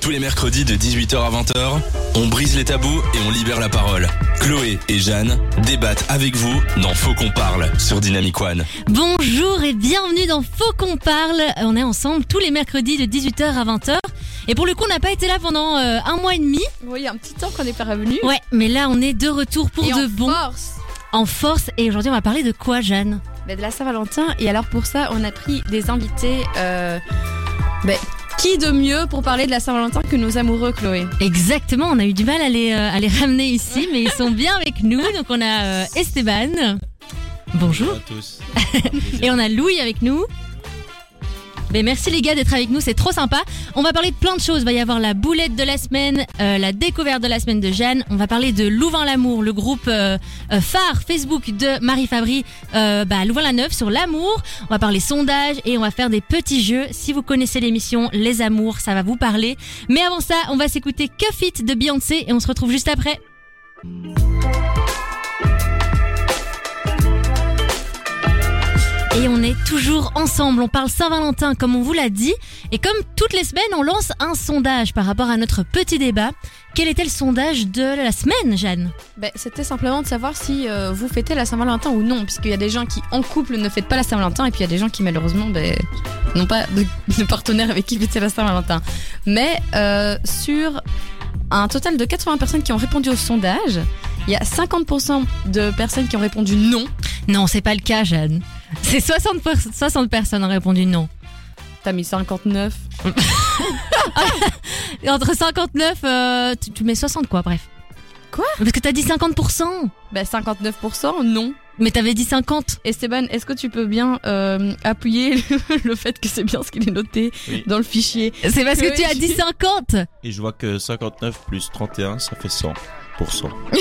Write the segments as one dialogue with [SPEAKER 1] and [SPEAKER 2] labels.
[SPEAKER 1] Tous les mercredis de 18h à 20h, on brise les tabous et on libère la parole. Chloé et Jeanne débattent avec vous dans Faut qu'on parle sur Dynamic One.
[SPEAKER 2] Bonjour et bienvenue dans Faut qu'on parle. On est ensemble tous les mercredis de 18h à 20h. Et pour le coup, on n'a pas été là pendant euh, un mois et demi.
[SPEAKER 3] Oui, il y a un petit temps qu'on n'est pas revenu.
[SPEAKER 2] Ouais, mais là, on est de retour pour
[SPEAKER 3] Et
[SPEAKER 2] de
[SPEAKER 3] en
[SPEAKER 2] bon,
[SPEAKER 3] force.
[SPEAKER 2] en force. Et aujourd'hui, on va parler de quoi, Jeanne
[SPEAKER 3] Bah, de la Saint-Valentin. Et alors pour ça, on a pris des invités. euh, bah, qui de mieux pour parler de la Saint-Valentin que nos amoureux, Chloé
[SPEAKER 2] Exactement, on a eu du mal à les, euh, à les ramener ici, mais ils sont bien avec nous. Donc, on a euh, Esteban. Bonjour.
[SPEAKER 4] à tous.
[SPEAKER 2] Et on a Louis avec nous. Mais merci les gars d'être avec nous, c'est trop sympa. On va parler de plein de choses. Il va y avoir la boulette de la semaine, euh, la découverte de la semaine de Jeanne. On va parler de Louvain l'amour, le groupe euh, euh, phare Facebook de Marie Fabry, euh, bah, Louvain la Neuve sur l'amour. On va parler sondage et on va faire des petits jeux. Si vous connaissez l'émission Les Amours, ça va vous parler. Mais avant ça, on va s'écouter Cuff It de Beyoncé et on se retrouve juste après. Et on est toujours ensemble, on parle Saint-Valentin comme on vous l'a dit, et comme toutes les semaines on lance un sondage par rapport à notre petit débat. Quel était le sondage de la semaine, Jeanne
[SPEAKER 3] Bah, C'était simplement de savoir si euh, vous fêtez la Saint-Valentin ou non, puisqu'il y a des gens qui en couple ne fêtent pas la Saint-Valentin, et puis il y a des gens qui malheureusement bah, n'ont pas de, de partenaire avec qui fêter la Saint-Valentin. Mais euh, sur un total de 80 personnes qui ont répondu au sondage, il y a 50% de personnes qui ont répondu non.
[SPEAKER 2] Non, c'est pas le cas, Jeanne. C'est 60, pour- 60 personnes ont répondu non.
[SPEAKER 3] T'as mis 59.
[SPEAKER 2] Et entre 59, euh, tu, tu mets 60 quoi, bref.
[SPEAKER 3] Quoi
[SPEAKER 2] Parce que t'as dit 50%,
[SPEAKER 3] Bah 59% non.
[SPEAKER 2] mais t'avais dit 50.
[SPEAKER 3] Esteban, est-ce que tu peux bien euh, appuyer le, le fait que c'est bien ce qu'il est noté
[SPEAKER 4] Oui.
[SPEAKER 3] dans le fichier
[SPEAKER 2] C'est parce que tu as
[SPEAKER 3] Oui.
[SPEAKER 2] dit 50
[SPEAKER 4] Et je vois que 59 plus 31, ça fait 100%.
[SPEAKER 3] Ah,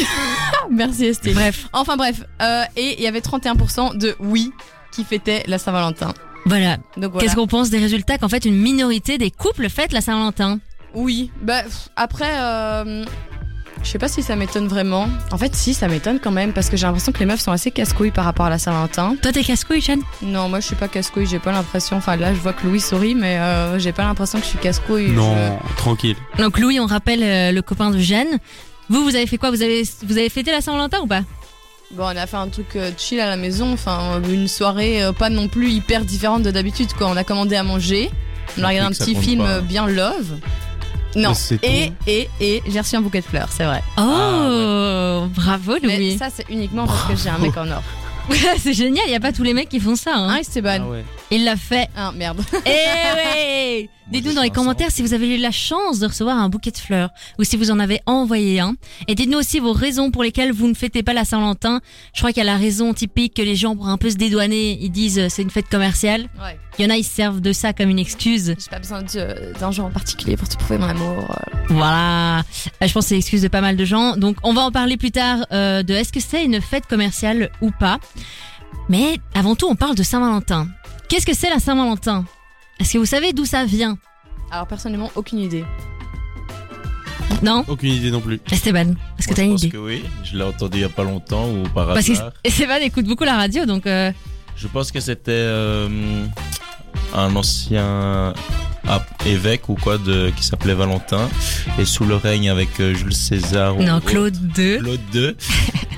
[SPEAKER 3] Merci Esteban.
[SPEAKER 2] Bref,
[SPEAKER 3] Enfin bref, euh, et il y avait 31% de oui qui fêtaient la Saint-Valentin.
[SPEAKER 2] voilà.
[SPEAKER 3] Donc voilà.
[SPEAKER 2] Qu'est-ce qu'on pense des résultats qu'en fait une minorité des couples fête la Saint-Valentin
[SPEAKER 3] Oui, bah pff, après, euh, je sais pas si ça m'étonne vraiment. En fait, si, ça m'étonne quand même, parce que j'ai l'impression que les meufs sont assez casse-couilles par rapport à la Saint-Valentin.
[SPEAKER 2] Toi t'es casse-couille, Jeanne
[SPEAKER 3] Non, moi je suis pas casse-couille, j'ai pas l'impression. Enfin là, je vois que Louis sourit, mais euh, j'ai pas l'impression que je suis casse-couille. Je-
[SPEAKER 5] tranquille.
[SPEAKER 2] Donc Louis, on rappelle euh, le copain de Jeanne. Vous, vous avez fait quoi vous avez, vous avez fêté la Saint-Valentin ou pas
[SPEAKER 3] Bon, on a fait un truc euh, chill à la maison, enfin euh, une soirée euh, pas non plus hyper différente de d'habitude quoi. On a commandé à manger, on a
[SPEAKER 4] Un
[SPEAKER 3] regardé un
[SPEAKER 4] truc, ça
[SPEAKER 3] petit
[SPEAKER 4] compte
[SPEAKER 3] film
[SPEAKER 4] pas.
[SPEAKER 3] euh, bien love. Non.
[SPEAKER 5] Bah, c'est
[SPEAKER 3] Et,
[SPEAKER 5] tout.
[SPEAKER 3] et, et, j'ai reçu un bouquet de fleurs, c'est vrai.
[SPEAKER 2] Oh, bravo
[SPEAKER 3] Ah, Mais
[SPEAKER 2] Louis.
[SPEAKER 3] ça, c'est uniquement parce que j'ai un mec en or.
[SPEAKER 2] c'est génial, il y a pas tous les mecs qui font ça. Hein.
[SPEAKER 3] Hein, Esteban
[SPEAKER 5] ouais.
[SPEAKER 2] Il l'a fait.
[SPEAKER 3] Ah, merde.
[SPEAKER 2] Eh ouais Dites-nous
[SPEAKER 4] j'ai
[SPEAKER 2] dans les
[SPEAKER 4] fait un
[SPEAKER 2] commentaires si vous avez eu la chance de recevoir un bouquet de fleurs ou si vous en avez envoyé un. Et dites-nous aussi vos raisons pour lesquelles vous ne fêtez pas la Saint-Valentin. Je crois qu'il y a la raison typique que les gens, pour un peu se dédouaner, ils disent euh, c'est une fête commerciale.
[SPEAKER 3] Ouais.
[SPEAKER 2] Il y en a, ils se servent de ça comme une excuse.
[SPEAKER 3] J'ai pas besoin de- d'un genre en particulier pour te prouver mon amour.
[SPEAKER 2] Voilà, Euh, je pense que c'est l'excuse de pas mal de gens. Donc on va en parler plus tard euh, de est-ce que c'est une fête commerciale ou pas. Mais avant tout, on parle de Saint-Valentin. Qu'est-ce que c'est la Saint-Valentin Est-ce que vous savez d'où ça vient
[SPEAKER 3] Alors, personnellement, aucune idée.
[SPEAKER 2] Non
[SPEAKER 5] Aucune idée non plus.
[SPEAKER 2] Esteban, est-ce que t'as
[SPEAKER 4] Moi, je
[SPEAKER 2] une
[SPEAKER 4] pense
[SPEAKER 2] idée
[SPEAKER 4] que oui, je l'ai entendu il y a pas longtemps ou par
[SPEAKER 2] Parce que
[SPEAKER 4] hasard.
[SPEAKER 2] Esteban écoute beaucoup la radio, donc euh,
[SPEAKER 4] Je pense que c'était euh, un ancien ap- évêque ou quoi de, qui s'appelait Valentin et sous le règne avec euh, Jules César. ou-
[SPEAKER 2] non, Claude 2.
[SPEAKER 4] Claude II.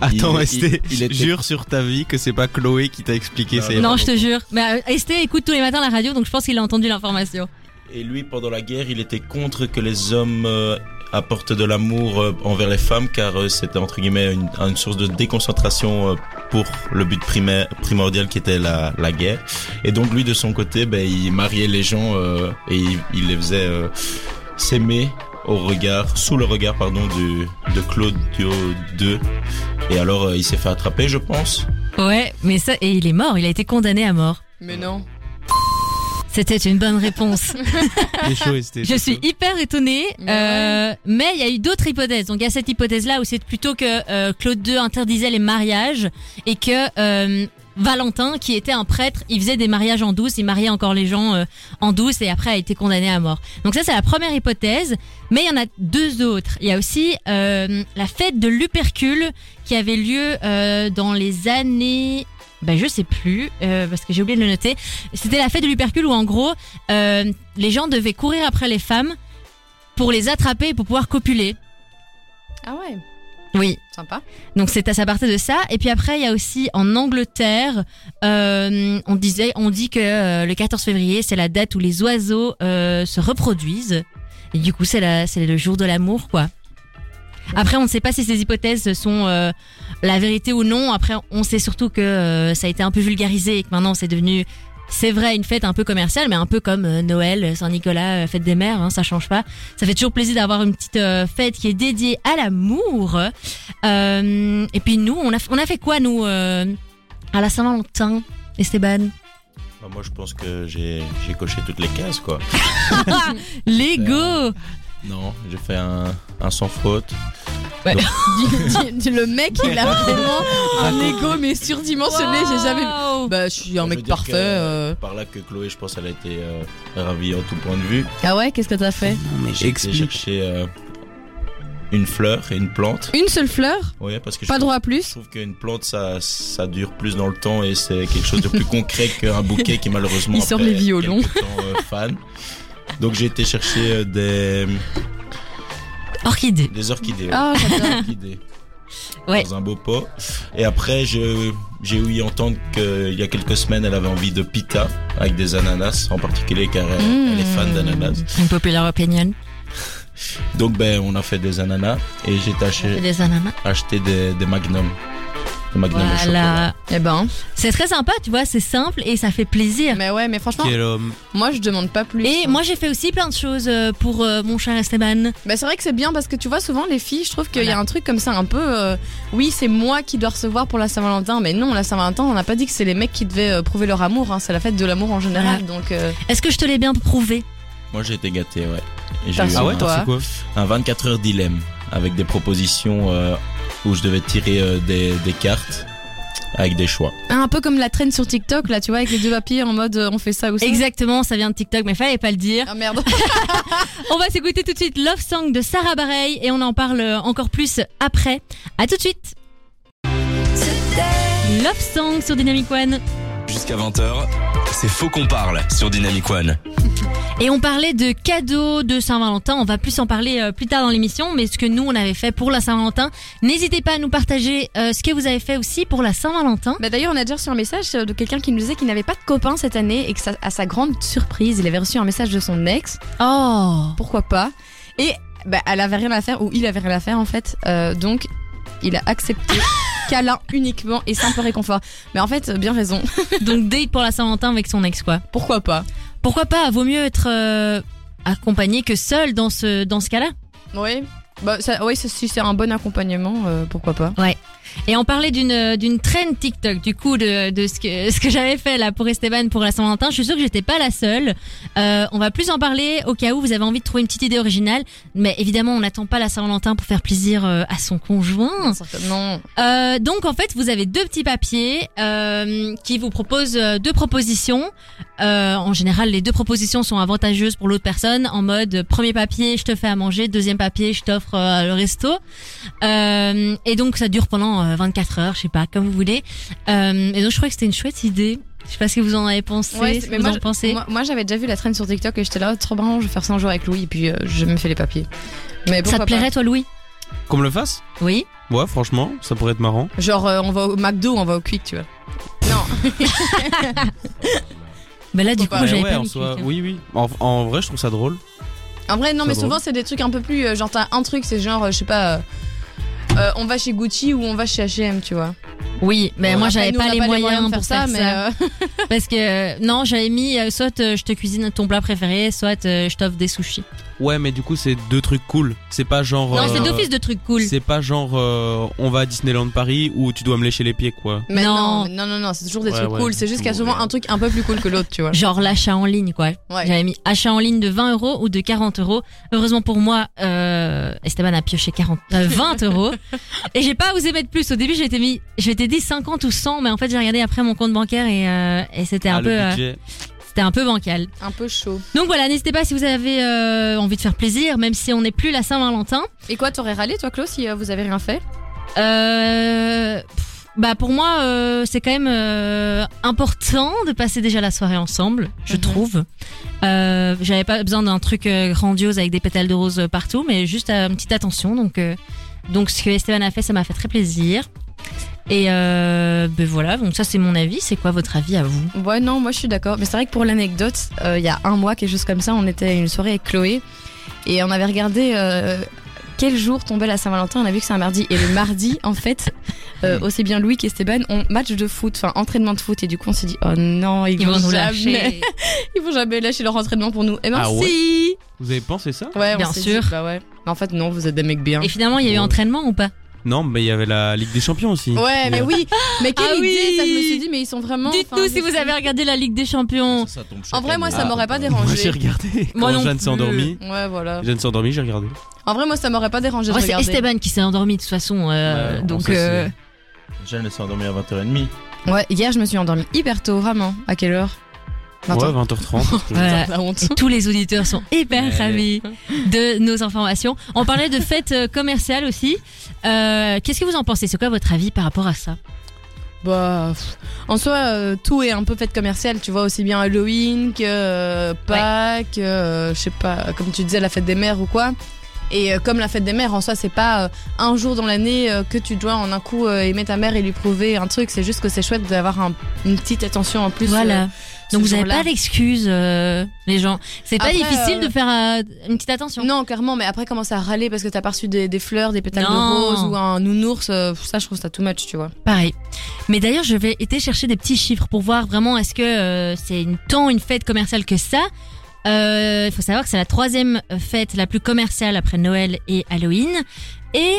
[SPEAKER 5] Attends,
[SPEAKER 4] Il-
[SPEAKER 5] Esté,
[SPEAKER 4] il- il était-
[SPEAKER 5] jure sur ta vie que c'est pas Chloé qui t'a expliqué.
[SPEAKER 4] Non,
[SPEAKER 5] c'est-
[SPEAKER 2] Non,
[SPEAKER 4] pardon.
[SPEAKER 2] je te jure. Mais euh, Esté écoute tous les matins la radio, donc je pense qu'il a entendu l'information.
[SPEAKER 4] Et lui, pendant la guerre, il était contre que les hommes euh, apportent de l'amour euh, envers les femmes, car euh, c'était entre guillemets une, une source de déconcentration euh, pour le but primaire, primordial qui était la, la guerre. Et donc lui, de son côté, ben, il mariait les gens euh, et il, il les faisait euh, s'aimer au regard, sous le regard pardon du, de Claudio II. Et alors, euh, il s'est fait attraper, je pense.
[SPEAKER 2] Ouais, mais ça, et il est mort, il a été condamné à mort.
[SPEAKER 3] Mais non.
[SPEAKER 2] C'était une bonne réponse.
[SPEAKER 5] Il est chaud, Esté,
[SPEAKER 2] Je
[SPEAKER 5] c'est
[SPEAKER 2] suis
[SPEAKER 5] chaud.
[SPEAKER 2] hyper étonnée,
[SPEAKER 3] Ouais.
[SPEAKER 2] euh, mais il y a eu d'autres hypothèses. Donc il y a cette hypothèse-là où c'est plutôt que euh, Claude II interdisait les mariages et que euh, Valentin, qui était un prêtre, il faisait des mariages en douce, il mariait encore les gens euh, en douce et après a été condamné à mort. Donc ça c'est la première hypothèse, mais il y en a deux autres. Il y a aussi euh, la fête de Lupercule qui avait lieu euh, dans les années... Ben je sais plus euh, parce que j'ai oublié de le noter. C'était la fête de Lupercule où en gros euh, les gens devaient courir après les femmes pour les attraper et pour pouvoir copuler.
[SPEAKER 3] Ah ouais,
[SPEAKER 2] Oui.
[SPEAKER 3] sympa.
[SPEAKER 2] Donc c'est à ça partait de ça. Et puis après, il y a aussi en Angleterre, euh, on disait, on dit que euh, le 14 février, c'est la date où les oiseaux euh, se reproduisent. Et du coup, c'est la- c'est le jour de l'amour, quoi. Après, on ne sait pas si ces hypothèses sont euh, la vérité ou non. Après, on sait surtout que euh, ça a été un peu vulgarisé et que maintenant, c'est devenu, c'est vrai, une fête un peu commerciale, mais un peu comme euh, Noël, Saint-Nicolas, euh, fête des mères, hein, ça change pas. Ça fait toujours plaisir d'avoir une petite euh, fête qui est dédiée à l'amour. Euh, et puis nous, on a, on a fait quoi, nous, euh, à la Saint-Valentin, Esteban
[SPEAKER 4] Bah, moi, je pense que j'ai j'ai coché toutes les cases, quoi.
[SPEAKER 2] Lego
[SPEAKER 4] Non, j'ai fait un, un sans faute.
[SPEAKER 3] Dis- dis- dis- le mec, il a vraiment un ego, mais surdimensionné. Oh, J'ai jamais vu.
[SPEAKER 2] Wow.
[SPEAKER 3] Bah, je suis un
[SPEAKER 4] Je veux
[SPEAKER 3] mec
[SPEAKER 4] dire
[SPEAKER 3] parfait.
[SPEAKER 4] que,
[SPEAKER 3] euh.
[SPEAKER 4] Par là que Chloé, je pense, elle a été euh, ravie en tout point de vue.
[SPEAKER 3] Ah ouais, qu'est-ce que t'as fait
[SPEAKER 4] J'ai été
[SPEAKER 5] Explique.
[SPEAKER 4] chercher euh, une fleur et une plante.
[SPEAKER 3] Une seule fleur,
[SPEAKER 4] Ouais, parce que je
[SPEAKER 3] pas
[SPEAKER 4] trouve,
[SPEAKER 3] droit à
[SPEAKER 4] je
[SPEAKER 3] plus.
[SPEAKER 4] trouve qu'une plante, ça, ça dure plus dans le temps et c'est quelque chose de plus concret qu'un bouquet qui malheureusement
[SPEAKER 3] Il sort
[SPEAKER 4] après
[SPEAKER 3] les violons.
[SPEAKER 4] quelques temps, euh, fan. Donc j'ai été chercher euh, des,
[SPEAKER 2] Orchidée.
[SPEAKER 4] des orchidées. ouais.
[SPEAKER 3] Ah, j'adore.
[SPEAKER 4] orchidée.
[SPEAKER 2] Ouais.
[SPEAKER 4] Dans un beau pot. Et après, je- j'ai eu entendre qu'il y a quelques semaines, elle avait envie de pita avec des ananas, en particulier car elle, elle est fan d'ananas.
[SPEAKER 2] Une populaire opinion.
[SPEAKER 4] Donc, ben, on a fait des ananas et j'ai
[SPEAKER 2] C'est
[SPEAKER 4] tâché-
[SPEAKER 2] des ananas.
[SPEAKER 4] acheté des, des magnums. Des magnums au chocolat.
[SPEAKER 2] Voilà.
[SPEAKER 3] Eh ben.
[SPEAKER 2] C'est très sympa, tu vois, c'est simple et ça fait plaisir.
[SPEAKER 3] Mais ouais, mais franchement,
[SPEAKER 5] Quel homme.
[SPEAKER 3] moi je demande pas plus.
[SPEAKER 2] Et moi, j'ai fait aussi plein de choses euh, pour euh, mon cher Esteban.
[SPEAKER 3] Bah, c'est vrai que c'est bien parce que tu vois, souvent les filles, je trouve qu'il y a
[SPEAKER 2] Voilà.
[SPEAKER 3] un truc comme ça un peu. euh, oui, c'est moi qui dois recevoir pour la Saint-Valentin, mais non, la Saint-Valentin, on n'a pas dit que c'est les mecs qui devaient euh, prouver leur amour, hein, c'est la fête de l'amour en général. Donc, euh,
[SPEAKER 2] Est-ce que je te l'ai bien prouvé
[SPEAKER 4] Moi, j'ai été gâté, ouais. Et j'ai
[SPEAKER 3] T'as
[SPEAKER 4] eu
[SPEAKER 3] Ah
[SPEAKER 5] Ah
[SPEAKER 3] ouais,
[SPEAKER 5] ouais,
[SPEAKER 4] un,
[SPEAKER 3] toi.
[SPEAKER 5] c'est quoi
[SPEAKER 4] un 24 heures dilemme avec des propositions euh, où je devais tirer euh, des, des cartes avec des choix.
[SPEAKER 3] un peu comme la traîne sur TikTok, là, tu vois, avec les deux papiers en mode euh, on fait ça ou ça.
[SPEAKER 2] Exactement, ça vient de TikTok, mais fallait pas le dire.
[SPEAKER 3] Ah merde.
[SPEAKER 2] On va s'écouter tout de suite Love Song de Sarah Bareilles et on en parle encore plus après. À tout de suite. Love Song sur Dynamic One.
[SPEAKER 1] Jusqu'à 20h, c'est Faux qu'on parle sur Dynamic One.
[SPEAKER 2] Et on parlait de cadeaux de Saint-Valentin. On va plus en parler euh, plus tard dans l'émission, mais ce que nous on avait fait pour la Saint-Valentin. N'hésitez pas à nous partager euh, ce que vous avez fait aussi pour la Saint-Valentin.
[SPEAKER 3] Bah d'ailleurs, on a déjà reçu un message euh, de quelqu'un qui nous disait qu'il n'avait pas de copain cette année et que, ça- à sa grande surprise, il avait reçu un message de son ex.
[SPEAKER 2] Oh.
[SPEAKER 3] Pourquoi pas Et bah, elle avait rien à faire, ou il avait rien à faire en fait. Euh, donc, il a accepté câlin uniquement et simple réconfort. Mais en fait, euh, bien raison.
[SPEAKER 2] Donc date pour la Saint-Valentin avec son ex quoi.
[SPEAKER 3] Pourquoi pas
[SPEAKER 2] Pourquoi pas Vaut mieux être euh, accompagné que seul dans ce dans ce cas-là.
[SPEAKER 3] Oui. Bah, ça, oui, ça- si c'est un bon accompagnement, euh, pourquoi pas
[SPEAKER 2] Et on parlait d'une euh, d'une traîne TikTok, du coup, de, de ce que, ce que j'avais fait là pour Esteban, pour la Saint-Valentin. Je suis sûre que j'étais pas la seule. Euh, on va plus en parler au cas où vous avez envie de trouver une petite idée originale. Mais évidemment, on n'attend pas la Saint-Valentin pour faire plaisir euh, à son
[SPEAKER 3] Hmm.
[SPEAKER 2] conjoint.
[SPEAKER 3] Non.
[SPEAKER 2] Euh, donc en fait, vous avez deux petits papiers euh, qui vous proposent euh, deux propositions. Euh, en général, les deux propositions sont avantageuses pour l'autre personne. En mode euh, premier papier, je te fais à manger. Deuxième papier, je t'offre euh, le resto. Euh, et donc ça dure pendant euh, 24 heures, je sais pas, comme vous voulez. Euh, et donc je crois que c'était une chouette idée. Je sais pas ce que vous en avez pensé.
[SPEAKER 3] Ouais,
[SPEAKER 2] ce que
[SPEAKER 3] mais
[SPEAKER 2] vous
[SPEAKER 3] moi,
[SPEAKER 2] en
[SPEAKER 3] je-
[SPEAKER 2] pensez.
[SPEAKER 3] Moi, moi, j'avais déjà vu la traîne sur TikTok et j'étais là, oh, trop marrant, je vais faire ça un jour avec Louis et puis euh, j'ai même fait les papiers. Mais
[SPEAKER 2] ça
[SPEAKER 3] pourquoi
[SPEAKER 2] te
[SPEAKER 3] pas
[SPEAKER 2] plairait toi, Louis
[SPEAKER 5] Qu'on me le fasse
[SPEAKER 2] Oui.
[SPEAKER 5] Ouais, franchement, ça pourrait être marrant.
[SPEAKER 3] Genre, euh, on va au McDo, on va au Quick, tu vois. Non.
[SPEAKER 2] Bah là du coup,
[SPEAKER 3] Pourquoi
[SPEAKER 5] Mais
[SPEAKER 2] j'avais
[SPEAKER 5] ouais,
[SPEAKER 2] pas hein.
[SPEAKER 5] en
[SPEAKER 2] mis
[SPEAKER 5] soi,
[SPEAKER 2] quelqu'un.
[SPEAKER 5] oui, oui. En, en vrai, je trouve ça drôle.
[SPEAKER 3] En vrai, non, mais
[SPEAKER 5] C'est
[SPEAKER 3] souvent,
[SPEAKER 5] drôle.
[SPEAKER 3] c'est des trucs un peu plus. euh, genre, t'as un truc, c'est genre, euh, je sais pas. euh, euh, on va chez Gucci ou on va chez H&M, tu vois.
[SPEAKER 2] Oui, mais
[SPEAKER 3] Bon,
[SPEAKER 2] moi
[SPEAKER 3] après,
[SPEAKER 2] j'avais
[SPEAKER 3] nous, on
[SPEAKER 2] pas,
[SPEAKER 3] a
[SPEAKER 2] les moyens
[SPEAKER 3] de
[SPEAKER 2] pour faire ça.
[SPEAKER 3] mais euh,
[SPEAKER 2] Parce que euh, non, j'avais mis euh, soit euh, je te cuisine ton plat préféré, soit euh, je t'offre des sushis.
[SPEAKER 5] Ouais, mais du coup, c'est deux trucs cool. C'est pas genre.
[SPEAKER 2] Non, c'est
[SPEAKER 5] euh,
[SPEAKER 2] d'office de trucs cool.
[SPEAKER 5] C'est pas genre euh, on va à Disneyland Paris où tu dois me lécher les pieds quoi.
[SPEAKER 3] mais
[SPEAKER 2] Non.
[SPEAKER 3] non, non, non, non, c'est toujours des
[SPEAKER 5] Ouais,
[SPEAKER 3] trucs
[SPEAKER 5] ouais,
[SPEAKER 3] cool. C'est juste qu'il y a
[SPEAKER 5] toujours
[SPEAKER 3] souvent
[SPEAKER 5] rien.
[SPEAKER 3] un truc un peu plus cool que l'autre, tu vois.
[SPEAKER 2] Genre l'achat en ligne, quoi.
[SPEAKER 3] Ouais.
[SPEAKER 2] J'avais mis achat en ligne de 20 euros ou de 40 euros. Heureusement pour moi, euh, Esteban a pioché 40, euh, 20 euros. Et j'ai pas osé mettre plus. Au début, j'étais mis, je m'étais dit 50 ou 100, mais en fait, j'ai regardé après mon compte bancaire et, euh, et c'était un
[SPEAKER 5] Ah,
[SPEAKER 2] peu,
[SPEAKER 5] le
[SPEAKER 2] euh,
[SPEAKER 5] budget.
[SPEAKER 2] c'était un peu bancal.
[SPEAKER 3] Un peu chaud.
[SPEAKER 2] Donc voilà, n'hésitez pas si vous avez euh, envie de faire plaisir, même si on n'est plus la Saint-Valentin.
[SPEAKER 3] Et quoi, t'aurais râlé, toi, Claude, si euh, vous avez rien fait
[SPEAKER 2] Euh, pff, bah pour moi euh, c'est quand même euh, important de passer déjà la soirée ensemble, je
[SPEAKER 3] Mhm.
[SPEAKER 2] trouve. Euh, J'avais pas besoin d'un truc euh, grandiose avec des pétales de rose euh, partout, mais juste euh, une petite attention. Donc euh, donc ce que Esteban a fait, ça m'a fait très plaisir. Et euh, ben voilà, donc ça c'est mon avis. C'est quoi votre avis à vous
[SPEAKER 3] Ouais, non, moi je suis d'accord. Mais c'est vrai que pour l'anecdote, euh, il y a un mois, quelque chose comme ça, on était à une soirée avec Chloé et on avait regardé euh, quel jour tombait la Saint-Valentin. On a vu que c'est un mardi. Et le mardi, en fait, euh, aussi bien Louis qu'Esteban ont match de foot, enfin entraînement de foot. Et du coup, on s'est dit, oh non, ils,
[SPEAKER 2] Ils vont nous
[SPEAKER 3] jamais-
[SPEAKER 2] lâcher.
[SPEAKER 3] Ils vont jamais lâcher leur entraînement pour nous. Et ben
[SPEAKER 5] Ah ouais
[SPEAKER 3] si
[SPEAKER 5] Vous avez pensé ça
[SPEAKER 3] Ouais, on
[SPEAKER 2] Bien
[SPEAKER 3] s'est
[SPEAKER 2] sûr.
[SPEAKER 3] dit, bah ouais. Mais en fait, non, vous êtes des mecs bien.
[SPEAKER 2] Et finalement, il y a eu entraînement ou pas
[SPEAKER 5] Non, mais il y avait la Ligue des Champions aussi.
[SPEAKER 3] Ouais,
[SPEAKER 5] euh,
[SPEAKER 3] mais oui. Mais quelle
[SPEAKER 2] Ah
[SPEAKER 3] idée
[SPEAKER 2] oui.
[SPEAKER 3] Ça, je me suis dit, mais ils sont vraiment.
[SPEAKER 2] Dites-nous
[SPEAKER 3] enfin,
[SPEAKER 2] si vous avez regardé la Ligue des Champions.
[SPEAKER 4] Ça, ça tombe chaque
[SPEAKER 3] En vrai, moi,
[SPEAKER 4] année.
[SPEAKER 3] ça
[SPEAKER 5] Ah,
[SPEAKER 3] m'aurait pas
[SPEAKER 5] Moi j'ai
[SPEAKER 3] dérangé.
[SPEAKER 5] regardé. Quand
[SPEAKER 2] Moi non
[SPEAKER 5] Jeanne
[SPEAKER 2] plus.
[SPEAKER 5] s'est endormie.
[SPEAKER 3] Ouais, voilà.
[SPEAKER 5] Jeanne s'est endormie, j'ai regardé.
[SPEAKER 3] En vrai, moi, ça m'aurait pas dérangé de
[SPEAKER 2] Ouais, c'est
[SPEAKER 3] regarder.
[SPEAKER 2] Esteban qui s'est endormi de toute façon. euh,
[SPEAKER 5] Ouais, on
[SPEAKER 2] donc
[SPEAKER 5] s'est-
[SPEAKER 2] euh,
[SPEAKER 4] Jeanne, elle s'est endormie à 20h30.
[SPEAKER 3] Ouais, hier je me suis endormie hyper tôt, vraiment. À quelle heure
[SPEAKER 5] Ouais,
[SPEAKER 3] 20.
[SPEAKER 5] 20h30.
[SPEAKER 2] Ouais.
[SPEAKER 3] la honte.
[SPEAKER 2] Et tous les auditeurs sont hyper
[SPEAKER 4] Ouais.
[SPEAKER 2] ravis de nos informations. On parlait de fêtes euh, commerciales aussi. Euh, Qu'est-ce que vous en pensez C'est quoi votre avis par rapport à ça
[SPEAKER 3] Bah, pff, en soi, euh, tout est un peu fait commercial, tu vois, aussi bien Halloween que euh, Pâques, euh, je sais pas, comme tu disais, la fête des mères ou quoi. Et euh, comme la fête des mères, en soi, c'est pas euh, un jour dans l'année euh, que tu dois en un coup euh, aimer ta mère et lui prouver un truc, c'est juste que c'est chouette d'avoir un- une petite attention en plus. euh,
[SPEAKER 2] Voilà.
[SPEAKER 3] ce
[SPEAKER 2] Donc vous n'avez
[SPEAKER 3] jour-là.
[SPEAKER 2] pas d'excuses, euh, les gens. C'est pas
[SPEAKER 3] Après,
[SPEAKER 2] difficile
[SPEAKER 3] euh,
[SPEAKER 2] de faire euh, une petite attention.
[SPEAKER 3] Non, clairement, mais après, commencer à râler parce que t'as pas reçu des, des fleurs, des pétales
[SPEAKER 2] Non.
[SPEAKER 3] de rose ou un nounours, euh, ça, je trouve ça too much, tu vois.
[SPEAKER 2] Pareil. Mais d'ailleurs, je vais été chercher des petits chiffres pour voir vraiment est-ce que euh, c'est une, tant une fête commerciale que ça. Euh, Il faut savoir que c'est la troisième fête la plus commerciale après Noël et Halloween. Et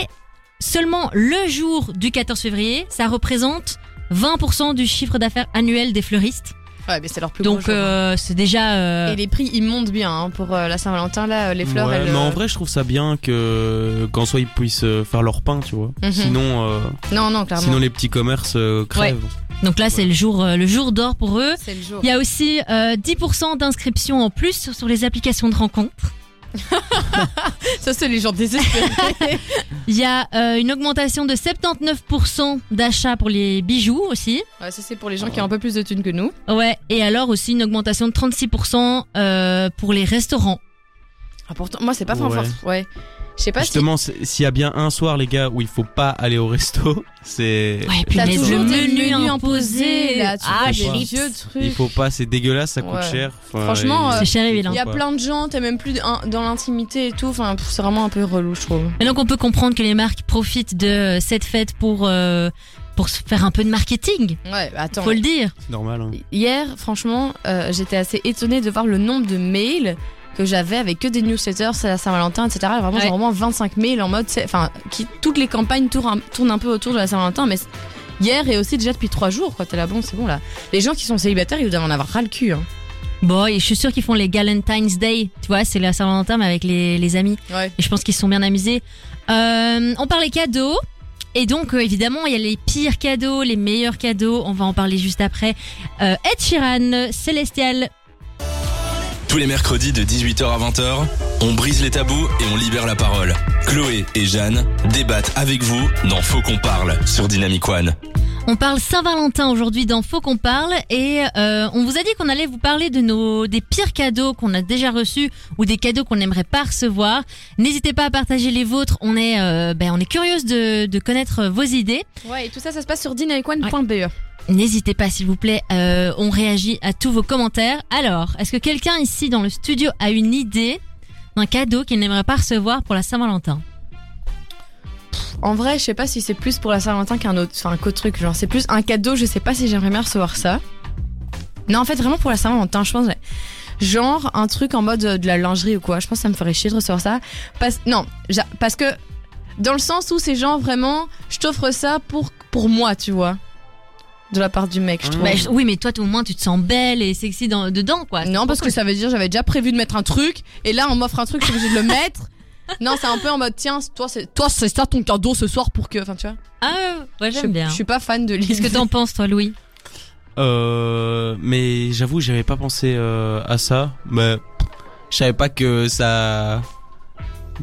[SPEAKER 2] seulement le jour du 14 février, ça représente 20% du chiffre d'affaires annuel des fleuristes.
[SPEAKER 3] Ouais, mais c'est leur plus gros
[SPEAKER 2] Donc
[SPEAKER 3] jour.
[SPEAKER 2] euh, c'est déjà... euh,
[SPEAKER 3] Et les prix, ils montent bien hein, pour euh, la Saint-Valentin. Là, euh, les fleurs,
[SPEAKER 5] Ouais,
[SPEAKER 3] elles.
[SPEAKER 5] mais en
[SPEAKER 3] euh,
[SPEAKER 5] vrai, je trouve ça bien que qu'en soi ils puissent euh, faire leur pain, tu vois.
[SPEAKER 3] Mhm.
[SPEAKER 5] Sinon, euh,
[SPEAKER 3] Non, non, clairement. Bah,
[SPEAKER 5] sinon les petits commerces euh, crèvent.
[SPEAKER 2] Donc là, c'est le jour, euh, le jour d'or pour eux.
[SPEAKER 3] c'est le jour.
[SPEAKER 2] Il y a aussi euh, 10% d'inscriptions en plus sur- sur les applications de rencontres.
[SPEAKER 3] Ça, c'est les gens désespérés.
[SPEAKER 2] Il y a euh, une augmentation de 79% d'achats pour les bijoux aussi.
[SPEAKER 3] ouais, ça, c'est pour les gens qui ont un peu plus de thunes que nous.
[SPEAKER 2] Ouais, et alors aussi une augmentation de 36% euh, pour les restaurants.
[SPEAKER 3] Ah, pourtant, moi, c'est pas
[SPEAKER 5] Ouais.
[SPEAKER 3] fort. Ouais. Je sais pas
[SPEAKER 5] Justement, c'est- s'il y a bien un soir, les gars, où il faut pas aller au resto, c'est.
[SPEAKER 2] Ouais,
[SPEAKER 3] si.
[SPEAKER 2] puis
[SPEAKER 3] T'as
[SPEAKER 2] les
[SPEAKER 3] toujours
[SPEAKER 2] menus
[SPEAKER 3] des menus
[SPEAKER 2] imposés,
[SPEAKER 3] imposés. Là, tu
[SPEAKER 2] ah,
[SPEAKER 3] vois,
[SPEAKER 5] je
[SPEAKER 3] des
[SPEAKER 5] sais
[SPEAKER 3] vieux
[SPEAKER 5] Il
[SPEAKER 3] trucs.
[SPEAKER 5] faut pas, c'est dégueulasse, ça coûte
[SPEAKER 3] Ouais.
[SPEAKER 5] cher. Enfin,
[SPEAKER 3] Franchement,
[SPEAKER 5] et-
[SPEAKER 3] euh,
[SPEAKER 2] C'est cher et vilain.
[SPEAKER 3] Il y a
[SPEAKER 5] pas.
[SPEAKER 3] plein de gens, t'es même plus dans dans l'intimité et tout. Enfin, pff, c'est vraiment un peu relou, je trouve.
[SPEAKER 2] Mais donc on peut comprendre que les marques profitent de euh, cette fête pour euh, pour se faire un peu de marketing.
[SPEAKER 3] Ouais, bah, attends.
[SPEAKER 2] Faut le dire.
[SPEAKER 5] C'est normal. hein.
[SPEAKER 3] Hier, franchement, euh, j'étais assez étonnée de voir le nombre de mails que j'avais avec que des newsletters, c'est la Saint-Valentin, etc. Vraiment,
[SPEAKER 2] Ouais.
[SPEAKER 3] j'ai vraiment 25 mails en mode, c'est- enfin, qui toutes les campagnes tournent, un- tournent un peu autour de la Saint-Valentin, mais c'est- hier et aussi déjà depuis trois jours, quoi. T'es là, bon, c'est bon là. Les gens qui sont célibataires, ils doivent en avoir ras le cul. Hein.
[SPEAKER 2] Bon, et je suis sûre qu'ils font les Galentine's Day. Tu vois, c'est la Saint-Valentin mais avec les, les amis.
[SPEAKER 3] Ouais.
[SPEAKER 2] Et je pense qu'ils se sont bien amusés. Euh, on parlait cadeaux. Et donc, euh, évidemment, il y a les pires cadeaux, les meilleurs cadeaux. On va en parler juste après. Euh, Ed Sheeran, Célestial.
[SPEAKER 1] Tous les mercredis de 18h à 20h, on brise les tabous et on libère la parole. Chloé et Jeanne débattent avec vous dans Faut qu'on parle sur Dynamic One.
[SPEAKER 2] On parle Saint-Valentin aujourd'hui dans Faux qu'on parle. Et euh, on vous a dit qu'on allait vous parler de nos des pires cadeaux qu'on a déjà reçus ou des cadeaux qu'on n'aimerait pas recevoir. N'hésitez pas à partager les vôtres. On est, euh, ben, on est curieuse de, de connaître vos idées.
[SPEAKER 3] Ouais, et tout ça, ça se passe sur dynamicone.be.
[SPEAKER 2] N'hésitez pas, s'il vous plaît. euh, on réagit à tous vos commentaires. Alors, est-ce que quelqu'un ici dans le studio a une idée d'un cadeau qu'il n'aimerait pas recevoir pour la Saint-Valentin
[SPEAKER 3] En vrai, je sais pas si c'est plus pour la Saint-Valentin qu'un autre, enfin, qu'autre truc. Genre, c'est plus un cadeau, je sais pas si j'aimerais bien recevoir ça. Non, en fait, vraiment pour la Saint-Valentin, je pense. ouais. Genre, un truc en mode euh, de la lingerie ou quoi. Je pense que ça me ferait chier de recevoir ça. Parce, non, j'a- parce que, dans le sens où c'est genre vraiment, je t'offre ça pour, pour moi, tu vois. De la part du mec, je trouve.
[SPEAKER 2] Bah, je- Oui, mais toi, tout au moins, tu te sens belle et sexy dans- dedans, quoi. C'est
[SPEAKER 3] non,
[SPEAKER 2] trop
[SPEAKER 3] parce que
[SPEAKER 2] cool.
[SPEAKER 3] ça veut dire j'avais déjà prévu de mettre un truc, et là, on m'offre un truc, je suis obligée de le mettre. Non, c'est un peu en mode, tiens, toi, c'est toi, c'est ça ton cadeau ce soir pour que. Enfin, tu vois.
[SPEAKER 2] Ah, ouais,
[SPEAKER 3] Je-
[SPEAKER 2] j'aime bien.
[SPEAKER 3] Je suis pas fan de
[SPEAKER 2] Qu'est-ce
[SPEAKER 3] liste.
[SPEAKER 2] que t'en penses, toi, Louis
[SPEAKER 5] Euh, mais j'avoue, j'avais pas pensé euh, à ça. Mais je savais pas que ça.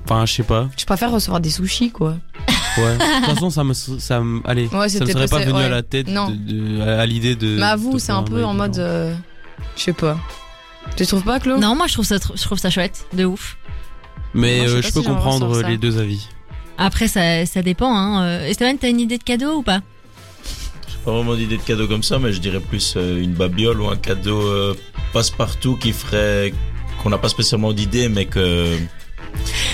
[SPEAKER 5] Enfin, je sais pas. Euh,
[SPEAKER 3] Je préfère recevoir des sushis, quoi.
[SPEAKER 5] Ouais. De toute façon, ça me, ça me, allez,
[SPEAKER 3] Ouais, c'est
[SPEAKER 5] ça me
[SPEAKER 3] peut-être
[SPEAKER 5] serait pas
[SPEAKER 3] passé,
[SPEAKER 5] venu
[SPEAKER 3] ouais.
[SPEAKER 5] à la tête,
[SPEAKER 3] Non.
[SPEAKER 5] de- de- à à l'idée de.
[SPEAKER 3] Mais
[SPEAKER 5] de
[SPEAKER 3] avoue, c'est
[SPEAKER 5] faire
[SPEAKER 3] un peu
[SPEAKER 5] bail
[SPEAKER 3] en
[SPEAKER 5] de
[SPEAKER 3] mode.
[SPEAKER 5] genre.
[SPEAKER 3] euh, je sais pas. Tu trouves pas, Claude
[SPEAKER 2] Non, moi je trouve ça, tr- je trouve ça chouette, de ouf.
[SPEAKER 5] Mais
[SPEAKER 3] Moi, je sais
[SPEAKER 5] euh,
[SPEAKER 3] pas
[SPEAKER 5] je
[SPEAKER 3] si
[SPEAKER 5] peux
[SPEAKER 3] j'aimerais
[SPEAKER 5] comprendre
[SPEAKER 3] ressortir ça.
[SPEAKER 5] les deux avis.
[SPEAKER 2] Après, ça, ça dépend. Hein. Euh, Esteban, t'as une idée de cadeau ou pas
[SPEAKER 4] Pas vraiment d'idée de cadeau comme ça, mais je dirais plus euh, une babiole ou un cadeau euh, passe-partout qui ferait qu'on n'a pas spécialement d'idée, mais que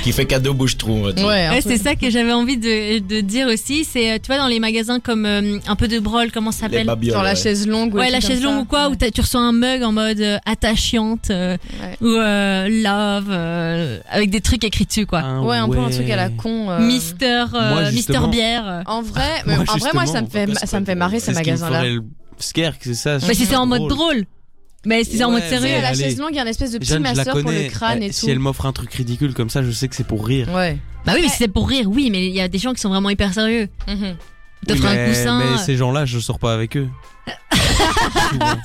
[SPEAKER 4] qui fait cadeau bouche-trou. on va dire.
[SPEAKER 3] Ouais, un
[SPEAKER 2] Ouais,
[SPEAKER 3] peu.
[SPEAKER 2] c'est ça que j'avais envie de, de dire aussi. C'est, euh, tu vois, dans les magasins comme euh, un peu de brol, comment ça
[SPEAKER 4] les
[SPEAKER 2] s'appelle
[SPEAKER 4] babioles.
[SPEAKER 3] Genre la
[SPEAKER 4] ouais.
[SPEAKER 3] chaise longue ou
[SPEAKER 2] Ouais,
[SPEAKER 3] des
[SPEAKER 2] la
[SPEAKER 3] trucs
[SPEAKER 2] chaise
[SPEAKER 3] comme
[SPEAKER 2] longue
[SPEAKER 3] ça.
[SPEAKER 2] ou quoi, où
[SPEAKER 3] Ouais.
[SPEAKER 2] t'as- tu reçois un mug en mode euh, attachante euh,
[SPEAKER 3] Ouais.
[SPEAKER 2] ou euh, love, euh, avec des trucs écrits dessus, quoi.
[SPEAKER 5] Ah
[SPEAKER 3] Ouais, un peu un truc à la con. euh,
[SPEAKER 2] Mister, euh,
[SPEAKER 5] Moi,
[SPEAKER 2] Mister
[SPEAKER 5] justement-
[SPEAKER 2] Bière.
[SPEAKER 3] En
[SPEAKER 5] Ah,
[SPEAKER 3] vrai, mais en vrai, moi, ça me fait,
[SPEAKER 4] justement,
[SPEAKER 3] ça me fait marrer ces
[SPEAKER 5] C'est ce qui me
[SPEAKER 3] magasins-là.
[SPEAKER 5] ferait le Scare, c'est ça.
[SPEAKER 2] Mais Bah, si c'est en mode drôle. Mais si c'est en
[SPEAKER 5] Ouais,
[SPEAKER 2] mode
[SPEAKER 5] mais-
[SPEAKER 3] Tu sais,
[SPEAKER 2] sérieux.
[SPEAKER 3] à la
[SPEAKER 5] Allez.
[SPEAKER 3] chaise longue, il y a une espèce de petit
[SPEAKER 5] Jeanne, je la
[SPEAKER 3] masseur pour
[SPEAKER 5] connais.
[SPEAKER 3] le crâne et
[SPEAKER 5] Eh,
[SPEAKER 3] tout.
[SPEAKER 5] Si elle m'offre un truc ridicule comme ça, je sais que c'est pour rire.
[SPEAKER 3] Ouais.
[SPEAKER 2] Bah oui, mais si c'est pour rire, oui, mais il y a des gens qui sont vraiment hyper sérieux.
[SPEAKER 3] Mhm.
[SPEAKER 2] T'offres un
[SPEAKER 5] mais,
[SPEAKER 2] coussin.
[SPEAKER 5] mais
[SPEAKER 2] euh,
[SPEAKER 5] ces gens-là, je sors pas avec eux.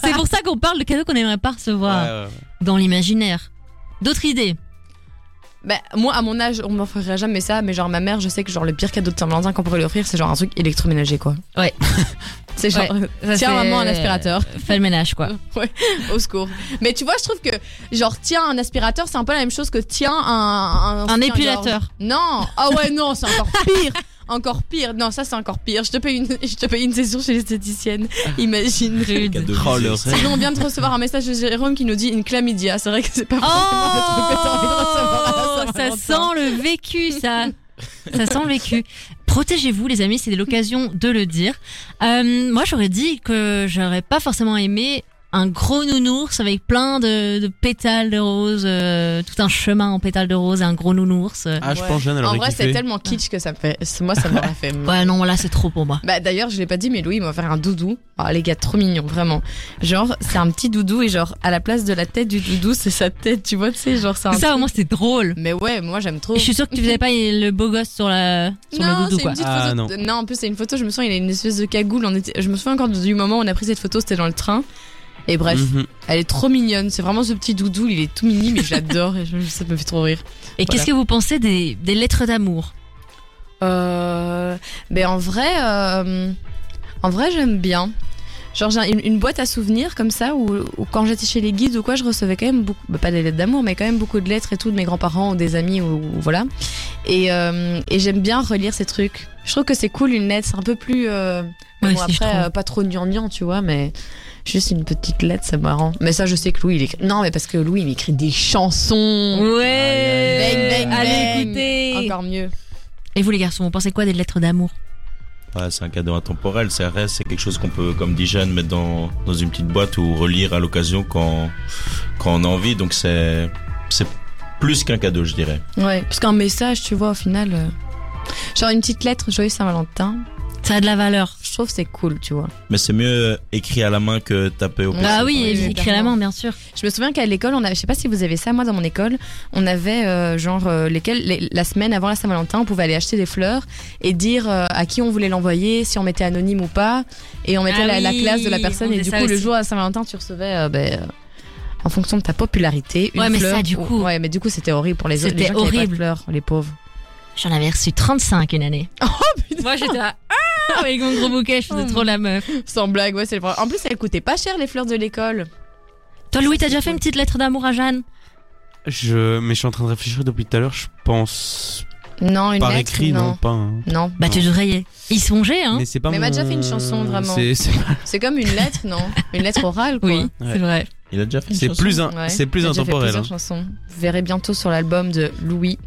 [SPEAKER 2] C'est pour ça qu'on parle de cadeaux qu'on aimerait pas recevoir
[SPEAKER 5] Ouais, ouais.
[SPEAKER 2] dans l'imaginaire. D'autres idées
[SPEAKER 3] Bah, moi, à mon âge, on m'offrirait jamais ça, mais genre ma mère, je sais que genre le pire cadeau de Saint-Valentin qu'on pourrait lui offrir, c'est genre un truc électroménager, quoi.
[SPEAKER 2] Ouais.
[SPEAKER 3] c'est genre, tiens,
[SPEAKER 2] c'est- euh,
[SPEAKER 3] maman, un aspirateur.
[SPEAKER 2] Fais le ménage, quoi.
[SPEAKER 3] ouais, au secours. Mais tu vois, je trouve que, genre, tiens, un aspirateur, c'est un peu la même chose que tiens, un.
[SPEAKER 2] Un
[SPEAKER 3] soutien-gorge.
[SPEAKER 2] épilateur.
[SPEAKER 3] Non Ah ouais, non, c'est encore pire Encore pire Non, ça, c'est encore pire. Je te paye une, je te paye une session chez l'esthéticienne. Imagine.
[SPEAKER 2] Rude.
[SPEAKER 4] Cadeau
[SPEAKER 5] Oh,
[SPEAKER 4] visé.
[SPEAKER 5] le
[SPEAKER 3] Sinon, on vient de recevoir un message de Jérôme qui nous dit une chlamydia. C'est vrai que c'est pas
[SPEAKER 2] Oh
[SPEAKER 3] forcément le truc que t'as envie de recevoir à la
[SPEAKER 2] Ça
[SPEAKER 3] Saint-Valentin.
[SPEAKER 2] sent le vécu, ça. Ça sent le vécu. Protégez-vous, les amis, c'est l'occasion de le dire. Euh, moi, j'aurais dit que j'aurais pas forcément aimé un gros nounours avec plein de, de pétales de rose, euh, tout un chemin en pétales de rose et un gros nounours. euh.
[SPEAKER 5] Ah, je
[SPEAKER 3] Ouais.
[SPEAKER 5] pense Jeanne, elle
[SPEAKER 3] En
[SPEAKER 5] aurait
[SPEAKER 3] vrai, c'est
[SPEAKER 5] kiffé.
[SPEAKER 3] tellement kitsch que ça me fait. c'est- Moi, ça m'aurait fait. mal.
[SPEAKER 2] Euh, Ouais, non, là, c'est trop pour moi.
[SPEAKER 3] Bah d'ailleurs, je l'ai pas dit, mais Louis m'a offert un doudou. Ah les gars, trop mignon, vraiment. Genre, c'est un petit doudou et genre à la place de la tête du doudou, c'est sa tête, tu vois, tu sais, genre Ah, c'est Oh. un.
[SPEAKER 2] Ça, au moins, c'est drôle.
[SPEAKER 3] Mais ouais, moi j'aime trop.
[SPEAKER 2] Et je suis sûre que tu faisais pas le beau gosse sur, la, sur
[SPEAKER 3] non,
[SPEAKER 2] le doudou,
[SPEAKER 3] c'est
[SPEAKER 2] quoi.
[SPEAKER 3] Une petite
[SPEAKER 5] Ah,
[SPEAKER 3] photo
[SPEAKER 5] non.
[SPEAKER 3] de- non. en plus c'est une photo. Je me souviens, il a une espèce de cagoule. On était... Je me souviens encore du moment où on a pris cette photo. C'était dans le train. Et bref,
[SPEAKER 5] Mhm.
[SPEAKER 3] elle est trop mignonne. C'est vraiment ce petit doudou. Il est tout mini, mais je l'adore. et je- ça me fait trop rire.
[SPEAKER 2] Et qu'est-ce que vous pensez des, des lettres d'amour
[SPEAKER 3] Euh, mais en vrai, euh, en vrai, j'aime bien. Genre j'ai une, une boîte à souvenirs comme ça où, où quand j'étais chez les guides ou quoi, je recevais quand même beaucoup, bah, pas des lettres d'amour, mais quand même beaucoup de lettres et tout de mes grands-parents ou des amis ou, ou voilà. Et, euh, et j'aime bien relire ces trucs. Je trouve que c'est cool une lettre, c'est un peu plus. euh, mais
[SPEAKER 2] Ouais,
[SPEAKER 3] bon,
[SPEAKER 2] si, je
[SPEAKER 3] après
[SPEAKER 2] trouve.
[SPEAKER 3] euh, pas trop gnangnan, tu vois, mais juste une petite lettre, c'est marrant. Mais ça, je sais que Louis il écrit. Non, mais parce que Louis il écrit des chansons.
[SPEAKER 2] Ouais
[SPEAKER 3] Bang, bang,
[SPEAKER 2] Allez
[SPEAKER 3] bang.
[SPEAKER 2] écouter
[SPEAKER 3] Encore mieux.
[SPEAKER 2] Et vous les garçons, vous pensez quoi des lettres d'amour
[SPEAKER 4] Ouais, c'est un cadeau intemporel, ça reste, c'est quelque chose qu'on peut, comme dit Jeanne, mettre dans, dans une petite boîte ou relire à l'occasion quand, quand on a envie. Donc c'est, c'est plus qu'un cadeau, je dirais.
[SPEAKER 3] Ouais, parce qu'un message, tu vois, au final. euh, Genre une petite lettre, joyeux Saint-Valentin,
[SPEAKER 2] Ça a de la valeur.
[SPEAKER 3] je trouve que c'est cool, tu vois.
[SPEAKER 4] Mais c'est mieux écrit à la main que tapé au
[SPEAKER 3] Ah
[SPEAKER 4] PC,
[SPEAKER 2] Ah
[SPEAKER 4] par
[SPEAKER 2] oui,
[SPEAKER 4] exemple.
[SPEAKER 3] évidemment.
[SPEAKER 2] écrit à la main, bien sûr.
[SPEAKER 3] Je me souviens qu'à l'école, on a, je sais pas si vous avez ça, moi dans mon école, on avait euh, genre euh, lesquels, les- la semaine avant la Saint-Valentin, on pouvait aller acheter des fleurs et dire euh, à qui on voulait l'envoyer, si on mettait anonyme ou pas, et on mettait
[SPEAKER 2] Ah
[SPEAKER 3] la, la
[SPEAKER 2] oui,
[SPEAKER 3] classe de la
[SPEAKER 2] on
[SPEAKER 3] personne, et
[SPEAKER 2] faisait
[SPEAKER 3] du
[SPEAKER 2] ça
[SPEAKER 3] coup le
[SPEAKER 2] aussi.
[SPEAKER 3] jour à Saint-Valentin, tu recevais. euh, ben, euh, en fonction de ta popularité, une
[SPEAKER 2] Ouais, mais ça,
[SPEAKER 3] fleur
[SPEAKER 2] du
[SPEAKER 3] ou-
[SPEAKER 2] coup.
[SPEAKER 3] Ouais, mais du coup, c'était horrible pour les, autres,
[SPEAKER 2] C'était
[SPEAKER 3] les gens qui avaient pas de
[SPEAKER 2] horrible.
[SPEAKER 3] fleurs, les pauvres.
[SPEAKER 2] J'en avais reçu 35 une année. Oh putain Moi j'étais là, ah Avec mon gros bouquet, je
[SPEAKER 3] Oh.
[SPEAKER 2] faisais trop la meuf.
[SPEAKER 3] Sans blague, ouais, c'est le problème. En plus, elles coûtaient pas cher les fleurs de l'école.
[SPEAKER 2] Toi Louis, t'as déjà fait une petite lettre d'amour à Jeanne
[SPEAKER 5] Je, mais je suis en train de réfléchir depuis tout à l'heure. Je pense
[SPEAKER 3] Non, une
[SPEAKER 5] par
[SPEAKER 3] lettre,
[SPEAKER 5] écrit, non, pas. hein.
[SPEAKER 3] Non,
[SPEAKER 2] Bah tu devrais y aller. Ils sont gés, hein
[SPEAKER 5] Mais c'est pas
[SPEAKER 3] Mais elle m'a
[SPEAKER 5] mon-
[SPEAKER 3] déjà fait une chanson, vraiment.
[SPEAKER 5] C'est, c'est-
[SPEAKER 3] c'est comme une lettre, non Une lettre orale, quoi.
[SPEAKER 2] Oui, c'est
[SPEAKER 5] Ouais.
[SPEAKER 2] vrai.
[SPEAKER 4] Il a déjà fait une
[SPEAKER 5] c'est
[SPEAKER 4] chanson
[SPEAKER 5] plus un,
[SPEAKER 3] Ouais.
[SPEAKER 5] Ah, c'est plus
[SPEAKER 3] J'ai déjà fait
[SPEAKER 5] intemporel.
[SPEAKER 3] plusieurs
[SPEAKER 5] hein.
[SPEAKER 3] chansons. Vous verrez bientôt sur l'album de Louis.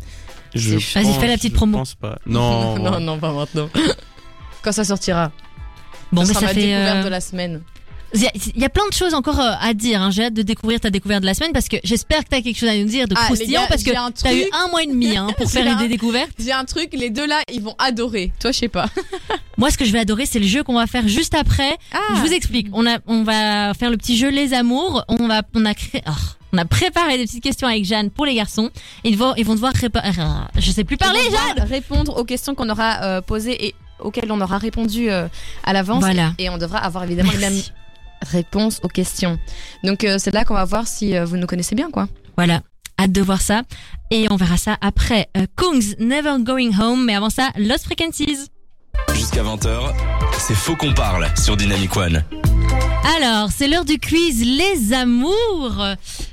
[SPEAKER 5] Je
[SPEAKER 3] Vas-y,
[SPEAKER 2] fais
[SPEAKER 5] pense-
[SPEAKER 2] la petite
[SPEAKER 5] je
[SPEAKER 2] promo.
[SPEAKER 5] pense pas. Non,
[SPEAKER 3] non, non, pas maintenant. Quand ça sortira.
[SPEAKER 2] Bon,
[SPEAKER 3] ça
[SPEAKER 2] mais
[SPEAKER 3] sera
[SPEAKER 2] ça
[SPEAKER 3] ma
[SPEAKER 2] fait.
[SPEAKER 3] découverte
[SPEAKER 2] euh,
[SPEAKER 3] de la semaine.
[SPEAKER 2] Il y a- il y, a plein de choses encore euh, à dire. hein. J'ai hâte de découvrir ta découverte de la semaine parce que j'espère que t'as quelque chose à nous dire de
[SPEAKER 3] Ah, les
[SPEAKER 2] croustillant
[SPEAKER 3] gars,
[SPEAKER 2] parce que
[SPEAKER 3] j'ai un
[SPEAKER 2] t'as eu
[SPEAKER 3] truc.
[SPEAKER 2] un mois et demi hein, pour
[SPEAKER 3] J'ai
[SPEAKER 2] faire
[SPEAKER 3] un-
[SPEAKER 2] des découvertes.
[SPEAKER 3] J'ai un truc, les deux là, ils vont adorer. Toi, je sais pas.
[SPEAKER 2] Moi, ce que je vais adorer, c'est le jeu qu'on va faire juste après.
[SPEAKER 3] Ah,
[SPEAKER 2] Je vous explique. On a, on va faire le petit jeu les amours. On va, on a créé, oh, on a préparé des petites questions avec Jeanne pour les garçons. Ils vont, ils vont devoir réparer. Je sais plus parler. Jeanne.
[SPEAKER 3] Jade Répondre aux questions qu'on aura euh, posées et auxquelles on aura répondu euh, à l'avance.
[SPEAKER 2] Voilà.
[SPEAKER 3] Et on devra avoir évidemment les mêmes
[SPEAKER 2] Merci.
[SPEAKER 3] réponses aux questions. Donc, euh, c'est là qu'on va voir si euh, vous nous connaissez bien, quoi.
[SPEAKER 2] Voilà. Hâte de voir ça. Et on verra ça après euh, Kung's Never Going Home. Mais avant ça, Lost Frequencies.
[SPEAKER 1] Jusqu'à 20h, c'est Faux qu'on parle sur Dynamic One.
[SPEAKER 2] Alors, c'est l'heure du quiz Les Amours.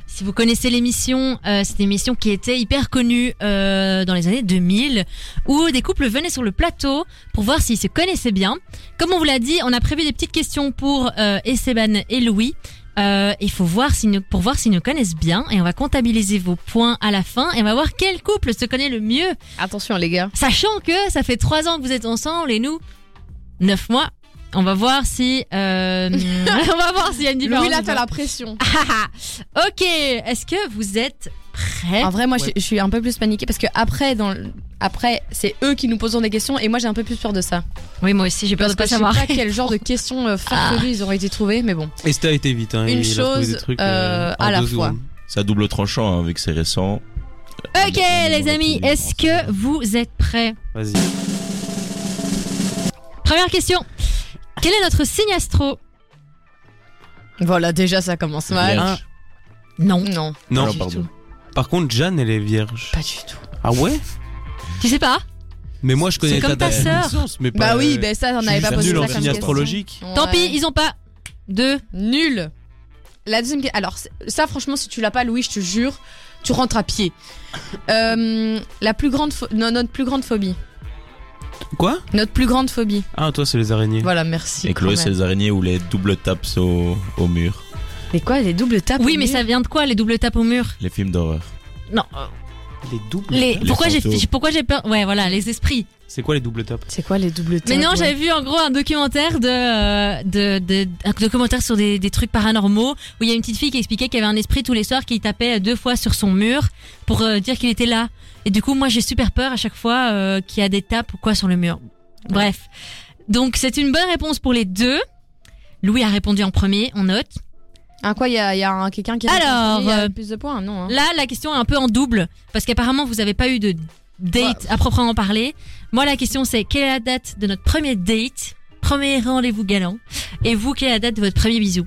[SPEAKER 2] Si vous connaissez l'émission, euh, c'est une émission qui était hyper connue euh, dans les années 2000, où des couples venaient sur le plateau pour voir s'ils se connaissaient bien. Comme on vous l'a dit, on a prévu des petites questions pour euh, Esteban et Louis. Euh, il faut voir s'ils nous- pour voir s'ils nous connaissent bien et on va comptabiliser vos points à la fin et on va voir quel couple se connaît le mieux.
[SPEAKER 3] Attention les gars.
[SPEAKER 2] Sachant que ça fait trois ans que vous êtes ensemble et nous, neuf mois. On va voir si, euh, on va voir s'il y a une différence.
[SPEAKER 3] Louis là t'as la pression.
[SPEAKER 2] Ah, ah. ok, est-ce que vous êtes prêts
[SPEAKER 3] Ah, En vrai moi
[SPEAKER 5] Ouais.
[SPEAKER 3] je, je suis un peu plus paniquée parce que après dans le- après c'est eux qui nous posent des questions et moi j'ai un peu plus peur de ça.
[SPEAKER 2] Oui, moi aussi, j'ai peur de
[SPEAKER 3] Parce que
[SPEAKER 2] pas
[SPEAKER 3] je sais
[SPEAKER 2] savoir. Ah.
[SPEAKER 3] pas quel genre de questions euh, farfelues ils auraient été trouvés mais bon.
[SPEAKER 5] Et c'était été vite. Hein,
[SPEAKER 3] Une
[SPEAKER 5] il a trouvé
[SPEAKER 3] chose,
[SPEAKER 5] des trucs,
[SPEAKER 3] euh,
[SPEAKER 5] en
[SPEAKER 3] à la
[SPEAKER 5] deux
[SPEAKER 3] fois.
[SPEAKER 5] secondes.
[SPEAKER 4] C'est à double tranchant, hein, vu que c'est récent.
[SPEAKER 2] Ok, les amis, est-ce que vous êtes prêts
[SPEAKER 5] Vas-y.
[SPEAKER 2] Première question. Quel est notre signe astro
[SPEAKER 3] Voilà déjà ça commence mal. Hein
[SPEAKER 4] Vierge.
[SPEAKER 2] Non.
[SPEAKER 3] Non,
[SPEAKER 5] Non.
[SPEAKER 4] Alors,
[SPEAKER 3] du
[SPEAKER 4] pardon.
[SPEAKER 3] tout.
[SPEAKER 5] Par contre, Jeanne, elle est vierge.
[SPEAKER 3] pas du tout.
[SPEAKER 5] Ah ouais
[SPEAKER 2] Tu sais pas
[SPEAKER 5] Mais moi, je connais
[SPEAKER 2] C'est comme ta sœur.
[SPEAKER 5] naissance, mais pas.
[SPEAKER 3] Bah oui, ben ça on
[SPEAKER 5] je
[SPEAKER 3] avait pas
[SPEAKER 5] suis juste
[SPEAKER 3] posé
[SPEAKER 5] nul
[SPEAKER 3] ça
[SPEAKER 5] en
[SPEAKER 3] comme
[SPEAKER 5] signe
[SPEAKER 3] question.
[SPEAKER 5] astrologique.
[SPEAKER 2] Tant
[SPEAKER 3] Ouais.
[SPEAKER 2] pis, ils ont pas. Deux.
[SPEAKER 3] Nul. La deuxième. que- Alors, c'est- ça, franchement, si tu l'as pas, Louis, je te jure, tu rentres à pied. Euh, la plus grande. pho- non, notre plus grande phobie.
[SPEAKER 5] Quoi
[SPEAKER 3] Notre plus grande phobie.
[SPEAKER 5] Ah, toi, c'est les araignées.
[SPEAKER 3] Voilà, merci.
[SPEAKER 4] Et Chloé,
[SPEAKER 3] quand
[SPEAKER 4] c'est
[SPEAKER 3] même.
[SPEAKER 4] les araignées ou les doubles tapes au, au mur.
[SPEAKER 3] Mais quoi, les doubles tapes
[SPEAKER 2] Oui,
[SPEAKER 3] au
[SPEAKER 2] mais
[SPEAKER 3] mur
[SPEAKER 2] ça vient de quoi les doubles tapes au mur
[SPEAKER 4] Les films d'horreur.
[SPEAKER 2] Non.
[SPEAKER 5] Les doubles.
[SPEAKER 2] Les,
[SPEAKER 4] Les
[SPEAKER 2] pourquoi j'ai
[SPEAKER 4] fantômes.
[SPEAKER 2] pourquoi j'ai peur Ouais, voilà, les esprits.
[SPEAKER 5] C'est quoi les doubles tapes
[SPEAKER 3] C'est quoi les doubles tapes
[SPEAKER 2] Mais non,
[SPEAKER 3] ouais.
[SPEAKER 2] j'avais vu en gros un documentaire de, euh, de, de- un documentaire sur des, des trucs paranormaux où il y a une petite fille qui expliquait qu'il y avait un esprit tous les soirs qui tapait deux fois sur son mur pour euh, dire qu'il était là. Et du coup, moi, j'ai super peur à chaque fois euh, qu'il y a des tapes ou quoi sur le mur. Bref, donc c'est une bonne réponse pour les deux. Louis a répondu en premier, on note.
[SPEAKER 3] Hein, quoi, il y a, il y a un- quelqu'un qui a
[SPEAKER 2] Alors,
[SPEAKER 3] répondu, il y a
[SPEAKER 2] euh,
[SPEAKER 3] plus de points Non. hein.
[SPEAKER 2] Là, la question est un peu en double parce qu'apparemment, vous n'avez pas eu de date à proprement parler. Moi, la question, c'est quelle est la date de notre premier date, premier rendez-vous galant Et vous, quelle est la date de votre premier bisou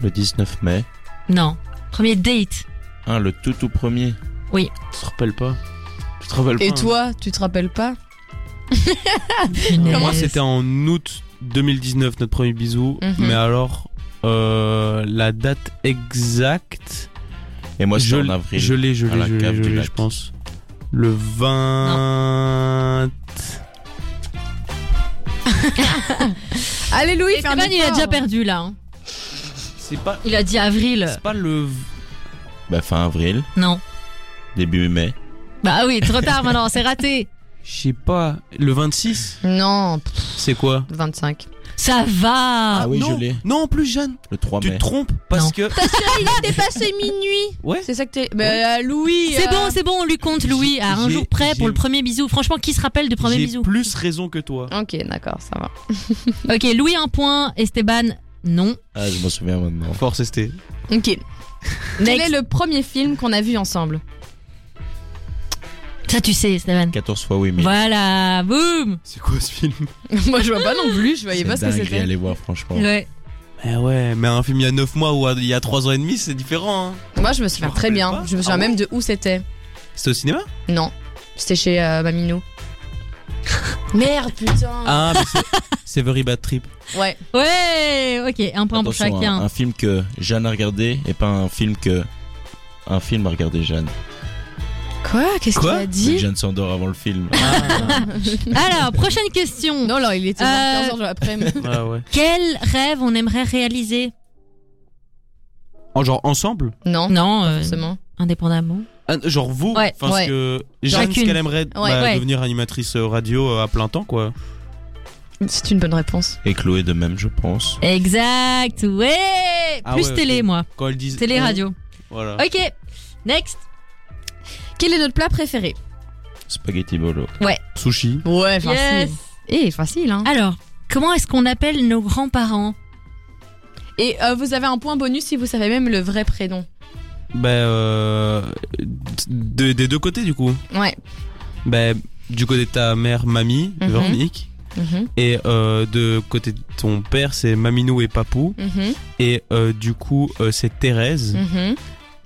[SPEAKER 4] Le 19 mai.
[SPEAKER 2] Non, premier date.
[SPEAKER 4] Ah, le tout tout premier.
[SPEAKER 5] Tu te rappelles pas Tu te rappelles
[SPEAKER 3] Et
[SPEAKER 5] pas hein
[SPEAKER 3] toi, tu te rappelles pas
[SPEAKER 2] hein.
[SPEAKER 5] Moi,
[SPEAKER 2] Punaise.
[SPEAKER 5] c'était en août 2019, notre premier bisou.
[SPEAKER 3] Mhm.
[SPEAKER 5] Mais alors, euh, la date exacte.
[SPEAKER 4] Et moi,
[SPEAKER 5] je
[SPEAKER 4] c'est en
[SPEAKER 5] l-
[SPEAKER 4] avril.
[SPEAKER 5] Je l'ai, je
[SPEAKER 4] à
[SPEAKER 5] l'ai,
[SPEAKER 4] la
[SPEAKER 5] je l'ai,
[SPEAKER 4] cave
[SPEAKER 5] je
[SPEAKER 4] du
[SPEAKER 5] l'ai,
[SPEAKER 4] lac.
[SPEAKER 5] je pense. Le 20.
[SPEAKER 3] Allez, Louis, fais un
[SPEAKER 2] Esteban, il a
[SPEAKER 3] effort.
[SPEAKER 2] déjà perdu là. hein.
[SPEAKER 5] C'est pas.
[SPEAKER 2] Il a dit avril.
[SPEAKER 5] C'est pas le.
[SPEAKER 4] Bah, fin avril,
[SPEAKER 2] Non.
[SPEAKER 4] début mai.
[SPEAKER 2] Bah oui, trop tard maintenant, c'est raté.
[SPEAKER 5] Je sais pas. Le 26
[SPEAKER 3] Non, pff,
[SPEAKER 5] C'est quoi
[SPEAKER 3] 25.
[SPEAKER 2] Ça va.
[SPEAKER 4] Ah oui,
[SPEAKER 5] non.
[SPEAKER 4] je l'ai.
[SPEAKER 5] Non, en plus, Jeanne,
[SPEAKER 4] Le 3
[SPEAKER 5] tu
[SPEAKER 4] mai.
[SPEAKER 5] te trompes parce
[SPEAKER 2] Non.
[SPEAKER 5] que.
[SPEAKER 3] Il a dépassé minuit.
[SPEAKER 5] Ouais.
[SPEAKER 3] C'est ça que t'es. Bah, Louis.
[SPEAKER 2] C'est
[SPEAKER 3] euh,
[SPEAKER 2] bon, c'est bon, on lui compte Louis
[SPEAKER 5] j'ai-
[SPEAKER 2] à un
[SPEAKER 5] j'ai-
[SPEAKER 2] jour près pour
[SPEAKER 5] j'ai-
[SPEAKER 2] le premier bisou. Franchement, qui se rappelle du premier
[SPEAKER 5] J'ai
[SPEAKER 2] bisou
[SPEAKER 5] plus raison que toi.
[SPEAKER 3] Ok, d'accord, ça va.
[SPEAKER 2] Ok, Louis un point, Esteban non.
[SPEAKER 4] Ah, je m'en souviens maintenant.
[SPEAKER 5] Force ST.
[SPEAKER 3] Ok. Quel
[SPEAKER 2] Next.
[SPEAKER 3] est le premier film qu'on a vu ensemble
[SPEAKER 2] Ça tu sais, Esteban.
[SPEAKER 4] 14 fois oui, mais.
[SPEAKER 2] Voilà, boum
[SPEAKER 5] C'est quoi ce film
[SPEAKER 3] Moi, je vois pas non plus, je voyais pas ce
[SPEAKER 4] C'est
[SPEAKER 3] que
[SPEAKER 4] dingue,
[SPEAKER 3] c'était.
[SPEAKER 4] allez voir, franchement.
[SPEAKER 2] Ouais.
[SPEAKER 5] Mais ouais, mais un film il y a 9 mois ou il y a 3 ans et demi, c'est différent. Hein.
[SPEAKER 3] Moi, je me souviens
[SPEAKER 5] me
[SPEAKER 3] très
[SPEAKER 5] rappelle
[SPEAKER 3] bien.
[SPEAKER 5] pas.
[SPEAKER 3] Je me souviens
[SPEAKER 5] Ah ouais
[SPEAKER 3] même de où c'était.
[SPEAKER 5] C'était au cinéma
[SPEAKER 3] Non, c'était chez euh, Maminou. Merde, putain.
[SPEAKER 5] Ah, mais c'est- c'est Very Bad Trip.
[SPEAKER 3] Ouais.
[SPEAKER 2] Ouais, ok, un point pour
[SPEAKER 4] Attention, hein, un,
[SPEAKER 2] chacun.
[SPEAKER 4] un film que Jeanne a regardé et pas un film que. Un film à regarder Jeanne.
[SPEAKER 3] Quoi Qu'est-ce qu'il
[SPEAKER 5] Quoi Bah,
[SPEAKER 3] a
[SPEAKER 4] C'est que
[SPEAKER 3] dit
[SPEAKER 4] Jeanne s'endort avant le film.
[SPEAKER 5] Ah,
[SPEAKER 2] Alors, prochaine question.
[SPEAKER 3] Non, non, il était
[SPEAKER 2] Euh,
[SPEAKER 3] 15h après. mais-
[SPEAKER 5] ouais, ah, ouais.
[SPEAKER 2] Quel rêve on aimerait réaliser
[SPEAKER 5] En genre ensemble
[SPEAKER 3] Non,
[SPEAKER 2] Non, euh,
[SPEAKER 3] forcément.
[SPEAKER 2] indépendamment.
[SPEAKER 5] Ah, Genre vous
[SPEAKER 2] Ouais,
[SPEAKER 5] Parce
[SPEAKER 3] ouais.
[SPEAKER 5] que Jeanne, ce
[SPEAKER 2] Chacune.
[SPEAKER 5] qu'elle aimerait bah,
[SPEAKER 2] ouais.
[SPEAKER 5] devenir animatrice euh, radio euh, à plein temps, quoi.
[SPEAKER 3] C'est une bonne réponse.
[SPEAKER 4] Et Chloé de même, je pense.
[SPEAKER 2] Exact, ouais
[SPEAKER 5] Ah
[SPEAKER 2] Plus
[SPEAKER 5] ouais,
[SPEAKER 2] télé,
[SPEAKER 5] ok.
[SPEAKER 2] moi.
[SPEAKER 5] Quand elle disent.
[SPEAKER 2] Télé, radio.
[SPEAKER 5] Voilà.
[SPEAKER 2] Ok, next.
[SPEAKER 3] Quel est notre plat préféré
[SPEAKER 4] Spaghetti Bolo.
[SPEAKER 5] Sushi.
[SPEAKER 3] Ouais,
[SPEAKER 2] Yes.
[SPEAKER 3] Eh, facile, hein.
[SPEAKER 2] Alors, comment est-ce qu'on appelle nos grands-parents
[SPEAKER 3] Et euh, vous avez un point bonus si vous savez même le vrai prénom.
[SPEAKER 5] Bah, euh, de- des deux côtés, du coup.
[SPEAKER 3] Ouais.
[SPEAKER 5] Bah, du côté de ta mère, mamie,
[SPEAKER 3] Mhm.
[SPEAKER 5] Véronique.
[SPEAKER 3] Mhm,
[SPEAKER 5] Et euh, de côté de ton père, c'est Maminou et Papou.
[SPEAKER 3] mhm,
[SPEAKER 5] Et euh, du coup, euh, c'est Thérèse.
[SPEAKER 3] mhm.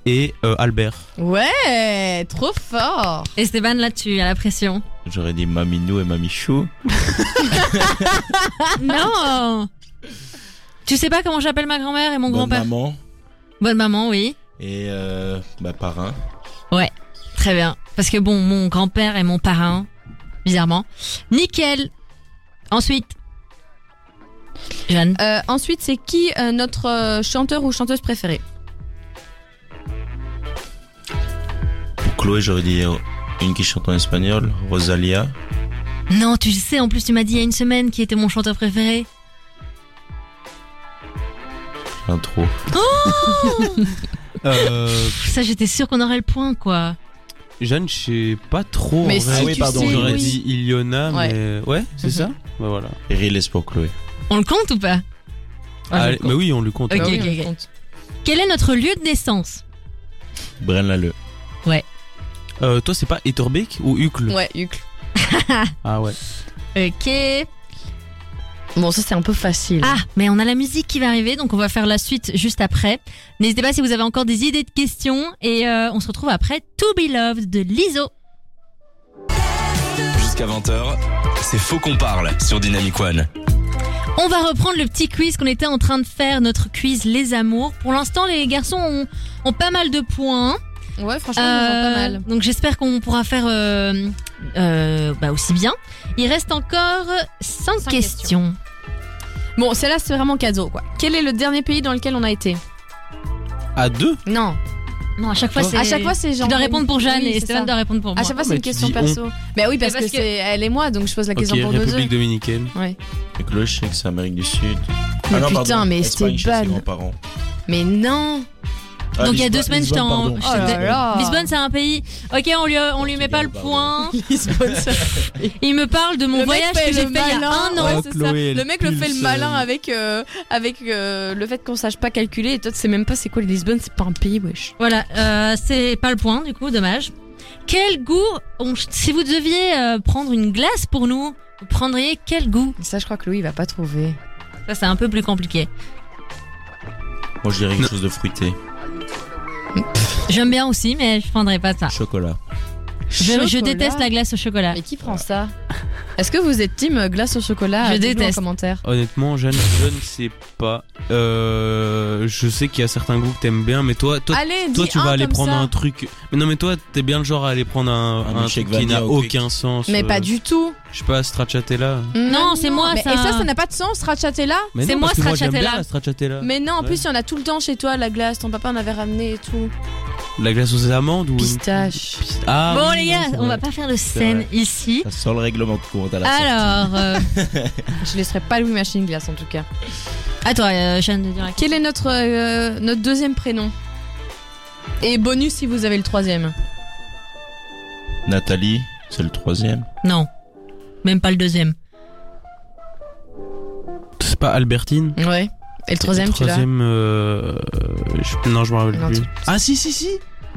[SPEAKER 5] et euh, Albert.
[SPEAKER 3] Ouais, trop fort.
[SPEAKER 2] Esteban, là, tu as la pression.
[SPEAKER 4] J'aurais dit Maminou et Mamichou.
[SPEAKER 3] Ah,
[SPEAKER 2] non Tu sais pas comment j'appelle ma grand-mère et mon
[SPEAKER 4] Bonne
[SPEAKER 2] grand-père
[SPEAKER 4] maman
[SPEAKER 2] Bonne maman, oui.
[SPEAKER 4] et euh, bah, parrain.
[SPEAKER 2] Très bien. Parce que bon, mon grand-père est mon parrain, bizarrement. Nickel. Ensuite. Jeanne.
[SPEAKER 3] Euh, ensuite, c'est qui euh, notre euh, chanteur ou chanteuse préférée
[SPEAKER 4] Pour Chloé, j'aurais dit euh, une qui chante en espagnol, Rosalia.
[SPEAKER 2] Non, tu le sais, en plus, tu m'as dit il y a une semaine qui était mon chanteur préféré.
[SPEAKER 4] L'intro.
[SPEAKER 5] Euh,
[SPEAKER 2] Pff, Ça, j'étais sûre qu'on aurait le point, quoi.
[SPEAKER 5] Jeanne, je sais pas trop. en
[SPEAKER 3] Mais
[SPEAKER 5] vrai.
[SPEAKER 3] si,
[SPEAKER 4] Ah oui,
[SPEAKER 3] tu
[SPEAKER 4] pardon,
[SPEAKER 3] sais,
[SPEAKER 5] J'aurais
[SPEAKER 3] oui.
[SPEAKER 5] dit Iliona,
[SPEAKER 3] Ouais.
[SPEAKER 5] mais ouais, c'est
[SPEAKER 3] Mhm.
[SPEAKER 5] ça. Bah voilà.
[SPEAKER 4] Et Riles pour Chloé.
[SPEAKER 2] On le compte ou pas
[SPEAKER 3] Ah, je
[SPEAKER 5] Allez,
[SPEAKER 3] le compte.
[SPEAKER 5] mais oui, on lui compte.
[SPEAKER 2] Ok,
[SPEAKER 3] Bah oui,
[SPEAKER 2] ok,
[SPEAKER 3] on le
[SPEAKER 2] ok.
[SPEAKER 3] compte.
[SPEAKER 2] Quel est notre lieu de naissance
[SPEAKER 4] Bren Lalleux.
[SPEAKER 5] Euh, toi, c'est pas Etterbeek ou Hucle
[SPEAKER 3] Ouais, Hucle.
[SPEAKER 5] Ah ouais.
[SPEAKER 2] Ok.
[SPEAKER 3] Bon, ça c'est un peu facile.
[SPEAKER 2] Ah, mais on a la musique qui va arriver, donc on va faire la suite juste après. N'hésitez pas si vous avez encore des idées de questions, et euh, on se retrouve après To Be Loved de Lizzo.
[SPEAKER 1] Jusqu'à 20h, c'est Faux qu'on parle sur Dynamic One.
[SPEAKER 2] On va reprendre le petit quiz qu'on était en train de faire, notre quiz Les Amours. Pour l'instant, les garçons ont, ont pas mal de points. hein.
[SPEAKER 3] Ah. Ouais, franchement, on en
[SPEAKER 2] Euh,
[SPEAKER 3] sent pas mal.
[SPEAKER 2] Donc j'espère qu'on pourra faire euh, euh, bah aussi bien. Il reste encore 5 questions.
[SPEAKER 3] Cinq questions. Bon, celle-là c'est vraiment cadeau quoi. Quel est le dernier pays dans lequel on a été
[SPEAKER 5] À deux
[SPEAKER 3] Non.
[SPEAKER 2] Non, à chaque fois, c'est.
[SPEAKER 3] À chaque fois c'est
[SPEAKER 2] je
[SPEAKER 3] genre.
[SPEAKER 2] dois répondre pour Jeanne
[SPEAKER 3] Oui,
[SPEAKER 2] et
[SPEAKER 3] c'est
[SPEAKER 2] Stéphane
[SPEAKER 3] ça.
[SPEAKER 2] doit répondre pour moi.
[SPEAKER 3] À chaque fois,
[SPEAKER 5] Ah,
[SPEAKER 3] c'est
[SPEAKER 5] mais
[SPEAKER 3] une
[SPEAKER 5] tu
[SPEAKER 3] question
[SPEAKER 5] dis on.
[SPEAKER 3] perso. Mais oui,
[SPEAKER 2] Mais
[SPEAKER 3] parce,
[SPEAKER 2] parce
[SPEAKER 3] que,
[SPEAKER 2] que-
[SPEAKER 3] c'est elle et moi, donc je pose la
[SPEAKER 5] Ok,
[SPEAKER 3] question pour deux
[SPEAKER 5] République
[SPEAKER 3] eux.
[SPEAKER 5] Dominicaine.
[SPEAKER 4] Et Chloé, je sais que c'est Amérique du Sud. Ah
[SPEAKER 3] Mais
[SPEAKER 5] Ah
[SPEAKER 3] putain, mais
[SPEAKER 4] Espagne, chez ses
[SPEAKER 3] Esteban.
[SPEAKER 4] grands-parents.
[SPEAKER 3] Mais non
[SPEAKER 4] Ah,
[SPEAKER 2] Donc, il y a
[SPEAKER 4] Lisbonne-
[SPEAKER 2] deux semaines, je t'en-
[SPEAKER 4] Lisbonne,
[SPEAKER 2] Oh
[SPEAKER 4] pardon,
[SPEAKER 2] là
[SPEAKER 4] Lisbonne.
[SPEAKER 3] là.
[SPEAKER 2] Lisbonne, c'est un pays. Ok, on lui, on lui met pas le
[SPEAKER 4] Portugal,
[SPEAKER 2] point.
[SPEAKER 3] Lisbonne, ça-
[SPEAKER 2] Il me parle de mon
[SPEAKER 3] Le mec
[SPEAKER 2] voyage
[SPEAKER 3] fait
[SPEAKER 2] que j'ai fait
[SPEAKER 3] le
[SPEAKER 2] il y a
[SPEAKER 3] malin.
[SPEAKER 2] un an.
[SPEAKER 5] Ouais.
[SPEAKER 3] c'est
[SPEAKER 5] Oh, Chloé,
[SPEAKER 3] ça.
[SPEAKER 5] elle
[SPEAKER 3] Le mec le fait le
[SPEAKER 5] pulse,
[SPEAKER 3] malin
[SPEAKER 5] euh,
[SPEAKER 3] avec, euh, avec euh, le fait qu'on sache pas calculer et toi tu sais même pas c'est quoi Lisbonne, c'est pas un pays, wesh.
[SPEAKER 2] Voilà, euh, c'est pas le point du coup, dommage. Quel goût, on- si vous deviez euh, prendre une glace pour nous, vous prendriez quel goût
[SPEAKER 3] Ça, je crois que Louis il va pas trouver.
[SPEAKER 2] Ça c'est un peu plus compliqué.
[SPEAKER 4] Moi, je dirais quelque chose de fruité.
[SPEAKER 2] J'aime bien aussi, mais je prendrais pas
[SPEAKER 3] Ah.
[SPEAKER 2] ça.
[SPEAKER 4] Chocolat.
[SPEAKER 2] Je, je
[SPEAKER 3] Chocolat.
[SPEAKER 2] déteste la glace au chocolat.
[SPEAKER 3] Mais qui prend ça Est-ce que vous êtes team euh, glace au chocolat
[SPEAKER 2] Je
[SPEAKER 3] Dites-le
[SPEAKER 2] déteste.
[SPEAKER 3] En commentaire.
[SPEAKER 5] Honnêtement, Jeanne, je ne sais pas. Euh, je sais qu'il y a certains goûts que t'aimes bien, mais toi, toi,
[SPEAKER 3] Allez,
[SPEAKER 5] toi,
[SPEAKER 3] dis
[SPEAKER 5] tu
[SPEAKER 3] un
[SPEAKER 5] vas aller
[SPEAKER 3] comme
[SPEAKER 5] prendre
[SPEAKER 3] ça.
[SPEAKER 5] un truc. Mais non, mais toi, t'es bien le genre à aller prendre un,
[SPEAKER 4] Un
[SPEAKER 5] un
[SPEAKER 4] milkshake
[SPEAKER 5] truc qui
[SPEAKER 4] vanilla
[SPEAKER 5] n'a
[SPEAKER 4] au
[SPEAKER 5] aucun sens.
[SPEAKER 3] Mais
[SPEAKER 5] euh,
[SPEAKER 3] pas du tout.
[SPEAKER 5] Je sais pas, stracciatella.
[SPEAKER 2] Non, c'est moi,
[SPEAKER 3] Ah mais-
[SPEAKER 2] ça.
[SPEAKER 3] Et ça, ça n'a pas de sens, Stracciatella
[SPEAKER 5] Mais
[SPEAKER 2] C'est
[SPEAKER 5] non,
[SPEAKER 2] moi,
[SPEAKER 5] parce que moi, j'aime bien
[SPEAKER 2] stracciatella.
[SPEAKER 5] la stracciatella.
[SPEAKER 3] Mais non, en
[SPEAKER 5] Euh, Ouais.
[SPEAKER 3] plus, il y en a tout le temps chez toi, la glace. Ton papa en avait ramené et tout.
[SPEAKER 5] La glace aux amandes ou une-
[SPEAKER 3] Pistache.
[SPEAKER 5] Ah,
[SPEAKER 2] bon
[SPEAKER 5] oui,
[SPEAKER 2] les
[SPEAKER 5] non,
[SPEAKER 2] gars,
[SPEAKER 5] c'est
[SPEAKER 2] on
[SPEAKER 5] vrai.
[SPEAKER 2] va pas faire de scène
[SPEAKER 4] vrai.
[SPEAKER 2] ici.
[SPEAKER 4] Ça sent le règlement de compte à la sortie.
[SPEAKER 2] Alors, euh,
[SPEAKER 3] Je laisserai pas Louis Machine Glace, en tout cas.
[SPEAKER 2] à toi, euh, Jeanne de Durac.
[SPEAKER 3] Quel est notre, euh, notre deuxième prénom Et bonus si vous avez le troisième.
[SPEAKER 4] Nathalie, c'est le troisième.
[SPEAKER 2] Non, même pas le deuxième.
[SPEAKER 5] C'est pas Albertine
[SPEAKER 3] Ouais. Et le Mm, troisième,
[SPEAKER 5] Le
[SPEAKER 3] tu l'as
[SPEAKER 5] Troisième, euh, je- non, je me rappelle
[SPEAKER 3] Non,
[SPEAKER 5] plus.
[SPEAKER 3] tu-
[SPEAKER 5] Ah, si, si, si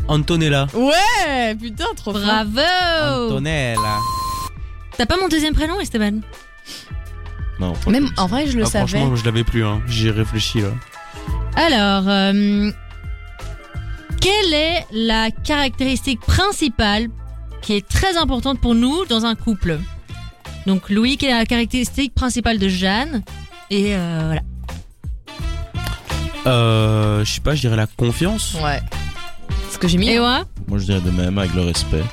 [SPEAKER 5] Antonella.
[SPEAKER 3] Ouais, putain, trop fort. Oh.
[SPEAKER 2] Bravo
[SPEAKER 5] Antonella.
[SPEAKER 2] T'as pas mon deuxième prénom, Esteban
[SPEAKER 4] Non, pas
[SPEAKER 3] Même
[SPEAKER 4] comme ça.
[SPEAKER 3] en vrai, je le
[SPEAKER 5] Ah,
[SPEAKER 3] savais.
[SPEAKER 5] franchement, je l'avais plus, hein. J'y ai réfléchi, là.
[SPEAKER 2] Alors, euh, quelle est la caractéristique principale qui est très importante pour nous dans un couple Donc Louis, quelle est la caractéristique principale de Jeanne Et euh, voilà.
[SPEAKER 5] Euh, je sais pas, je dirais la confiance.
[SPEAKER 3] Ouais. Ce que j'ai mis. hein.
[SPEAKER 2] Et ouais
[SPEAKER 4] Moi, je dirais de même, avec le respect.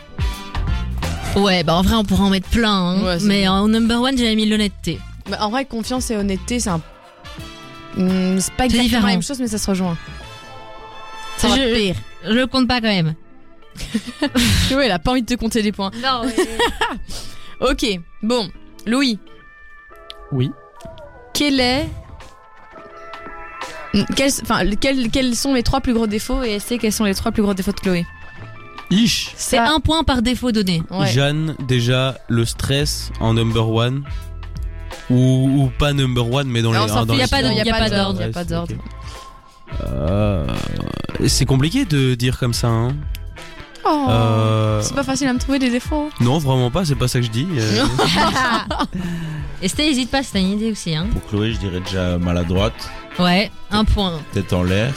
[SPEAKER 2] Ouais, bah en vrai, on pourra en mettre plein. hein.
[SPEAKER 3] Ouais, c'est
[SPEAKER 2] mais
[SPEAKER 3] vrai.
[SPEAKER 2] en number one, j'avais mis l'honnêteté.
[SPEAKER 3] Mais Bah, en vrai, confiance et honnêteté, c'est un. Hmm, C'est pas exactement
[SPEAKER 2] différent.
[SPEAKER 3] la même chose, mais ça se rejoint. Ça va
[SPEAKER 2] Je-
[SPEAKER 3] pire.
[SPEAKER 2] Je le compte pas quand même.
[SPEAKER 3] Chloé, elle a pas envie de te compter les points.
[SPEAKER 2] Non,
[SPEAKER 3] Ok, bon. Louis,
[SPEAKER 5] Oui.
[SPEAKER 3] quel est. Hmm, Quels, enfin, quels, quels sont les trois plus gros défauts et elle sait quels sont les trois plus gros défauts de Chloé
[SPEAKER 5] Ish.
[SPEAKER 2] C'est un point par défaut donné.
[SPEAKER 3] Ouais.
[SPEAKER 5] Jeanne, déjà, le stress en number one. Ou, ou pas number one, mais dans
[SPEAKER 3] Ah, on
[SPEAKER 5] les.
[SPEAKER 3] s'en
[SPEAKER 5] ah,
[SPEAKER 3] fout,
[SPEAKER 5] dans les-
[SPEAKER 2] y a pas d'ordre,
[SPEAKER 3] y
[SPEAKER 2] y a pas d'ordre.
[SPEAKER 3] y a pas
[SPEAKER 5] Ouais,
[SPEAKER 3] d'ordre.
[SPEAKER 5] c'est ok. Euh, c'est compliqué de dire comme ça. Hein.
[SPEAKER 3] Oh,
[SPEAKER 5] Euh,
[SPEAKER 3] C'est pas facile à me trouver des défauts.
[SPEAKER 5] Non, vraiment pas, c'est pas ça que je dis. euh.
[SPEAKER 2] Et Sté, hésite pas si t'as une idée aussi. Hein.
[SPEAKER 4] Pour Chloé, je dirais déjà maladroite,
[SPEAKER 2] Ouais, un point.
[SPEAKER 4] tête en l'air.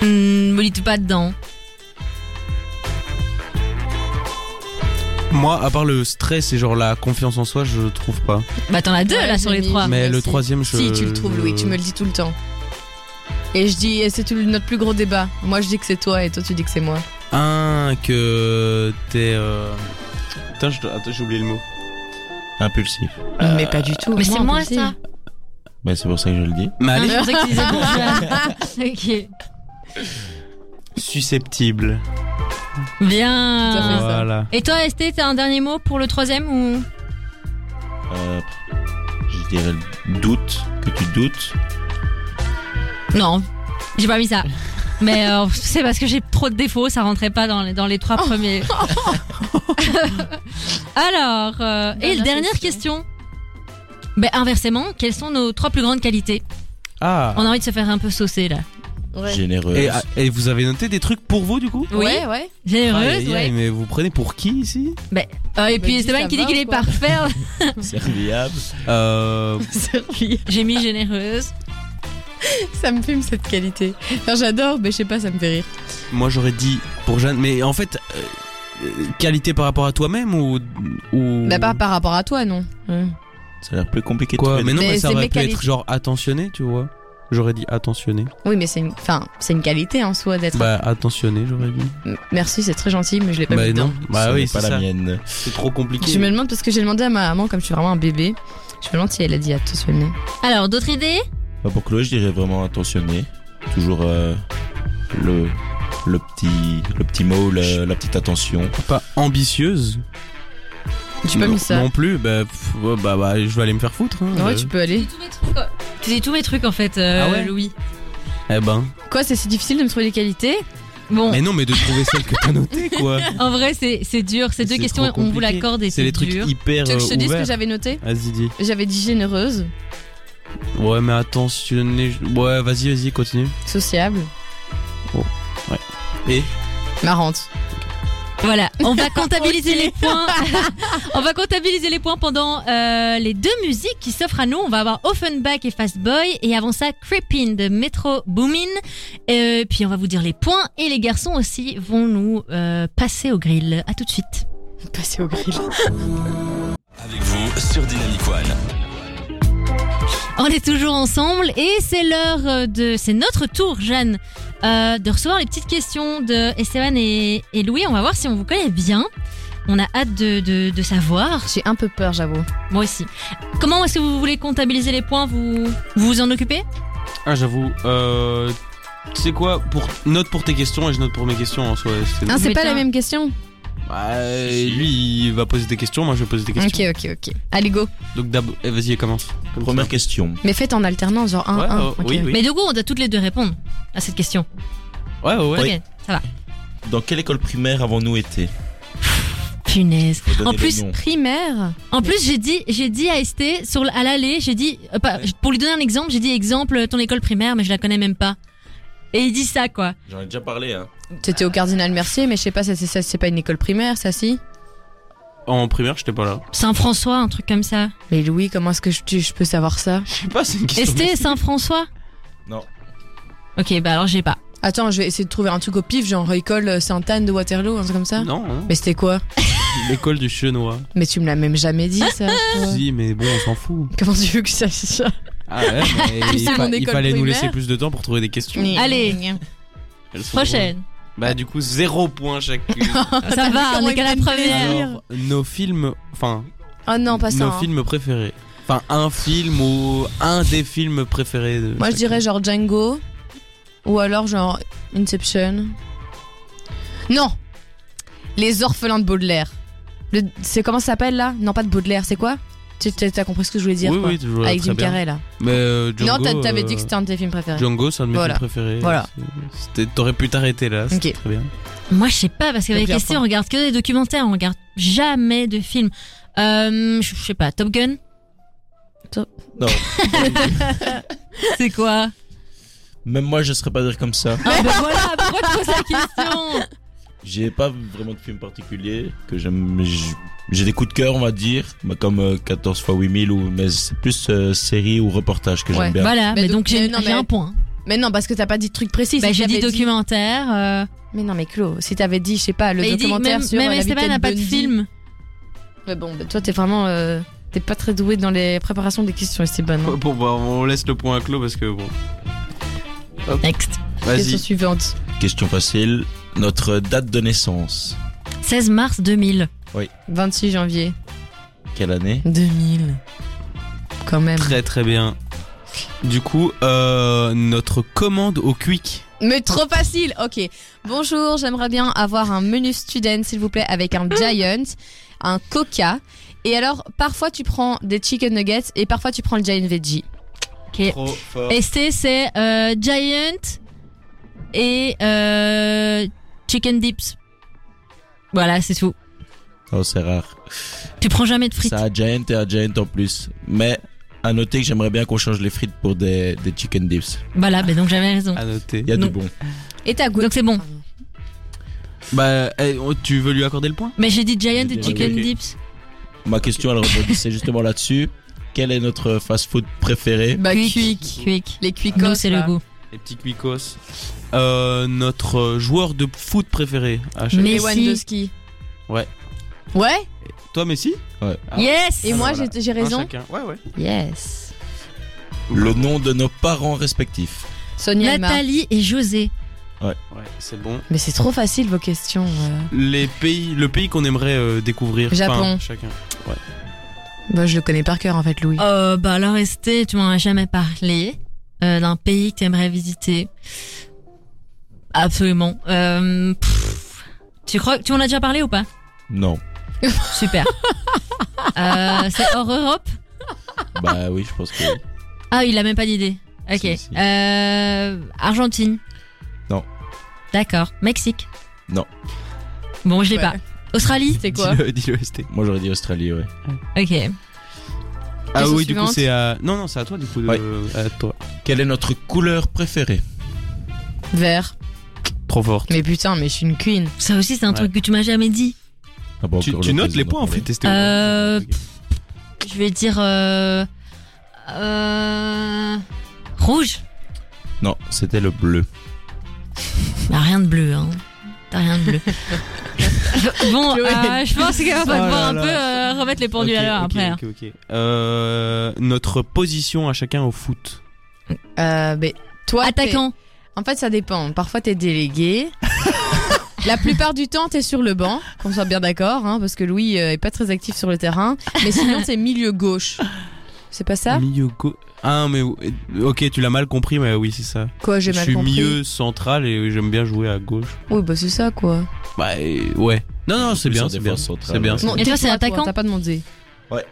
[SPEAKER 2] Hmm, me lis-tu pas dedans
[SPEAKER 5] Moi, à part le stress et genre la confiance en soi, je trouve pas.
[SPEAKER 2] Bah t'en as deux
[SPEAKER 3] Ouais,
[SPEAKER 2] là sur
[SPEAKER 3] j'ai
[SPEAKER 2] les
[SPEAKER 3] mis-
[SPEAKER 2] trois.
[SPEAKER 5] mais le
[SPEAKER 3] merci.
[SPEAKER 5] troisième, je.
[SPEAKER 3] Si, tu le trouves, Louis, tu me le dis tout le temps. Et je dis, et c'est tout le- notre plus gros débat. Moi, je dis que c'est toi et toi, tu dis que c'est moi.
[SPEAKER 5] Un que t'es. euh, Putain, je dois- attends, j'ai oublié le mot.
[SPEAKER 4] Impulsif.
[SPEAKER 5] Euh,
[SPEAKER 3] Mais pas du tout.
[SPEAKER 2] Mais c'est moi
[SPEAKER 3] impulsif.
[SPEAKER 2] ça
[SPEAKER 4] Ben, c'est pour ça que je le dis.
[SPEAKER 5] Mais
[SPEAKER 2] Ah,
[SPEAKER 5] allez,
[SPEAKER 2] Je pensais que tu disais bourgeois.
[SPEAKER 5] susceptible.
[SPEAKER 2] ok.
[SPEAKER 3] Tout à fait.
[SPEAKER 2] Bien.
[SPEAKER 3] ça.
[SPEAKER 5] Voilà.
[SPEAKER 2] Et toi, Esté, t'as un dernier mot pour le troisième ou
[SPEAKER 4] Euh, je dirais le doute, que tu doutes.
[SPEAKER 2] Non, j'ai pas mis ça. Mais euh, c'est parce que j'ai trop de défauts, ça rentrait pas dans les, dans les
[SPEAKER 3] Oh.
[SPEAKER 2] trois premiers. Alors, euh, et
[SPEAKER 3] Dernière
[SPEAKER 2] dernière question. Ben, inversement, quelles sont nos trois plus grandes qualités
[SPEAKER 5] Ah.
[SPEAKER 2] On a envie de se faire un peu saucer là.
[SPEAKER 3] Ouais.
[SPEAKER 4] Généreux.
[SPEAKER 5] Et, ah, et vous avez noté des trucs pour vous du coup
[SPEAKER 2] Oui,
[SPEAKER 3] Ouais, ouais.
[SPEAKER 2] généreuse,
[SPEAKER 5] Aïe, aïe,
[SPEAKER 2] ouais.
[SPEAKER 5] aïe, Mais vous prenez pour qui ici
[SPEAKER 2] Euh, et
[SPEAKER 3] Bah,
[SPEAKER 2] puis
[SPEAKER 3] dis,
[SPEAKER 2] Esteban
[SPEAKER 3] ça
[SPEAKER 2] qui
[SPEAKER 3] va
[SPEAKER 2] dit qu'il
[SPEAKER 3] ou
[SPEAKER 2] est
[SPEAKER 3] quoi
[SPEAKER 2] parfait.
[SPEAKER 4] Serviable.
[SPEAKER 5] euh,
[SPEAKER 2] j'ai mis généreuse.
[SPEAKER 3] ça me fume cette qualité. Enfin, j'adore, mais je sais pas, ça me fait rire.
[SPEAKER 5] Moi j'aurais dit pour Jeanne, mais en fait, euh, euh, qualité par rapport à toi-même ou. ou...
[SPEAKER 3] Bah, pas par rapport à toi, non. Ouais.
[SPEAKER 4] Ça a l'air plus compliqué de
[SPEAKER 5] Quoi
[SPEAKER 4] trouver
[SPEAKER 5] Mais non,
[SPEAKER 3] Mais
[SPEAKER 5] mais ça
[SPEAKER 3] c'est
[SPEAKER 5] aurait pu
[SPEAKER 3] mécanique.
[SPEAKER 5] être genre attentionné, tu vois. J'aurais dit attentionné.
[SPEAKER 3] Oui, mais c'est une, enfin, c'est une qualité hein, en soi d'être.
[SPEAKER 5] Bah, attentionné, j'aurais dit.
[SPEAKER 3] M- Merci, c'est très gentil, mais je l'ai pas
[SPEAKER 5] Bah,
[SPEAKER 3] mis dedans.
[SPEAKER 5] non. Bah,
[SPEAKER 4] Ce
[SPEAKER 5] oui,
[SPEAKER 4] n'est
[SPEAKER 5] c'est
[SPEAKER 4] pas la
[SPEAKER 5] ça.
[SPEAKER 4] mienne.
[SPEAKER 5] C'est trop compliqué.
[SPEAKER 3] Je me demande parce que j'ai demandé à ma maman, comme je suis vraiment un bébé, je me demande si elle a dit attentionné.
[SPEAKER 2] Alors, d'autres idées
[SPEAKER 4] Bah, pour Chloé, je dirais vraiment attentionné. Toujours euh, le, le, petit, le petit mot, le- la petite attention.
[SPEAKER 5] Pas ambitieuse.
[SPEAKER 3] J'ai pas
[SPEAKER 5] non,
[SPEAKER 3] mis ça.
[SPEAKER 5] Non plus, bah, pff, ouais, bah, bah, je vais aller me faire foutre. hein,
[SPEAKER 3] Ouais,
[SPEAKER 5] euh.
[SPEAKER 3] tu peux aller.
[SPEAKER 2] Tu dis tous mes trucs en fait, euh,
[SPEAKER 5] Ah ouais
[SPEAKER 2] Louis.
[SPEAKER 5] Eh ben.
[SPEAKER 3] Quoi, c'est si difficile de me trouver des qualités
[SPEAKER 2] Bon,
[SPEAKER 5] Mais non, mais de trouver celle que t'as notée, quoi.
[SPEAKER 2] en vrai, c'est c'est dur. Ces deux
[SPEAKER 5] C'est
[SPEAKER 2] questions,
[SPEAKER 5] trop
[SPEAKER 2] on vous
[SPEAKER 5] compliqué.
[SPEAKER 2] l'accorde et
[SPEAKER 5] C'est
[SPEAKER 2] c'est
[SPEAKER 5] les trucs
[SPEAKER 2] dur.
[SPEAKER 5] hyper.
[SPEAKER 3] Tu veux que je te
[SPEAKER 5] euh,
[SPEAKER 3] dise ce que
[SPEAKER 5] ouverts.
[SPEAKER 3] j'avais noté
[SPEAKER 5] Vas-y, dis.
[SPEAKER 3] J'avais dit généreuse,
[SPEAKER 5] Ouais, mais attentionné. je- Ouais, vas-y, vas-y, continue.
[SPEAKER 3] sociable.
[SPEAKER 5] Oh, ouais. Et
[SPEAKER 3] Marrante.
[SPEAKER 2] Voilà, on va comptabiliser les points. on va comptabiliser les points pendant euh, les deux musiques qui s'offrent à nous. On va avoir Offenbach et Fast Boy et avant ça Creepin de Metro Boomin. Euh, puis on va vous dire les points et les garçons aussi vont nous euh, passer au grill. À tout de suite.
[SPEAKER 3] Passer au grill.
[SPEAKER 1] Avec vous sur Dynamic One.
[SPEAKER 2] On est toujours ensemble et c'est l'heure euh, de, c'est notre tour, Jeanne, euh, de recevoir les petites questions de Esteban et, et Louis. On va voir si on vous connaît bien. On a hâte de, de, de savoir.
[SPEAKER 3] J'ai un peu peur, j'avoue.
[SPEAKER 2] Moi aussi. Comment est-ce que vous voulez comptabiliser les points Vous vous, vous en occupez
[SPEAKER 5] Ah, j'avoue. Euh, tu sais quoi pour... Note pour tes questions et je note pour mes questions en soi. c'est-
[SPEAKER 3] Hein, c'est
[SPEAKER 2] Mais
[SPEAKER 3] pas
[SPEAKER 2] t'as-
[SPEAKER 3] la même question
[SPEAKER 5] Bah, lui, il va poser des questions, moi je vais poser des questions.
[SPEAKER 3] Ok, ok, ok. Allez, go.
[SPEAKER 5] Donc d'ab... eh, vas-y, commence. Comme
[SPEAKER 4] Première
[SPEAKER 5] ça.
[SPEAKER 4] question.
[SPEAKER 3] Mais faites en alternance, genre 1,
[SPEAKER 5] Ouais,
[SPEAKER 3] 1.
[SPEAKER 5] oh, oui, oui.
[SPEAKER 2] Mais du coup, on doit toutes les deux répondre à cette question.
[SPEAKER 5] Ouais, ouais, ouais.
[SPEAKER 2] Ok,
[SPEAKER 4] Dans quelle école primaire avons-nous été
[SPEAKER 2] punaise.
[SPEAKER 4] Faut donner
[SPEAKER 2] En
[SPEAKER 4] le
[SPEAKER 2] plus,
[SPEAKER 4] nom.
[SPEAKER 3] Primaire
[SPEAKER 2] En plus, j'ai dit, j'ai dit à Esté sur l- à l'aller, j'ai dit euh, pas- pour lui donner un exemple, j'ai dit exemple ton école primaire, mais je la connais même pas. Et il dit ça quoi
[SPEAKER 4] j'en ai déjà parlé. Hein.
[SPEAKER 3] T'étais au Cardinal Mercier, mais je sais pas, ça, c'est- ça, c'est pas une école primaire, ça, si
[SPEAKER 5] En primaire, j'étais pas là.
[SPEAKER 2] Saint-François, un truc comme ça.
[SPEAKER 3] Mais Louis, comment est-ce que je, tu- je peux savoir ça
[SPEAKER 5] Je sais pas, c'est une question.
[SPEAKER 2] Esté Saint-François
[SPEAKER 4] Non.
[SPEAKER 2] Ok, bah alors j'ai pas.
[SPEAKER 3] Attends, je vais essayer de trouver un truc au pif, genre école euh, Sainte-Anne de Waterloo, un truc comme ça
[SPEAKER 5] Non, hein.
[SPEAKER 3] Mais c'était quoi
[SPEAKER 5] l'école du chenois.
[SPEAKER 3] Mais tu me l'as même jamais dit, ça toi.
[SPEAKER 5] Si, mais bon, on s'en fout.
[SPEAKER 3] Comment tu veux que je sache ça
[SPEAKER 5] Ah ouais, mais il,
[SPEAKER 3] C'est
[SPEAKER 5] fa-
[SPEAKER 3] mon
[SPEAKER 5] il
[SPEAKER 3] école
[SPEAKER 5] fallait nous
[SPEAKER 3] primaire.
[SPEAKER 5] laisser plus de temps pour trouver des questions.
[SPEAKER 2] Allez.
[SPEAKER 5] Elles sont
[SPEAKER 2] Prochaine.
[SPEAKER 5] drôles. Bah, du coup, zéro point chacune.
[SPEAKER 2] Ça va, on est qu'à la première.
[SPEAKER 5] Alors, nos films. Enfin,
[SPEAKER 3] Oh non, pas ça.
[SPEAKER 5] nos
[SPEAKER 3] hein.
[SPEAKER 5] films préférés. Enfin, un film ou un des films préférés de.
[SPEAKER 3] Moi, je dirais genre Django, ou alors genre Inception. Non Les orphelins de Baudelaire. Le- C'est comment ça s'appelle là Non, pas de Baudelaire, c'est quoi Tu t'as- t'as compris ce que je voulais dire
[SPEAKER 5] Oui,
[SPEAKER 3] quoi
[SPEAKER 5] oui, toujours.
[SPEAKER 3] Avec
[SPEAKER 5] très
[SPEAKER 3] Jim
[SPEAKER 5] bien.
[SPEAKER 3] Carrey là.
[SPEAKER 5] Mais euh,
[SPEAKER 3] non,
[SPEAKER 5] Django,
[SPEAKER 3] t'a- t'avais
[SPEAKER 5] euh,
[SPEAKER 3] dit que c'était un de tes films préférés.
[SPEAKER 5] Django, c'est un de mes
[SPEAKER 3] Voilà.
[SPEAKER 5] films préférés.
[SPEAKER 3] Voilà.
[SPEAKER 5] C'était- T'aurais pu t'arrêter là, c'était
[SPEAKER 3] Ok.
[SPEAKER 5] très bien.
[SPEAKER 2] Moi, je sais pas, parce qu'avec
[SPEAKER 3] Donc, la
[SPEAKER 2] Esté,
[SPEAKER 3] fin.
[SPEAKER 2] on regarde que des documentaires, on regarde jamais de films. Euh, je je sais pas, Top Gun
[SPEAKER 4] Non.
[SPEAKER 2] C'est quoi
[SPEAKER 4] Même moi, je ne saurais pas dire comme ça.
[SPEAKER 2] Ah ben voilà, pourquoi tu poses la question
[SPEAKER 4] J'ai pas vraiment de film particulier que j'aime. mais j'- J'ai des coups de cœur, on va dire, bah, comme euh, 14 x 8000 ou mais c'est plus euh, série ou reportage que j'aime
[SPEAKER 3] Ouais.
[SPEAKER 4] bien.
[SPEAKER 2] Voilà,
[SPEAKER 3] Mais
[SPEAKER 2] mais
[SPEAKER 3] Bah, donc,
[SPEAKER 2] donc j'ai
[SPEAKER 3] mais non,
[SPEAKER 2] j'ai
[SPEAKER 3] mais-
[SPEAKER 2] un point.
[SPEAKER 3] Mais non, parce que t'as pas dit de truc précis.
[SPEAKER 2] Bah,
[SPEAKER 3] Si
[SPEAKER 2] j'ai dit
[SPEAKER 3] t'avais
[SPEAKER 2] documentaire. euh,
[SPEAKER 3] Mais non, mais Clo, si t'avais dit, je sais pas, le
[SPEAKER 2] mais il dit que
[SPEAKER 3] documentaire
[SPEAKER 2] même,
[SPEAKER 3] sur
[SPEAKER 2] même
[SPEAKER 3] euh, la
[SPEAKER 2] Esteban
[SPEAKER 3] vitesse
[SPEAKER 2] n'a pas de
[SPEAKER 3] Bundy.
[SPEAKER 2] film.
[SPEAKER 3] Mais bon, bah, toi, t'es vraiment. euh, T'es pas très doué dans les préparations des questions, Esteban. hein.
[SPEAKER 5] Bon, bah, on laisse le point à Clo parce que bon.
[SPEAKER 2] Next.
[SPEAKER 3] Question
[SPEAKER 5] bah, Vas-y.
[SPEAKER 3] suivante.
[SPEAKER 4] Question facile. Notre date de naissance.
[SPEAKER 2] 16 mars 2000.
[SPEAKER 3] 26 janvier
[SPEAKER 4] Quelle année
[SPEAKER 3] 2000. Quand même.
[SPEAKER 5] Très très bien. Du coup, euh, notre commande au quick.
[SPEAKER 3] Mais trop facile, ok. Bonjour, j'aimerais bien avoir un menu student, s'il vous plaît, avec un giant, un coca. Et alors, parfois tu prends des chicken nuggets et parfois tu prends le giant veggie.
[SPEAKER 2] Ok.
[SPEAKER 5] Trop fort.
[SPEAKER 2] ST, c'est euh, Giant et euh, Chicken Dips. Voilà, c'est tout.
[SPEAKER 4] Oh, c'est rare.
[SPEAKER 2] Tu prends jamais de frites.
[SPEAKER 4] Ça a Giant et a Giant en plus. Mais à noter que j'aimerais bien qu'on change les frites pour des, des chicken dips.
[SPEAKER 2] Voilà, ben donc j'avais raison.
[SPEAKER 5] À noter.
[SPEAKER 4] Il y a
[SPEAKER 2] Non.
[SPEAKER 4] du bon.
[SPEAKER 3] Et ta goût.
[SPEAKER 2] Donc c'est bon.
[SPEAKER 5] Bah, eh, oh, tu veux lui accorder le point
[SPEAKER 2] Mais j'ai dit Giant
[SPEAKER 4] J'ai
[SPEAKER 2] et
[SPEAKER 4] dit-
[SPEAKER 2] Chicken
[SPEAKER 5] ok.
[SPEAKER 2] Dips.
[SPEAKER 4] Ma question, elle rebondissait justement là-dessus. Quel est notre fast-food préféré
[SPEAKER 3] Bah,
[SPEAKER 2] Quick.
[SPEAKER 3] quick.
[SPEAKER 2] Quick.
[SPEAKER 3] Les quick
[SPEAKER 2] Nous, c'est le goût.
[SPEAKER 5] Les petits quicos. Euh, notre joueur de foot préféré. à chaque-
[SPEAKER 2] Mais-
[SPEAKER 3] Et
[SPEAKER 2] Messi.
[SPEAKER 3] Wandowski.
[SPEAKER 5] Ouais.
[SPEAKER 3] Ouais
[SPEAKER 5] Toi, Messi Ah.
[SPEAKER 2] Yes
[SPEAKER 3] Et moi,
[SPEAKER 5] voilà.
[SPEAKER 3] j'ai- j'ai
[SPEAKER 5] Un
[SPEAKER 3] raison.
[SPEAKER 5] chacun. Ouais, ouais.
[SPEAKER 3] Yes.
[SPEAKER 4] Le nom de nos parents respectifs.
[SPEAKER 3] Sonia Emma.
[SPEAKER 2] Nathalie et José.
[SPEAKER 5] Ouais, c'est bon.
[SPEAKER 3] Mais c'est trop facile vos questions. euh.
[SPEAKER 5] Les pays, le pays qu'on aimerait euh, découvrir.
[SPEAKER 3] Japon.
[SPEAKER 5] Enfin, chacun.
[SPEAKER 3] Bah, je le connais par cœur en fait, Louis.
[SPEAKER 2] Euh, bah alors ST, tu m'en as jamais parlé. euh, D'un pays que tu aimerais visiter. Absolument. Euh, pff. tu crois que tu m'en as déjà parlé ou pas
[SPEAKER 4] Non.
[SPEAKER 2] Super. Euh, c'est hors Europe
[SPEAKER 4] Bah oui, je pense que. oui.
[SPEAKER 2] Ah, il a même pas d'idée. Ok.
[SPEAKER 4] Si, si.
[SPEAKER 2] Euh, Argentine.
[SPEAKER 4] Non.
[SPEAKER 2] D'accord. Mexique.
[SPEAKER 4] Non.
[SPEAKER 2] Bon, je l'ai
[SPEAKER 3] Ouais.
[SPEAKER 2] pas. Australie.
[SPEAKER 3] C'est quoi
[SPEAKER 5] Dis-le, dis-le, ST.
[SPEAKER 4] Moi, j'aurais dit Australie, ouais.
[SPEAKER 2] Ok.
[SPEAKER 5] Ah
[SPEAKER 3] Question
[SPEAKER 5] oui, du coup,
[SPEAKER 3] suivante.
[SPEAKER 5] c'est à. Non, non, c'est à toi, du coup. de- À toi.
[SPEAKER 4] Quelle est notre couleur préférée
[SPEAKER 3] Vert.
[SPEAKER 5] Trop fort.
[SPEAKER 3] Mais putain, mais je suis une queen.
[SPEAKER 2] Ça aussi, c'est un
[SPEAKER 5] Ouais.
[SPEAKER 2] truc que tu m'as jamais dit.
[SPEAKER 4] Ah, bah,
[SPEAKER 5] Tu,
[SPEAKER 4] encore
[SPEAKER 5] tu notes
[SPEAKER 4] l'occasion
[SPEAKER 5] les
[SPEAKER 4] d'en
[SPEAKER 5] points en
[SPEAKER 4] parler.
[SPEAKER 5] fait, ST.
[SPEAKER 2] Euh,
[SPEAKER 5] Ok.
[SPEAKER 2] Je vais dire. Euh, euh, rouge.
[SPEAKER 4] Non, c'était le bleu.
[SPEAKER 2] Bah, rien de bleu, hein. T'as rien de bleu. bon,
[SPEAKER 3] Chloé.
[SPEAKER 2] euh, je pense qu'on va
[SPEAKER 5] Oh là
[SPEAKER 2] devoir un
[SPEAKER 5] là.
[SPEAKER 2] peu euh, remettre les pendules à
[SPEAKER 5] Ok,
[SPEAKER 2] l'heure
[SPEAKER 5] ok,
[SPEAKER 2] après. hein.
[SPEAKER 5] ok, ok. Euh, notre position à chacun au foot.
[SPEAKER 3] Euh, mais toi, t'es-
[SPEAKER 2] Attaquant.
[SPEAKER 3] En fait, ça dépend. Parfois, t'es délégué. La plupart du temps, t'es sur le banc, qu'on soit bien d'accord, hein, parce que Louis euh, est pas très actif sur le terrain. Mais sinon, t'es milieu gauche. C'est pas ça
[SPEAKER 5] Milieu gau- Ah mais euh, ok, tu l'as mal compris, mais oui c'est ça.
[SPEAKER 3] Quoi, j'ai
[SPEAKER 5] je
[SPEAKER 3] mal
[SPEAKER 5] suis
[SPEAKER 3] compris.
[SPEAKER 5] milieu central et j'aime bien jouer à gauche.
[SPEAKER 3] Oui, bah c'est ça quoi.
[SPEAKER 5] Bah euh, ouais. Non non, c'est
[SPEAKER 4] Plus
[SPEAKER 5] bien,
[SPEAKER 4] en
[SPEAKER 5] c'est bien,
[SPEAKER 4] défense centrale,
[SPEAKER 5] c'est bien.
[SPEAKER 4] ouais.
[SPEAKER 5] c'est
[SPEAKER 2] Et
[SPEAKER 5] bien.
[SPEAKER 2] toi,
[SPEAKER 3] tais-toi,
[SPEAKER 2] c'est attaquant
[SPEAKER 3] T'as pas demandé.
[SPEAKER 4] Ouais.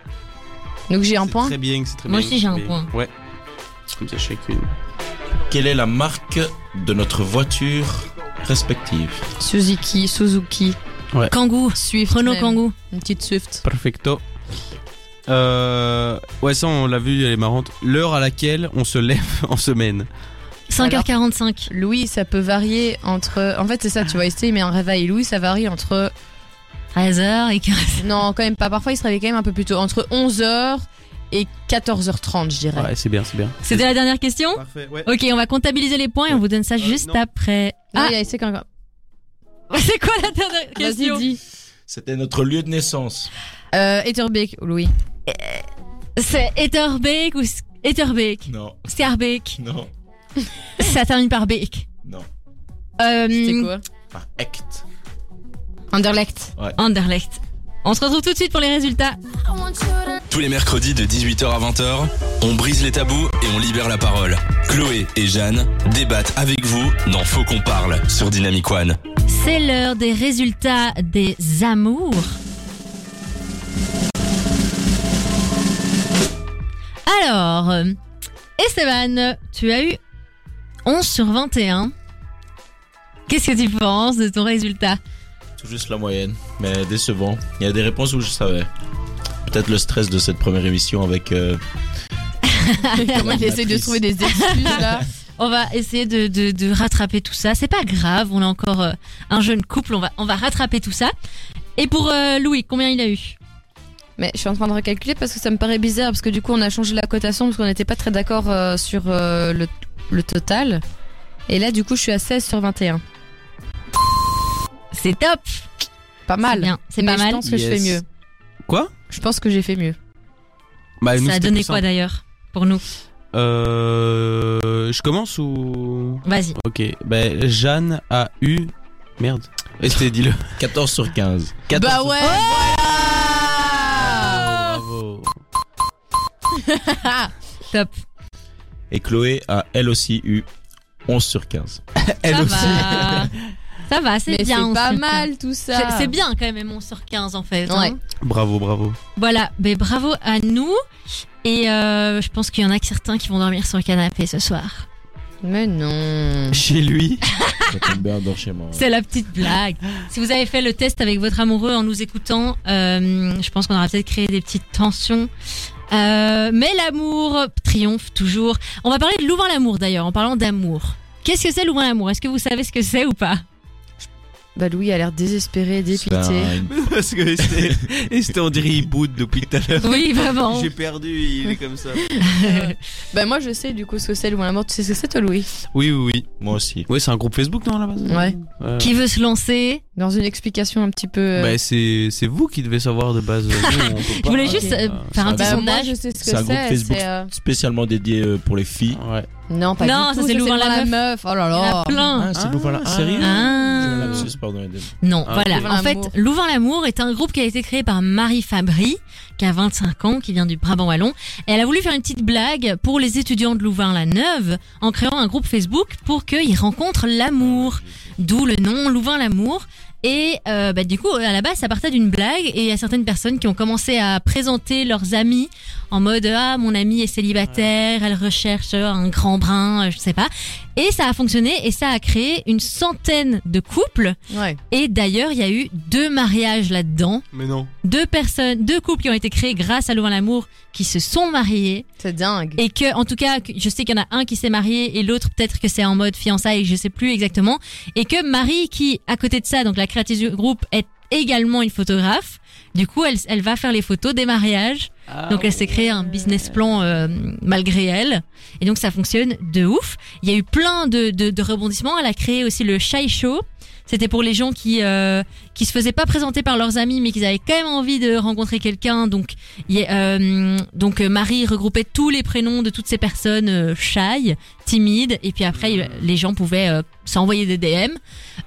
[SPEAKER 3] Donc j'ai un point.
[SPEAKER 5] C'est Très bien, c'est très
[SPEAKER 2] Moi
[SPEAKER 5] bien,
[SPEAKER 2] aussi, j'ai
[SPEAKER 5] c'est
[SPEAKER 2] un
[SPEAKER 5] bien.
[SPEAKER 2] point.
[SPEAKER 5] Ouais. Comme ça chacune.
[SPEAKER 4] Quelle est la marque de notre voiture respective
[SPEAKER 3] Suzuki, Suzuki,
[SPEAKER 2] Kangoo.
[SPEAKER 3] Swift.
[SPEAKER 2] Renault
[SPEAKER 3] même.
[SPEAKER 2] Kangoo.
[SPEAKER 3] Une petite Swift.
[SPEAKER 5] Perfecto. Euh, ouais ça on l'a vu, elle est marrante. L'heure à laquelle on se lève en semaine.
[SPEAKER 2] 5h45.
[SPEAKER 3] Louis, ça peut varier entre. En fait, c'est ça, tu vois, il met un réveil. Louis, ça varie entre
[SPEAKER 2] 13h et 15
[SPEAKER 3] Non, quand même pas. Parfois, il se réveille quand même un peu plus tôt. Entre 11h et 14h30, je dirais.
[SPEAKER 5] Ouais c'est bien, c'est bien.
[SPEAKER 2] C'était la dernière question
[SPEAKER 5] Parfait. Ouais.
[SPEAKER 2] Ok, on va comptabiliser les points et on vous
[SPEAKER 3] Euh,
[SPEAKER 2] donne ça juste
[SPEAKER 5] non.
[SPEAKER 2] après.
[SPEAKER 3] Ah,
[SPEAKER 2] Ah,
[SPEAKER 3] il a essayé quand même.
[SPEAKER 2] c'est quoi la dernière
[SPEAKER 3] Vas-y,
[SPEAKER 2] question
[SPEAKER 3] dis.
[SPEAKER 4] C'était notre lieu de naissance.
[SPEAKER 3] Euh, Etterbeek, Louis.
[SPEAKER 2] C'est Etterbeek ou S- Etterbeek
[SPEAKER 4] Non,
[SPEAKER 2] Scarbeek
[SPEAKER 4] non,
[SPEAKER 2] Ça termine par Beek.
[SPEAKER 4] non.
[SPEAKER 2] Euh,
[SPEAKER 3] C'était quoi
[SPEAKER 4] Par acte.
[SPEAKER 3] Hmm. Anderlecht.
[SPEAKER 2] Anderlecht. On se retrouve tout de suite pour les résultats.
[SPEAKER 1] Tous les mercredis de 18h à 20h, on brise les tabous et on libère la parole. Chloé et Jeanne débattent avec vous dans Faut qu'on parle sur Dynamic One.
[SPEAKER 2] C'est l'heure des résultats des amours. Alors, euh, Esteban, tu as eu 11 sur 21. Qu'est-ce que tu penses de ton résultat
[SPEAKER 4] Tout juste la moyenne, mais décevant. Il y a des réponses où je savais. Peut-être le stress de cette première émission avec. euh,
[SPEAKER 3] Comment il essaye de
[SPEAKER 4] Matrice.
[SPEAKER 3] trouver des excuses là
[SPEAKER 2] On va essayer de, de- de rattraper tout ça. C'est pas grave, on a encore euh, un jeune couple, on va, on va rattraper tout ça. Et pour euh, Louis, combien il a eu
[SPEAKER 3] Mais je suis en train de recalculer parce que ça me paraît bizarre. Parce que du coup, on a changé la cotation parce qu'on n'était pas très d'accord euh, sur euh, le le total. Et là, du coup, je suis à 16 sur 21.
[SPEAKER 2] C'est top.
[SPEAKER 3] Pas mal.
[SPEAKER 2] C'est bien, C'est
[SPEAKER 3] Mais
[SPEAKER 2] pas mal.
[SPEAKER 3] Je pense que je
[SPEAKER 5] Yes.
[SPEAKER 3] fais mieux.
[SPEAKER 5] Quoi
[SPEAKER 3] Je pense que j'ai fait mieux.
[SPEAKER 5] Bah, nous,
[SPEAKER 2] Ça a
[SPEAKER 5] c'était
[SPEAKER 2] donné
[SPEAKER 5] plus
[SPEAKER 2] quoi
[SPEAKER 5] simple.
[SPEAKER 2] d'ailleurs pour nous
[SPEAKER 5] Euh. Je commence ou.
[SPEAKER 2] Vas-y.
[SPEAKER 5] Ok. Bah, Jeanne a eu. Merde. Estée, dis-le.
[SPEAKER 4] 14 sur 15.
[SPEAKER 3] Bah ouais
[SPEAKER 2] Ah.
[SPEAKER 5] Bravo.
[SPEAKER 2] Top.
[SPEAKER 4] Et Chloé a elle aussi eu 11 sur 15.
[SPEAKER 5] Elle
[SPEAKER 2] ça
[SPEAKER 5] aussi.
[SPEAKER 2] va. ça va, c'est
[SPEAKER 3] Mais
[SPEAKER 2] bien.
[SPEAKER 3] c'est
[SPEAKER 2] on
[SPEAKER 3] pas
[SPEAKER 2] se-
[SPEAKER 3] mal tout ça.
[SPEAKER 2] C'est- C'est bien quand même, on sur 15 en fait. hein.
[SPEAKER 3] Ouais.
[SPEAKER 5] Bravo, bravo.
[SPEAKER 2] Voilà, mais bravo à nous. Et euh, je pense qu'il y en a que certains qui vont dormir sur le canapé ce soir.
[SPEAKER 3] Mais non.
[SPEAKER 5] Chez lui.
[SPEAKER 4] Ça tombe bien dans chez moi.
[SPEAKER 2] C'est la petite blague. si vous avez fait le test avec votre amoureux en nous écoutant, euh, je pense qu'on aura peut-être créé des petites tensions. Euh, mais l'amour triomphe toujours. On va parler de Louvain l'amour d'ailleurs, en parlant d'amour. Qu'est-ce que c'est Louvain l'amour Est-ce que vous savez ce que c'est ou pas
[SPEAKER 3] Bah Louis a l'air désespéré, dépité.
[SPEAKER 5] Parce que Estée, Estée, on dirait, il boude depuis tout à l'heure.
[SPEAKER 2] Oui, vraiment.
[SPEAKER 5] perdu, il est comme ça.
[SPEAKER 3] Bah moi je sais du coup ce que c'est Louis la mort. Tu sais ce que c'est toi Louis
[SPEAKER 5] Oui, oui, oui.
[SPEAKER 4] Moi aussi.
[SPEAKER 5] Oui, c'est un groupe Facebook, non, à la base
[SPEAKER 3] Ouais.
[SPEAKER 5] Euh,
[SPEAKER 2] Qui veut se lancer
[SPEAKER 3] Dans une explication un petit peu. euh,
[SPEAKER 5] Bah, c'est c'est vous qui devez savoir de base. euh, Nous, on peut
[SPEAKER 2] Je
[SPEAKER 5] pas.
[SPEAKER 2] voulais juste euh,
[SPEAKER 5] Euh,
[SPEAKER 2] faire un petit
[SPEAKER 3] bah, moi
[SPEAKER 2] sondage.
[SPEAKER 3] je sais ce que
[SPEAKER 4] C'est un
[SPEAKER 3] c'est.
[SPEAKER 4] groupe Facebook.
[SPEAKER 3] c'est, euh,
[SPEAKER 4] Spécialement dédié euh, pour les filles.
[SPEAKER 5] Ouais.
[SPEAKER 3] Non pas
[SPEAKER 2] Non,
[SPEAKER 3] du
[SPEAKER 2] ça,
[SPEAKER 3] tout,
[SPEAKER 2] c'est Louvain la
[SPEAKER 3] meuf. Oh là
[SPEAKER 2] Il y en
[SPEAKER 3] là.
[SPEAKER 2] a plein.
[SPEAKER 5] Ah, c'est nous, voilà.
[SPEAKER 4] Sérieux
[SPEAKER 2] Ah.
[SPEAKER 4] J'ai un lapsus, pardon, Eden.
[SPEAKER 2] Non,
[SPEAKER 5] Ah,
[SPEAKER 2] voilà.
[SPEAKER 3] Louvain
[SPEAKER 2] en fait,
[SPEAKER 3] l'Amour.
[SPEAKER 2] Louvain l'amour est un groupe qui a été créé par Marie Fabry, qui a 25 ans, qui vient du Brabant wallon. Et elle a voulu faire une petite blague pour les étudiants de Louvain la Neuve en créant un groupe Facebook pour qu'ils rencontrent l'amour, d'où le nom Louvain l'amour. Et euh, bah, du coup, à la base, ça partait d'une blague et il y a certaines personnes qui ont commencé à présenter leurs amis en mode ah mon amie est célibataire, elle recherche un grand brin, euh, je sais pas. Et ça a fonctionné et ça a créé une centaine de couples.
[SPEAKER 3] Ouais.
[SPEAKER 2] Et d'ailleurs, il y a eu deux mariages là-dedans.
[SPEAKER 5] Mais non.
[SPEAKER 2] Deux personnes, deux couples qui ont été créés grâce à Louvain l'amour, qui se sont mariés.
[SPEAKER 3] C'est dingue.
[SPEAKER 2] Et que, en tout cas, que- je sais qu'il y en a un qui s'est marié et l'autre peut-être que c'est en mode fiançailles, je sais plus exactement. Et que Marie, qui, à côté de ça, donc la créatrice du groupe, est également une photographe. Du coup, elle, elle va faire les photos des mariages. Donc elle s'est créé un business plan euh, malgré elle. Et donc ça fonctionne de ouf. Il y a eu plein de, de, de rebondissements. Elle a créé aussi le Shy Show. C'était pour les gens qui euh, qui se faisaient pas présenter par leurs amis, mais qui avaient quand même envie de rencontrer quelqu'un. Donc il y a, euh, donc euh, Marie regroupait tous les prénoms de toutes ces personnes euh, shy, timides, et puis après
[SPEAKER 3] Hmm.
[SPEAKER 2] euh, les gens pouvaient euh, s'envoyer des DM.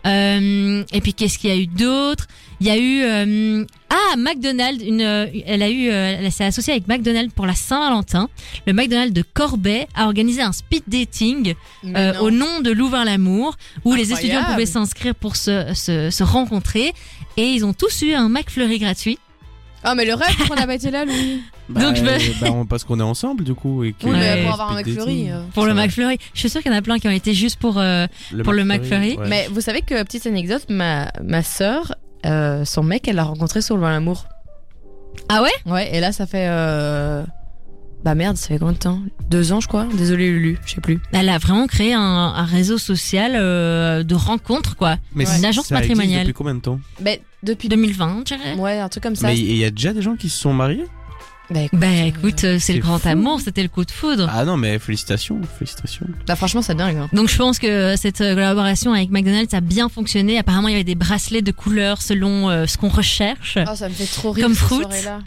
[SPEAKER 2] Euh, et puis qu'est-ce qu'il y a eu d'autre Il y a eu euh, ah McDonald's, une, euh, elle a eu, euh, elle s'est associée avec McDonald's pour la Saint-Valentin. Le McDonald's de Corbet a organisé un speed dating
[SPEAKER 3] Mais
[SPEAKER 2] euh,
[SPEAKER 3] non.
[SPEAKER 2] au nom de Louvain l'amour, où les
[SPEAKER 3] Incroyable.
[SPEAKER 2] étudiants pouvaient s'inscrire pour se, se, se rencontrer. Et ils ont tous eu un McFlurry gratuit.
[SPEAKER 3] Ah mais le rêve qu'on a été là Louis.
[SPEAKER 2] donc je
[SPEAKER 5] bah, on- parce qu'on est ensemble, du coup. Et que-
[SPEAKER 3] Oui,
[SPEAKER 2] Ouais.
[SPEAKER 3] mais pour avoir un
[SPEAKER 5] Speed
[SPEAKER 3] McFlurry.
[SPEAKER 5] dating.
[SPEAKER 3] euh.
[SPEAKER 2] Pour
[SPEAKER 5] Ça
[SPEAKER 2] le
[SPEAKER 5] va.
[SPEAKER 2] McFlurry, je suis sûre qu'il y en a plein qui ont été juste pour. euh, pour le McFlurry.
[SPEAKER 5] ouais.
[SPEAKER 3] Mais vous savez que petite anecdote, ma ma sœur, euh, son mec, elle l'a rencontré sur Louvain l'amour.
[SPEAKER 2] Ah ouais
[SPEAKER 3] Ouais. Et là ça fait. euh, Bah merde, ça fait combien de temps Deux ans je crois. Désolé Lulu, je sais plus.
[SPEAKER 2] Elle a vraiment créé un, un réseau social euh, de rencontres, quoi.
[SPEAKER 5] Mais
[SPEAKER 2] Une
[SPEAKER 5] ça
[SPEAKER 2] agence
[SPEAKER 5] existe
[SPEAKER 2] matrimoniale.
[SPEAKER 5] Depuis combien de temps
[SPEAKER 3] Mais Bah, depuis
[SPEAKER 2] 2020, je dirais.
[SPEAKER 3] Ouais, un truc comme ça.
[SPEAKER 5] Mais il y a déjà des gens qui se sont mariés
[SPEAKER 3] Bah, écoute,
[SPEAKER 2] Bah
[SPEAKER 3] euh,
[SPEAKER 2] écoute, euh, c'est le
[SPEAKER 5] c'est
[SPEAKER 2] grand
[SPEAKER 5] fou.
[SPEAKER 2] amour, c'était le coup de foudre.
[SPEAKER 5] Ah non, mais félicitations, félicitations.
[SPEAKER 3] bah, franchement, c'est dingue. hein.
[SPEAKER 2] Donc je pense que cette euh, collaboration avec McDonald's a bien fonctionné. Apparemment, il y avait des bracelets de couleurs selon euh, ce qu'on recherche.
[SPEAKER 3] Oh, ça me fait trop rire.
[SPEAKER 2] Comme
[SPEAKER 3] cette
[SPEAKER 2] Fruits.
[SPEAKER 3] soirée-là.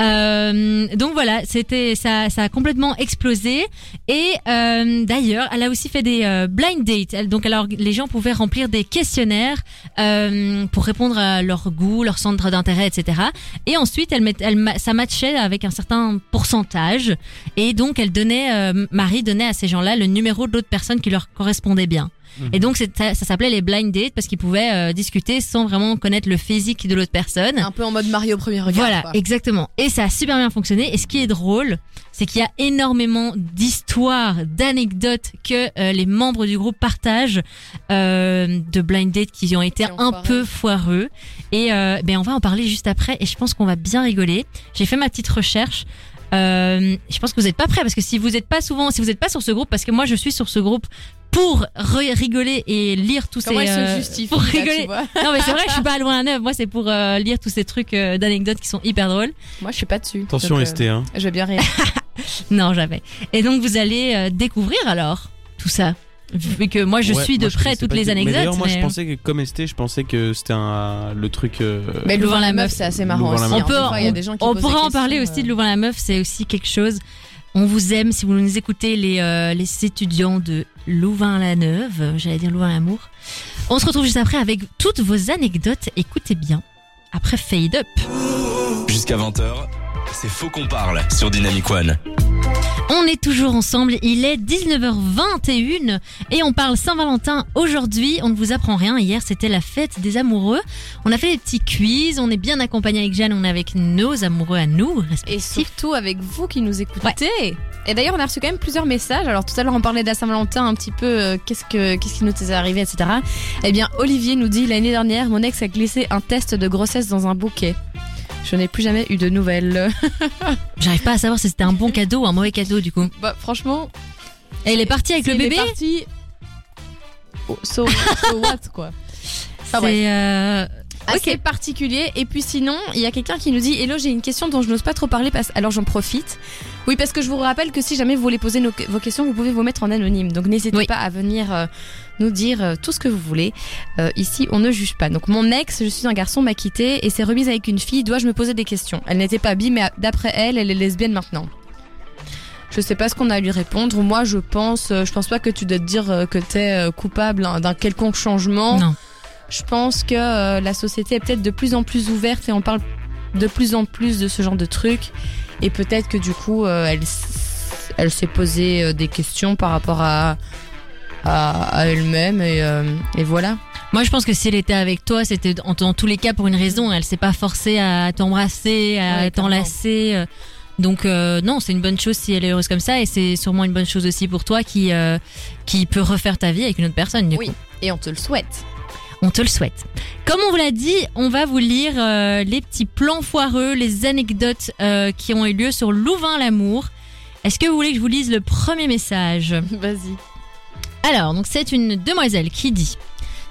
[SPEAKER 2] Euh, donc voilà, c'était ça, ça a complètement explosé. Et euh, d'ailleurs, elle a aussi fait des euh, blind dates. Elle- donc alors, les gens pouvaient remplir des questionnaires euh, pour répondre à leur goût, leur centre d'intérêt, etc. Et ensuite, elle, met, elle ma- ça matchait avec un certain pourcentage. Et donc, elle donnait, euh, Marie donnait à ces gens-là le numéro de l'autre personne qui leur correspondait bien.
[SPEAKER 5] Mhm.
[SPEAKER 2] Et donc, c'est- ça, ça s'appelait les blind dates parce qu'ils pouvaient euh, discuter sans vraiment connaître le physique de l'autre personne.
[SPEAKER 3] Un peu en mode Mario au premier regard.
[SPEAKER 2] Voilà,
[SPEAKER 3] quoi.
[SPEAKER 2] exactement. Et ça a super bien fonctionné. Et ce qui est drôle, c'est qu'il y a énormément d'histoires, d'anecdotes que euh, les membres du groupe partagent euh, de blind date qui ont été
[SPEAKER 3] Qui ont
[SPEAKER 2] un
[SPEAKER 3] foiré.
[SPEAKER 2] peu foireux. Et euh, ben on va en parler juste après. Et je pense qu'on va bien rigoler. J'ai fait ma petite recherche. Euh, je pense que vous n'êtes pas prêts parce que si vous n'êtes pas souvent, si vous n'êtes pas sur ce groupe, parce que moi je suis sur ce groupe pour re- rigoler et lire tous
[SPEAKER 3] Comment
[SPEAKER 2] ces
[SPEAKER 3] il se
[SPEAKER 2] euh,
[SPEAKER 3] justifie
[SPEAKER 2] pour
[SPEAKER 3] là, tu
[SPEAKER 2] rigoler
[SPEAKER 3] vois
[SPEAKER 2] non mais c'est vrai, je suis pas loin à neuf. Moi, c'est pour euh, lire tous ces trucs euh, d'anecdotes qui sont hyper drôles.
[SPEAKER 3] Moi, je suis pas dessus.
[SPEAKER 5] Attention, hein.
[SPEAKER 3] donc, euh,
[SPEAKER 5] ST1.
[SPEAKER 3] Je vais bien rire.
[SPEAKER 2] Non, j'avais. Et donc vous allez euh, découvrir alors tout ça. Vu que moi je
[SPEAKER 5] Ouais,
[SPEAKER 2] suis de
[SPEAKER 5] moi, je
[SPEAKER 2] près
[SPEAKER 5] connaissais
[SPEAKER 2] toutes
[SPEAKER 5] pas
[SPEAKER 2] les
[SPEAKER 5] du tout. Mais
[SPEAKER 2] anecdotes.
[SPEAKER 5] D'ailleurs, moi je
[SPEAKER 2] mais- euh,
[SPEAKER 5] pensais que comme ST, je pensais que c'était un le truc. euh,
[SPEAKER 3] Mais Louvain la meuf, c'est assez marrant
[SPEAKER 2] On
[SPEAKER 3] aussi.
[SPEAKER 5] Louvain-la-Meuf.
[SPEAKER 3] hein.
[SPEAKER 2] peut-
[SPEAKER 3] Des fois, il y a des gens qui
[SPEAKER 2] On
[SPEAKER 3] posent des
[SPEAKER 2] pourra en
[SPEAKER 3] questions,
[SPEAKER 2] parler
[SPEAKER 3] euh,
[SPEAKER 2] aussi de Louvain la Meuf, c'est aussi quelque chose. On vous aime si vous nous écoutez, les, euh, les étudiants de Louvain-la-Neuve, euh, j'allais dire Louvain-l'amour. On se retrouve juste après avec toutes vos anecdotes. Écoutez bien. Après Fade Up.
[SPEAKER 1] Jusqu'à 20h, c'est Faux qu'on parle sur Dynamic One.
[SPEAKER 2] On est toujours ensemble, il est 19h21 et on parle Saint-Valentin aujourd'hui. On ne vous apprend rien, hier c'était la fête des amoureux. On a fait des petits quiz, on est bien accompagné avec Jeanne, on est avec nos amoureux à nous.
[SPEAKER 3] Et surtout avec vous qui nous écoutez. Et d'ailleurs, on a reçu quand même plusieurs messages. Alors tout à l'heure, on parlait de la Saint-Valentin un petit peu, euh, qu'est-ce que qu'est-ce qui nous est arrivé, etc. Eh bien, Olivier nous dit l'année dernière, mon ex a glissé un test de grossesse dans un bouquet. Je n'ai plus jamais eu de nouvelles.
[SPEAKER 2] J'arrive pas à savoir si c'était un bon cadeau ou un mauvais cadeau du coup.
[SPEAKER 3] bah franchement,
[SPEAKER 2] Et elle est partie avec
[SPEAKER 3] si
[SPEAKER 2] le
[SPEAKER 3] elle est
[SPEAKER 2] bébé
[SPEAKER 3] partie- Oh, so, so what quoi. Enfin, bref.
[SPEAKER 2] C'est euh,
[SPEAKER 3] assez
[SPEAKER 2] Ok.
[SPEAKER 3] Ah, particulier. Et puis sinon, il y a quelqu'un qui nous dit Hello, j'ai une question dont je n'ose pas trop parler, parce... alors j'en profite. Oui, parce que je vous rappelle que si jamais vous voulez poser nos- vos questions, vous pouvez vous mettre en anonyme. Donc n'hésitez
[SPEAKER 2] Oui.
[SPEAKER 3] pas à venir euh, nous dire euh, tout ce que vous voulez. Euh, ici, on ne juge pas. Donc mon ex, je suis un garçon, m'a quitté et s'est remise avec une fille. Dois-je me poser des questions Elle n'était pas bi, mais à- d'après elle, elle est lesbienne maintenant. Je sais pas ce qu'on a à lui répondre. Moi, je pense, euh, je pense pas que tu dois te dire euh, que t'es euh, coupable hein, d'un quelconque changement.
[SPEAKER 2] non.
[SPEAKER 3] Je pense que euh, la société est peut-être de plus en plus ouverte et on parle de plus en plus de ce genre de trucs. Et peut-être que du coup, euh, elle, s- elle s'est posé euh, des questions par rapport à, à, à elle-même et, euh, et voilà.
[SPEAKER 2] Moi, je pense que si elle était avec toi, c'était en- dans tous les cas pour une raison. Elle s'est pas forcée à t'embrasser, à
[SPEAKER 3] Ouais, clairement.
[SPEAKER 2] t'enlacer. euh. Donc euh, non, c'est une bonne chose si elle est heureuse comme ça, et c'est sûrement une bonne chose aussi pour toi qui euh, qui peut refaire ta vie avec une autre personne. du
[SPEAKER 3] Oui.
[SPEAKER 2] coup.
[SPEAKER 3] Et on te le souhaite.
[SPEAKER 2] On te le souhaite. Comme on vous l'a dit, on va vous lire euh, les petits plans foireux, les anecdotes euh, qui ont eu lieu sur Louvain l'amour. Est-ce que vous voulez que je vous lise le premier message
[SPEAKER 3] Vas-y.
[SPEAKER 2] Alors, donc c'est une demoiselle qui dit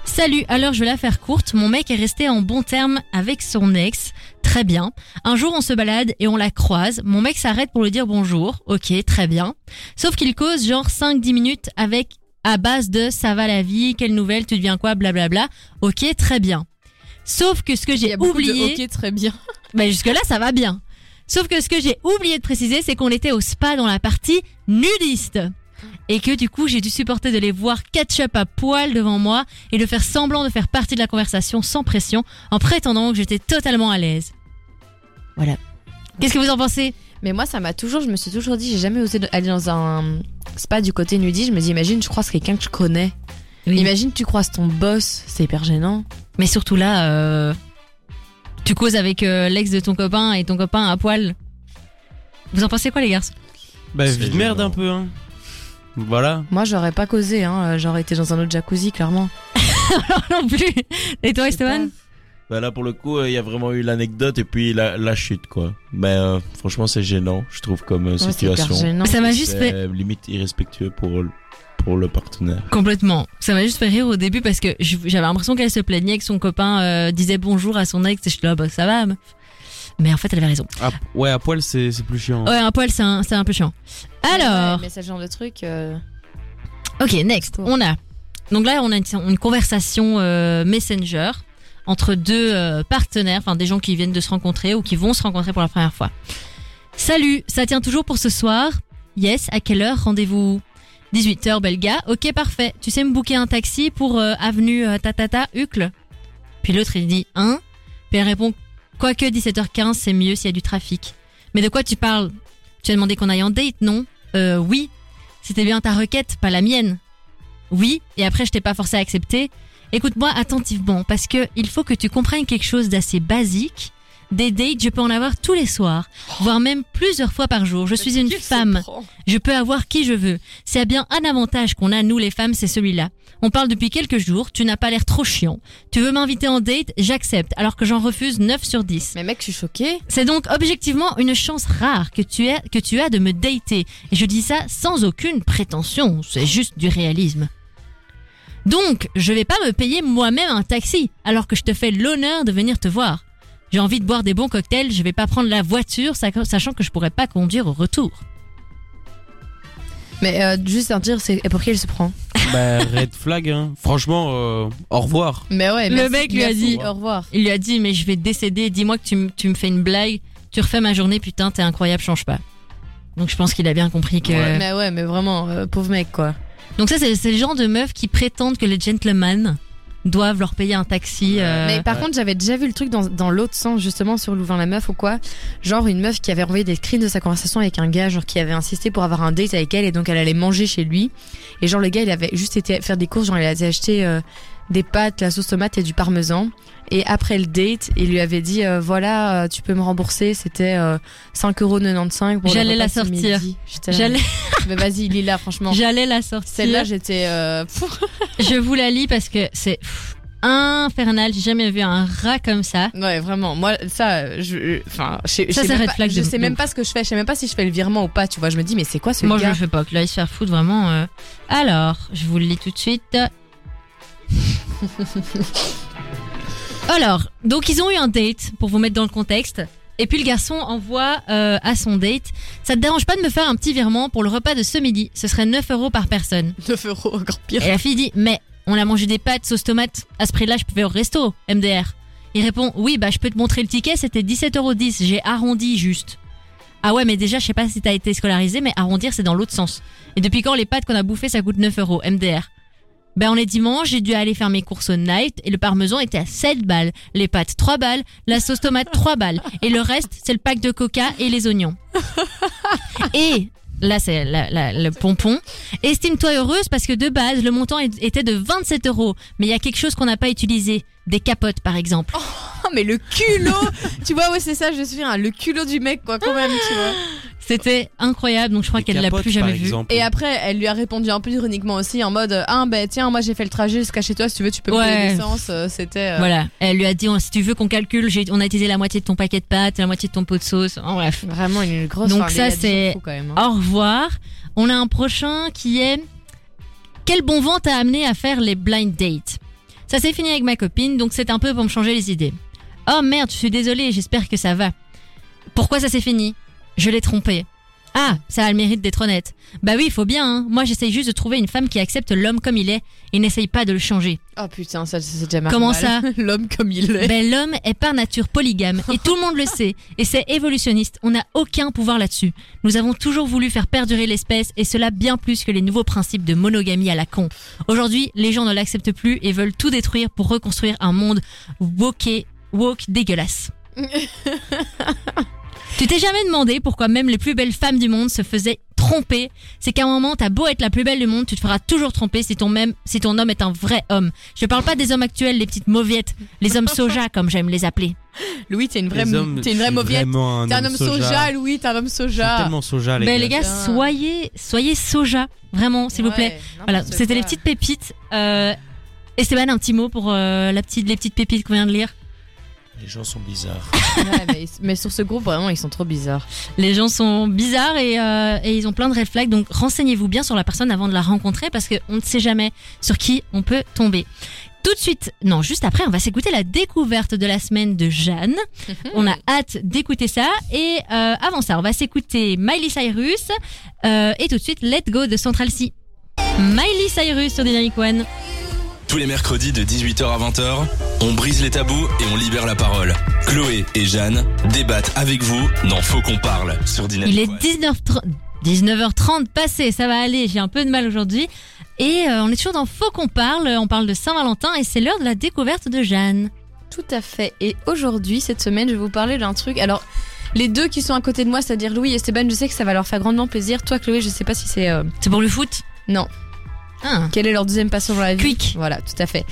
[SPEAKER 2] Salut, alors je vais la faire courte. Mon mec est resté en bon terme avec son ex. Très bien. Un jour, on se balade et on la croise. Mon mec s'arrête pour lui dire bonjour. Ok, très bien. Sauf qu'il cause genre 5-10 minutes avec à base de ça va la vie, quelle nouvelle, tu deviens quoi, blablabla. Ok, très bien. Sauf que ce que j'ai oublié.
[SPEAKER 3] Ok, très bien.
[SPEAKER 2] Mais jusque-là, ça va bien. Sauf que ce que j'ai oublié de préciser, c'est qu'on était au spa dans la partie nudiste. Et que du coup, j'ai dû supporter de les voir catch-up à poil devant moi et de faire semblant de faire partie de la conversation sans pression en prétendant que j'étais totalement à l'aise. Voilà. Qu'est-ce que vous en pensez
[SPEAKER 3] Mais moi, ça m'a toujours, je me suis toujours dit, j'ai jamais osé de- aller dans un spa du côté nudie. Je me dis, imagine, je croise quelqu'un que je connais. Imagine, tu croises ton boss. C'est hyper gênant.
[SPEAKER 2] Mais surtout là, euh, tu causes avec euh, l'ex de ton copain et ton copain à poil. Vous en pensez quoi, les garçons
[SPEAKER 5] Bah,
[SPEAKER 4] C'est
[SPEAKER 5] vie de merde
[SPEAKER 4] gênant.
[SPEAKER 5] un peu, hein. Voilà.
[SPEAKER 3] Moi, j'aurais pas causé, hein. j'aurais été dans un autre jacuzzi, clairement.
[SPEAKER 2] Non plus Et toi,
[SPEAKER 3] Je sais
[SPEAKER 2] Esteban
[SPEAKER 4] Bah là, pour le coup, il y a vraiment eu l'anecdote et puis la, la chute, quoi. Mais euh, franchement, c'est gênant, je trouve, comme euh,
[SPEAKER 3] Ouais, c'est hyper
[SPEAKER 4] situation.
[SPEAKER 3] gênant.
[SPEAKER 2] Ça m'a juste fait
[SPEAKER 4] C'est limite irrespectueux pour, le- pour le partenaire.
[SPEAKER 2] Complètement. Ça m'a juste fait rire au début parce que je- j'avais l'impression qu'elle se plaignait que son copain euh, disait bonjour à son ex et je suis là, bah ça va. meuf. Mais en fait, elle avait raison.
[SPEAKER 5] À- ouais, à poil, c'est c'est plus chiant. hein.
[SPEAKER 2] Ouais, un poil, c'est un, c'est un peu chiant. Alors,
[SPEAKER 3] mais c'est ce genre de truc. euh,
[SPEAKER 2] ok, next. On a. Donc là, on a une, une conversation euh, Messenger entre deux euh, partenaires, enfin des gens qui viennent de se rencontrer ou qui vont se rencontrer pour la première fois. Salut, ça tient toujours pour ce soir Yes, à quelle heure rendez-vous 18h, Belga. Ok, parfait. Tu sais me booker un taxi pour euh, avenue euh, Tatata, Hucle Puis l'autre, il dit 1. Puis elle répond Quoique 17h15, c'est mieux s'il y a du trafic. Mais de quoi tu parles Tu as demandé qu'on aille en date, non Euh, oui. C'était bien ta requête, pas la mienne. Oui, et après, je t'ai pas forcé à accepter. Écoute-moi attentivement, parce que il faut que tu comprennes quelque chose d'assez basique. Des dates, je peux en avoir tous les soirs, voire même plusieurs fois par jour. Je suis une femme. Je peux avoir qui je veux. C'est bien un avantage qu'on a, nous les femmes, c'est celui-là. On parle depuis quelques jours, tu n'as pas l'air trop chiant. Tu veux m'inviter en date, j'accepte, alors que j'en refuse 9 sur 10.
[SPEAKER 3] Mais mec, je suis choquée.
[SPEAKER 2] C'est donc objectivement une chance rare que tu, as, que tu as de me dater. Et je dis ça sans aucune prétention, c'est juste du réalisme. Donc, je vais pas me payer moi-même un taxi, alors que je te fais l'honneur de venir te voir. J'ai envie de boire des bons cocktails, je vais pas prendre la voiture, sac- sachant que je pourrais pas conduire au retour.
[SPEAKER 3] Mais euh, juste à dire, c'est et pour qui elle se prend
[SPEAKER 5] Bah, red flag, hein. Franchement, euh, au revoir.
[SPEAKER 3] Mais ouais,
[SPEAKER 2] Le
[SPEAKER 3] merci,
[SPEAKER 2] mec lui a
[SPEAKER 3] merci,
[SPEAKER 2] dit-
[SPEAKER 3] au revoir.
[SPEAKER 2] Il lui a dit mais je vais décéder, dis-moi que tu, m- tu me fais une blague, tu refais ma journée, putain t'es incroyable, change pas. Donc je pense qu'il a bien compris que...
[SPEAKER 3] Ouais, Mais ouais, mais vraiment, euh, pauvre mec quoi.
[SPEAKER 2] Donc ça c'est c'est le genre de meufs qui prétendent que les gentlemen doivent leur payer un taxi. euh,
[SPEAKER 3] Mais par
[SPEAKER 5] Ouais.
[SPEAKER 3] contre, j'avais déjà vu le truc dans, dans l'autre sens, justement, sur Louvain la meuf ou quoi. Genre, une meuf qui avait envoyé des screens de sa conversation avec un gars, genre, qui avait insisté pour avoir un date avec elle, et donc elle allait manger chez lui. Et genre, le gars, il avait juste été faire des courses, genre, il avait acheté euh, des pâtes, la sauce tomate et du parmesan. Et après le date, il lui avait dit, euh, voilà, euh, tu peux me rembourser, c'était euh, 5,95€ pour le
[SPEAKER 2] J'allais la
[SPEAKER 3] repas ce
[SPEAKER 2] sortir.
[SPEAKER 3] midi. J'étais là,
[SPEAKER 2] J'allais
[SPEAKER 3] Mais vas-y, il est là, franchement.
[SPEAKER 2] j'allais la sortir.
[SPEAKER 3] Celle-là, j'étais. euh,
[SPEAKER 2] Je vous la lis parce que c'est pff, infernal. J'ai jamais vu un rat comme ça.
[SPEAKER 3] Ouais, vraiment. Moi, ça, je, je- enfin, je, je
[SPEAKER 2] Ça, c'est
[SPEAKER 3] sais, même
[SPEAKER 2] red
[SPEAKER 3] pas,
[SPEAKER 2] flag
[SPEAKER 3] je
[SPEAKER 2] de-
[SPEAKER 3] sais même pas ce que je fais. Je sais même pas si je fais le virement ou pas. Tu vois, je me dis, mais c'est quoi ce
[SPEAKER 2] Moi, je
[SPEAKER 3] gars
[SPEAKER 2] le fais pas. Que là, il se faire foutre vraiment. euh. Alors, je vous le lis tout de suite. Alors, donc ils ont eu un date pour vous mettre dans le contexte. Et puis le garçon envoie euh, à son date. Ça te dérange pas de me faire un petit virement pour le repas de ce midi Ce serait 9 euros par personne.
[SPEAKER 3] 9 euros, encore pire.
[SPEAKER 2] Et la fille dit Mais on a mangé des pâtes sauce tomate. À ce prix-là, je pouvais au resto, MDR. Il répond Oui, bah je peux te montrer le ticket, c'était 17,10€. J'ai arrondi juste. Ah ouais, mais déjà, je sais pas si t'as été scolarisé, mais arrondir, c'est dans l'autre sens. Et depuis quand les pâtes qu'on a bouffées, ça coûte 9 euros, MDR Ben on est dimanche, j'ai dû aller faire mes courses au night et le parmesan était à 7 balles. Les pâtes 3 balles, la sauce tomate 3 balles. Et le reste, c'est le pack de coca et les oignons. Et là, c'est la- la- le pompon. Estime-toi heureuse parce que de base, le montant est- était de 27 euros. Mais il y a quelque chose qu'on n'a pas utilisé. Des capotes, par exemple.
[SPEAKER 3] Oh, mais le culot Tu vois, ouais, c'est ça, je suis un. Le culot du mec, quoi, quand même, tu vois.
[SPEAKER 2] C'était incroyable, donc je crois
[SPEAKER 5] Des
[SPEAKER 2] qu'elle l'a
[SPEAKER 5] capotes,
[SPEAKER 2] plus jamais
[SPEAKER 5] par
[SPEAKER 2] vu.
[SPEAKER 5] exemple.
[SPEAKER 3] Et après, elle lui a répondu un peu ironiquement aussi, en mode, ah, ben tiens, moi j'ai fait le trajet jusqu'à chez toi, si tu veux, tu peux me
[SPEAKER 2] Ouais.
[SPEAKER 3] payer l'essence. Euh, C'était. euh,
[SPEAKER 2] Voilà. Elle lui a dit, oh, si tu veux qu'on calcule, j'ai- on a utilisé la moitié de ton paquet de pâtes, la moitié de ton pot de sauce. En bref.
[SPEAKER 3] Vraiment une grosse
[SPEAKER 2] Donc
[SPEAKER 3] enfin,
[SPEAKER 2] ça,
[SPEAKER 3] les gars,
[SPEAKER 2] c'est-
[SPEAKER 3] ils sont fous, quand même, hein.
[SPEAKER 2] Au revoir. On a un prochain qui est Quel bon vent t'a amené à faire les blind dates Ça s'est fini avec ma copine, donc c'est un peu pour me changer les idées. Oh merde, je suis désolée, j'espère que ça va. Pourquoi ça s'est fini Je l'ai trompée. Ah, ça a le mérite d'être honnête. Bah oui, il faut bien, hein. Moi, j'essaye juste de trouver une femme qui accepte l'homme comme il est et n'essaye pas de le changer.
[SPEAKER 3] Oh putain, ça, c'est déjà
[SPEAKER 2] Ah.
[SPEAKER 3] marrant.
[SPEAKER 2] Comment ça
[SPEAKER 3] L'homme comme il est.
[SPEAKER 2] Ben, l'homme est par nature polygame et tout le monde le sait. Et c'est évolutionniste. On n'a aucun pouvoir là-dessus. Nous avons toujours voulu faire perdurer l'espèce et cela bien plus que les nouveaux principes de monogamie à la con. Aujourd'hui, les gens ne l'acceptent plus et veulent tout détruire pour reconstruire un monde woke, woke dégueulasse. tu t'es jamais demandé pourquoi même les plus belles femmes du monde se faisaient tromper. C'est qu'à un moment, t'as beau être la plus belle du monde, tu te feras toujours tromper si ton, même, si ton homme est un vrai homme. Je parle pas des hommes actuels, les petites mauviettes, les hommes soja comme j'aime les appeler.
[SPEAKER 3] Louis, t'es une vraie,
[SPEAKER 5] Les hommes,
[SPEAKER 3] t'es une
[SPEAKER 5] je
[SPEAKER 3] vraie
[SPEAKER 5] suis
[SPEAKER 3] mauviette.
[SPEAKER 5] vraiment
[SPEAKER 3] T'es un homme soja, Louis, t'es un homme
[SPEAKER 5] Je suis
[SPEAKER 3] soja.
[SPEAKER 5] tellement soja, Ah, les
[SPEAKER 2] Ben,
[SPEAKER 5] gars.
[SPEAKER 2] les gars,
[SPEAKER 3] Putain.
[SPEAKER 2] soyez, soyez soja, vraiment, s'il vous plaît. Voilà, c'était les petites pépites. Euh, Esteban, un petit mot pour euh, la petite, les petites pépites qu'on vient de lire.
[SPEAKER 4] Les gens sont bizarres.
[SPEAKER 3] Ouais, mais, mais sur ce groupe, vraiment, ils sont trop bizarres.
[SPEAKER 2] Les gens sont bizarres et, euh, et ils ont plein de red flags, donc renseignez-vous bien sur la personne avant de la rencontrer parce qu'on ne sait jamais sur qui on peut tomber. Tout de suite, non, juste après, on va s'écouter la découverte de la semaine de Jeanne. On a hâte d'écouter ça. Et euh, avant ça, on va s'écouter Miley Cyrus euh, et tout de suite Let Go de Central C. Miley Cyrus sur Dynamic One.
[SPEAKER 1] Tous les mercredis de 18h à 20h, on brise les tabous et on libère la parole. Chloé et Jeanne débattent avec vous dans Faux qu'on parle sur Dynamic
[SPEAKER 2] Il est
[SPEAKER 1] One.
[SPEAKER 2] 19h30, 19h30 passé, ça va aller, j'ai un peu de mal aujourd'hui. Et euh, on est toujours dans Faux qu'on parle, on parle de Saint-Valentin et c'est l'heure de la découverte de Jeanne.
[SPEAKER 3] Tout à fait. Et aujourd'hui, cette semaine, je vais vous parler d'un truc. Alors, les deux qui sont à côté de moi, c'est-à-dire Louis et Esteban, je sais que ça va leur faire grandement plaisir. Toi, Chloé, je sais pas si c'est. euh,
[SPEAKER 2] C'est pour le foot
[SPEAKER 3] Non.
[SPEAKER 2] Ah.
[SPEAKER 3] Quelle est leur deuxième passion dans la vie
[SPEAKER 2] Quick.
[SPEAKER 3] Voilà, tout à fait.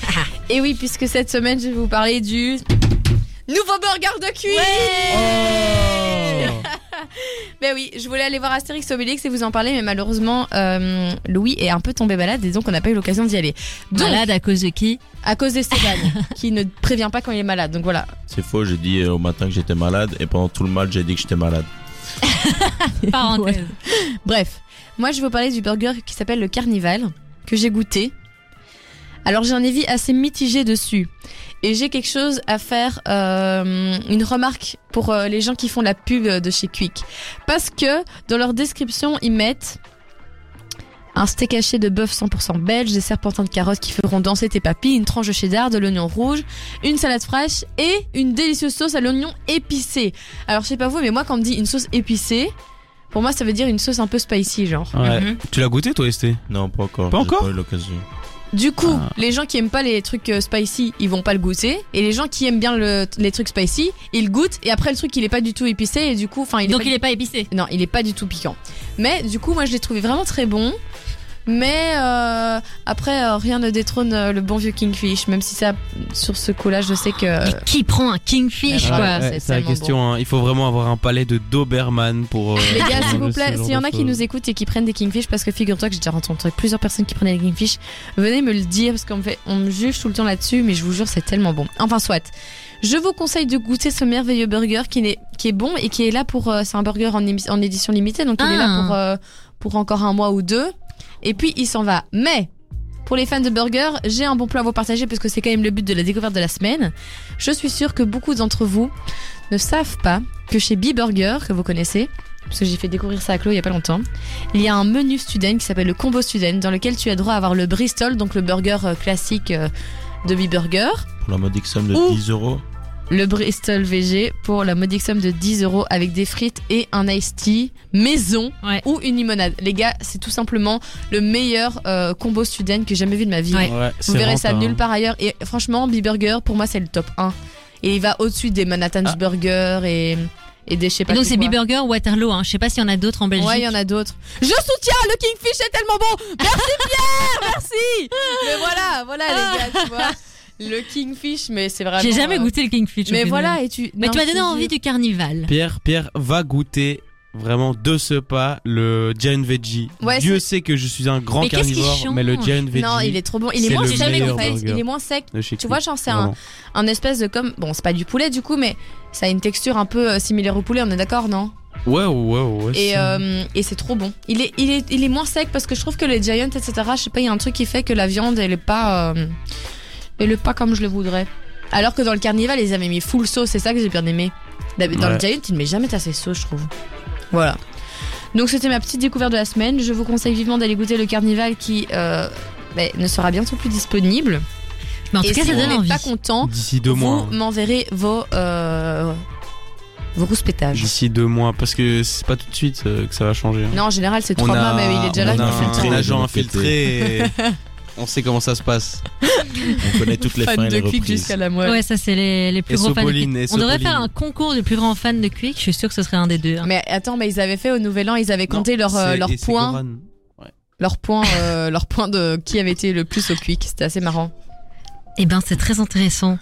[SPEAKER 3] et oui, puisque cette semaine, je vais vous parler du. Nouveau burger de cuit
[SPEAKER 5] Oh
[SPEAKER 3] Ben oui, je voulais aller voir Astérix Obélix et vous en parler, mais malheureusement, euh, Louis est un peu tombé malade et donc on n'a pas eu l'occasion d'y aller. Donc,
[SPEAKER 2] Malade à cause de qui
[SPEAKER 3] à cause d'Esteban, qui ne prévient pas quand il est malade. Donc voilà,
[SPEAKER 4] C'est faux, j'ai dit euh, au matin que j'étais malade et pendant tout le match, j'ai dit que j'étais malade.
[SPEAKER 2] Parenthèse.
[SPEAKER 3] Bref, moi je vais vous parler du burger qui s'appelle le Carnival, que j'ai goûté. Alors j'ai un avis assez mitigé dessus. Et j'ai quelque chose à faire, euh, une remarque pour euh, les gens qui font la pub de chez Quick. Parce que dans leur description, ils mettent un steak haché de bœuf 100% belge, des serpentins de carottes qui feront danser tes papilles, une tranche de cheddar, de l'oignon rouge, une salade fraîche et une délicieuse sauce à l'oignon épicé. Alors je sais pas vous, mais moi quand on me dit une sauce épicée, pour moi ça veut dire une sauce un peu spicy genre.
[SPEAKER 5] Ouais.
[SPEAKER 2] Mhm.
[SPEAKER 5] Tu l'as goûté, toi, ST
[SPEAKER 4] Non, pas encore.
[SPEAKER 5] Pas
[SPEAKER 4] J'ai
[SPEAKER 5] encore
[SPEAKER 4] eu l'occasion.
[SPEAKER 3] Du coup, les gens qui aiment pas les trucs euh, spicy, ils vont pas le goûter. Et les gens qui aiment bien le- les trucs spicy, ils goûtent. Et après, le truc, il est pas du tout épicé. Et du coup, enfin, il est
[SPEAKER 2] Donc
[SPEAKER 3] pas
[SPEAKER 2] il est pas épicé.
[SPEAKER 3] Non, il est pas du tout piquant. Mais du coup, moi, je l'ai trouvé vraiment très bon. Mais euh, après, euh, rien ne détrône euh, le bon vieux Kingfish. Même si ça, sur ce coup-là, je sais que.
[SPEAKER 2] Mais qui prend un kingfish
[SPEAKER 3] Ouais,
[SPEAKER 2] quoi
[SPEAKER 3] ouais, c'est
[SPEAKER 5] Ah, c'est la
[SPEAKER 3] tellement
[SPEAKER 5] question. hein. Il faut vraiment avoir un palais de Doberman pour. euh,
[SPEAKER 3] Les gars,
[SPEAKER 5] pour
[SPEAKER 3] s'il vous
[SPEAKER 5] manger ce
[SPEAKER 3] plaît,
[SPEAKER 5] genre
[SPEAKER 3] s'il y en
[SPEAKER 5] de
[SPEAKER 3] a qui
[SPEAKER 5] choses.
[SPEAKER 3] nous écoutent et qui prennent des Kingfish, parce que figure-toi que j'ai déjà rencontré plusieurs personnes qui prenaient des Kingfish, venez me le dire, parce qu'on me, fait- on me juge tout le temps là-dessus, mais je vous jure, c'est tellement bon. Enfin, soit. Je vous conseille de goûter ce merveilleux burger qui, n'est- qui est bon et qui est là pour. euh, c'est un burger en, émi- en édition limitée, donc il est là
[SPEAKER 2] Ah.
[SPEAKER 3] pour, euh, pour encore un mois ou deux. Et puis, il s'en va. Mais. Pour les fans de burger, j'ai un bon plan à vous partager parce que c'est quand même le but de la découverte de la semaine. Je suis sûre que beaucoup d'entre vous ne savent pas que chez B-Burger, que vous connaissez, parce que j'ai fait découvrir ça à Chloé il y a pas longtemps. Il y a un menu Studen qui s'appelle le combo Studen, dans lequel tu as droit à avoir le Bristol, donc le burger euh, classique euh, de B-Burger,
[SPEAKER 4] Pour la modique somme de
[SPEAKER 3] Ouh.
[SPEAKER 4] 10 euros.
[SPEAKER 3] le Bristol VG pour la modique somme de 10 euros avec des frites et un iced tea maison
[SPEAKER 2] Ouais.
[SPEAKER 3] ou une limonade. Les gars, c'est tout simplement le meilleur euh, combo Studen que j'ai jamais vu de ma vie.
[SPEAKER 2] Ouais.
[SPEAKER 5] Ouais, c'est hein.
[SPEAKER 3] Vous verrez
[SPEAKER 5] vraiment
[SPEAKER 3] ça
[SPEAKER 5] pas-
[SPEAKER 3] nulle part ailleurs. Et franchement, B-Burger, pour moi, c'est le top 1. Et il va au-dessus des Manhattan's
[SPEAKER 5] Ah.
[SPEAKER 3] Burger et, et des je sais Ah, pas
[SPEAKER 2] Et donc
[SPEAKER 3] plus
[SPEAKER 2] c'est
[SPEAKER 3] quoi.
[SPEAKER 2] B-Burger Waterloo. Hein. Je sais pas s'il y en a d'autres en Belgique.
[SPEAKER 3] Ouais, il y en a d'autres. Je soutiens, le Kingfish est tellement bon. Merci Pierre, merci. Mais voilà, voilà les gars, tu vois. Le Kingfish, mais c'est vraiment.
[SPEAKER 2] J'ai jamais
[SPEAKER 3] euh,
[SPEAKER 2] goûté le kingfish. au
[SPEAKER 3] Mais
[SPEAKER 2] final.
[SPEAKER 3] voilà, et tu.
[SPEAKER 2] Mais
[SPEAKER 3] non,
[SPEAKER 2] tu m'as
[SPEAKER 3] je te
[SPEAKER 2] donné
[SPEAKER 3] jure.
[SPEAKER 2] envie du carnival.
[SPEAKER 5] Pierre, Pierre va goûter vraiment de ce pas le Giant Veggie.
[SPEAKER 3] Ouais,
[SPEAKER 5] Dieu sait que je suis un grand
[SPEAKER 2] Mais qu'est-ce qui
[SPEAKER 5] carnivore, mais le
[SPEAKER 2] change
[SPEAKER 5] Giant Veggie
[SPEAKER 3] Non, il est trop bon. Il est,
[SPEAKER 5] C'est
[SPEAKER 3] moins
[SPEAKER 5] le
[SPEAKER 3] sec
[SPEAKER 5] meilleur
[SPEAKER 3] en fait.
[SPEAKER 5] burger.
[SPEAKER 3] Il est moins sec.
[SPEAKER 5] de chez
[SPEAKER 3] Tu
[SPEAKER 5] Click,
[SPEAKER 3] vois, genre c'est un,
[SPEAKER 5] vraiment.
[SPEAKER 3] un espèce de comme bon, c'est pas du poulet du coup, mais ça a une texture un peu euh, similaire au poulet. On est d'accord, non
[SPEAKER 5] Ouais, ouais, ouais.
[SPEAKER 3] Et,
[SPEAKER 5] ça-
[SPEAKER 3] euh, et c'est trop bon. Il est, il, est, il est moins sec parce que je trouve que les Giants, etc., je sais pas, il y a un truc qui fait que la viande, elle est pas. euh, elle est pas comme je le voudrais. Alors que dans le carnival, ils avaient mis full sauce, c'est ça que j'ai bien aimé. D'hab- Dans le
[SPEAKER 5] Ouais.
[SPEAKER 3] Giant, il ne met jamais assez de sauce, je trouve. Voilà. Donc c'était ma petite découverte de la semaine. Je vous conseille vivement d'aller goûter le carnival qui euh, ben, ne sera bientôt plus disponible.
[SPEAKER 2] Mais en tout
[SPEAKER 3] et
[SPEAKER 2] cas,
[SPEAKER 3] si
[SPEAKER 2] ça
[SPEAKER 3] vous
[SPEAKER 2] donne
[SPEAKER 3] n'êtes
[SPEAKER 2] envie.
[SPEAKER 3] pas content,
[SPEAKER 5] D'ici deux mois. hein.
[SPEAKER 3] vous m'enverrez vos. euh, vos rouspétages.
[SPEAKER 5] D'ici deux mois, parce que c'est pas tout de suite euh, que ça va changer. hein.
[SPEAKER 3] Non, en général, c'est trois mois, mais il est déjà
[SPEAKER 5] on
[SPEAKER 3] là.
[SPEAKER 5] a
[SPEAKER 3] il me fait le
[SPEAKER 5] un,
[SPEAKER 3] temps.
[SPEAKER 4] temps.
[SPEAKER 5] agent
[SPEAKER 4] Ouais,
[SPEAKER 5] infiltré. et on sait comment ça se passe.
[SPEAKER 4] On connaît toutes les fins et les reprises.
[SPEAKER 3] la moelle.
[SPEAKER 2] Ouais, ça c'est les, les plus
[SPEAKER 5] Et
[SPEAKER 2] gros fans. de
[SPEAKER 5] Sopoline,
[SPEAKER 2] Quick.
[SPEAKER 5] et
[SPEAKER 2] On devrait
[SPEAKER 5] Sopoline.
[SPEAKER 2] faire un concours de plus grands fans de Quick. Je suis sûr que ce serait un des deux. hein.
[SPEAKER 3] Mais attends, mais ils avaient fait au Nouvel An, ils avaient compté leurs euh, leurs points, leurs points, euh, leurs points de qui avait été le plus au quick. C'était assez marrant.
[SPEAKER 2] Eh ben, c'est très intéressant.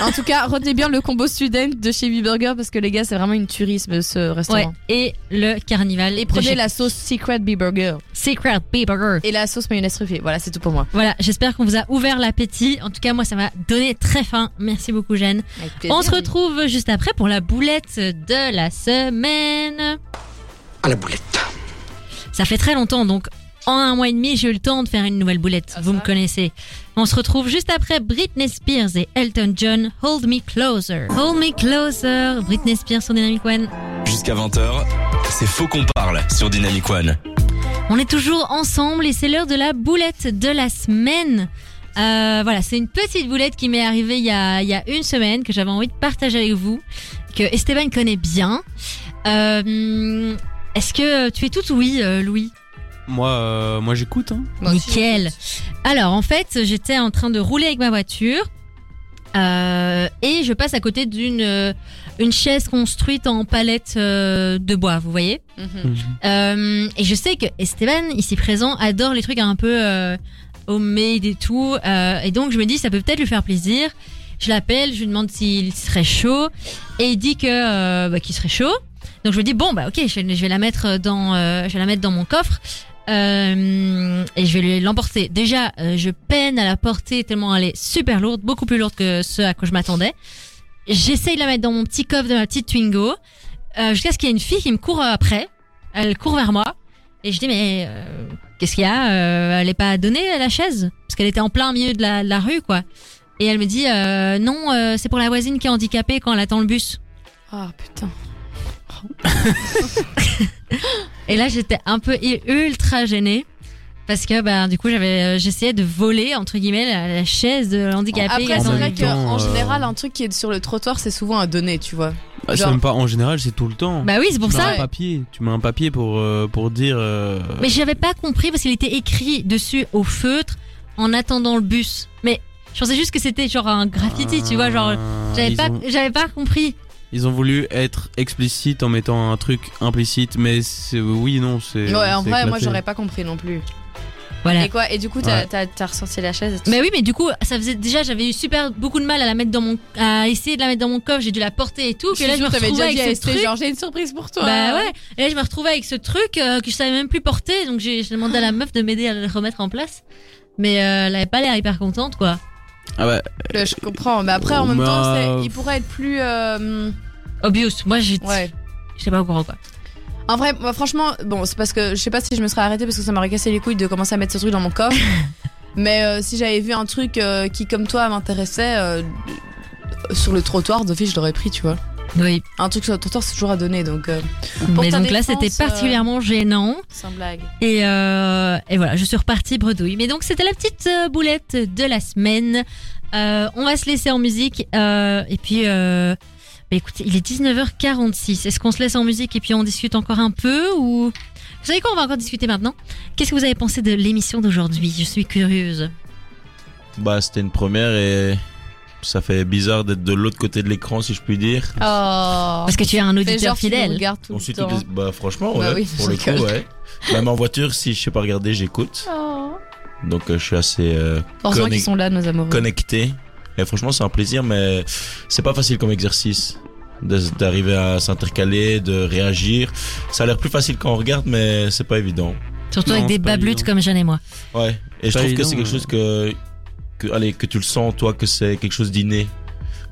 [SPEAKER 3] En tout cas, retenez bien le combo Student de chez B-Burger parce que les gars, c'est vraiment une tuerie ce, ce
[SPEAKER 2] Ouais.
[SPEAKER 3] restaurant.
[SPEAKER 2] Et le carnival.
[SPEAKER 3] Et
[SPEAKER 2] de
[SPEAKER 3] prenez
[SPEAKER 2] chez
[SPEAKER 3] la sauce Secret B-Burger
[SPEAKER 2] Secret Burger.
[SPEAKER 3] et la sauce mayonnaise truffée. Voilà, c'est tout pour moi.
[SPEAKER 2] Voilà, j'espère qu'on vous a ouvert l'appétit. En tout cas, moi, ça m'a donné très faim. Merci beaucoup, Jeanne. On se retrouve juste après pour la boulette de la semaine.
[SPEAKER 6] à la boulette.
[SPEAKER 2] Ça fait très longtemps, donc en un mois et demi, j'ai eu le temps de faire une nouvelle boulette.
[SPEAKER 3] Ah,
[SPEAKER 2] Vous
[SPEAKER 3] ça
[SPEAKER 2] me
[SPEAKER 3] va.
[SPEAKER 2] connaissez. On se retrouve juste après Britney Spears et Elton John. Hold me closer. Hold me closer. Britney Spears sur Dynamic One.
[SPEAKER 1] Jusqu'à 20h, c'est Faux qu'on parle sur Dynamic One.
[SPEAKER 2] On est toujours ensemble et c'est l'heure de la boulette de la semaine. Euh, voilà, c'est une petite boulette qui m'est arrivée il y, a, il y a une semaine que j'avais envie de partager avec vous, que Esteban connaît bien. Euh, Est-ce que tu es tout oui, euh, Louis
[SPEAKER 5] Moi, euh, moi j'écoute. hein.
[SPEAKER 2] Nickel. Alors en fait, j'étais en train de rouler avec ma voiture euh, et je passe à côté d'une euh, une chaise construite en palette euh, de bois, vous voyez.
[SPEAKER 3] Mhm.
[SPEAKER 2] Euh, et je sais que Esteban, ici présent, adore les trucs un peu euh, homemade et tout. euh, et donc je me dis, ça peut peut-être lui faire plaisir. Je l'appelle, je lui demande s'il serait chaud. Et il dit que euh, bah, qu'il serait chaud. Donc je me dis, bon, bah ok, je, vais- je vais la mettre dans, euh, je vais la mettre dans mon coffre. euh, et je vais lui- l'emporter. Déjà, euh, je peine à la porter tellement elle est super lourde, beaucoup plus lourde que ce à quoi je m'attendais. J'essaye de la mettre dans mon petit coffre de ma petite Twingo, euh, jusqu'à ce qu'il y ait une fille qui me court euh, après. Elle court vers moi et je dis mais euh, qu'est-ce qu'il y a Euh, Elle est pas donnée la chaise parce qu'elle était en plein milieu de la, de la rue quoi. Et elle me dit euh, non euh, c'est pour la voisine qui est handicapée quand elle attend le bus.
[SPEAKER 3] Ah putain.
[SPEAKER 2] Et là j'étais un peu i- ultra gênée. parce que bah, du coup j'avais euh, j'essayais de voler entre guillemets la, la chaise de l'handicapé.
[SPEAKER 3] Après, c'est
[SPEAKER 5] en
[SPEAKER 2] Attends,
[SPEAKER 3] vrai
[SPEAKER 5] même temps,
[SPEAKER 3] qu'en
[SPEAKER 5] euh,
[SPEAKER 3] général, un truc qui est sur le trottoir, c'est souvent un donné, tu vois.
[SPEAKER 5] Bah, c'est
[SPEAKER 3] Genre-
[SPEAKER 5] même pas en général, c'est tout le temps.
[SPEAKER 2] Bah oui, c'est pour
[SPEAKER 5] tu
[SPEAKER 2] ça.
[SPEAKER 5] mets un papier, tu mets un papier pour euh, pour dire. euh,
[SPEAKER 2] Mais j'avais pas compris parce qu'il était écrit dessus au feutre en attendant le bus. Mais je pensais juste que c'était genre un graffiti, tu vois, genre j'avais
[SPEAKER 5] Ah. euh, ils
[SPEAKER 2] pas
[SPEAKER 5] ont-
[SPEAKER 2] j'avais pas compris.
[SPEAKER 5] Ils ont voulu être explicites en mettant un truc implicite, mais c'est oui non c'est.
[SPEAKER 3] Ouais, en
[SPEAKER 5] c'est
[SPEAKER 3] vrai, moi,
[SPEAKER 5] éclaté.
[SPEAKER 3] j'aurais pas compris non plus.
[SPEAKER 2] Voilà.
[SPEAKER 3] Et quoi Et du coup, t'as
[SPEAKER 5] Ouais.
[SPEAKER 3] t'as- t'as ressenti la chaise et tout
[SPEAKER 2] Mais oui, mais du coup, ça faisait déjà j'avais eu super beaucoup de mal à la mettre dans mon à essayer de la mettre dans mon coffre, j'ai dû la porter et tout, que
[SPEAKER 3] suis
[SPEAKER 2] là je me
[SPEAKER 3] sûre que t'avais
[SPEAKER 2] retrouvais
[SPEAKER 3] déjà dit à
[SPEAKER 2] avec ce
[SPEAKER 3] Estée,
[SPEAKER 2] truc.
[SPEAKER 3] genre j'ai une surprise pour toi.
[SPEAKER 2] Bah ouais, et là je me retrouvais avec ce truc euh, que je savais même plus porter, donc j'ai j'ai demandé à la meuf de m'aider à le remettre en place. Mais euh, elle avait pas l'air hyper contente quoi.
[SPEAKER 5] Ah bah,
[SPEAKER 3] Euh, Je comprends, mais après en
[SPEAKER 5] Oh,
[SPEAKER 3] même temps,
[SPEAKER 5] bah,
[SPEAKER 3] c'est- il pourrait être plus. euh,
[SPEAKER 2] Obvious, moi j'ai
[SPEAKER 3] ouais.
[SPEAKER 2] j'étais pas au courant quoi.
[SPEAKER 3] En vrai, moi, franchement, bon, c'est parce que je sais pas si je me serais arrêtée parce que ça m'aurait cassé les couilles de commencer à mettre ce truc dans mon coffre. mais euh, si j'avais vu un truc euh, qui, comme toi, m'intéressait euh, sur le trottoir, d'office, je l'aurais pris, tu vois.
[SPEAKER 2] Oui,
[SPEAKER 3] Un truc sur le trottoir, c'est toujours à donner, donc euh, Pour
[SPEAKER 2] mais
[SPEAKER 3] ta
[SPEAKER 2] donc là
[SPEAKER 3] défense,
[SPEAKER 2] c'était
[SPEAKER 3] euh,
[SPEAKER 2] particulièrement gênant.
[SPEAKER 3] sans blague.
[SPEAKER 2] Et, euh, et voilà, je suis repartie bredouille. Mais donc c'était la petite euh, boulette de la semaine. Euh, on va se laisser en musique. euh, et puis, euh, bah écoutez, il est 19h46. Est-ce qu'on se laisse en musique et puis on discute encore un peu ou... Vous savez quoi, on va encore discuter maintenant. Qu'est-ce que vous avez pensé de l'émission d'aujourd'hui Je suis curieuse.
[SPEAKER 3] Oh,
[SPEAKER 4] Bah, c'était une première et ça fait bizarre d'être de l'autre côté de l'écran, si je puis dire.
[SPEAKER 3] Oh.
[SPEAKER 2] Parce que tu es un
[SPEAKER 3] Fais
[SPEAKER 2] auditeur
[SPEAKER 3] genre fidèle.
[SPEAKER 2] fidèle.
[SPEAKER 3] regarde tout
[SPEAKER 4] On
[SPEAKER 3] le
[SPEAKER 4] suit
[SPEAKER 3] temps.
[SPEAKER 4] toutes les- Bah, franchement, ouais,
[SPEAKER 3] Bah oui,
[SPEAKER 4] pour le
[SPEAKER 3] je
[SPEAKER 4] coup,
[SPEAKER 3] rigole.
[SPEAKER 4] ouais. Même en voiture, si je sais pas regarder, j'écoute.
[SPEAKER 3] Oh.
[SPEAKER 4] Donc, euh, je suis assez euh,
[SPEAKER 3] Heureusement
[SPEAKER 4] Connect-
[SPEAKER 3] qu'ils sont là, nos
[SPEAKER 5] Mm.
[SPEAKER 3] amoureux.
[SPEAKER 4] connecté. Et franchement, c'est un plaisir, mais c'est pas facile comme exercice de- d'arriver à s'intercaler, de réagir. Ça a l'air plus facile quand on regarde, mais c'est pas évident.
[SPEAKER 2] Surtout
[SPEAKER 5] Non,
[SPEAKER 2] avec des
[SPEAKER 5] c'est pas
[SPEAKER 2] bablutes
[SPEAKER 5] évident.
[SPEAKER 2] comme Jeanne et moi.
[SPEAKER 4] Ouais. Et je
[SPEAKER 5] Pas
[SPEAKER 4] trouve que
[SPEAKER 5] évident,
[SPEAKER 4] c'est quelque
[SPEAKER 5] euh.
[SPEAKER 4] chose que, que, allez, que tu le sens, toi, que c'est quelque chose d'inné.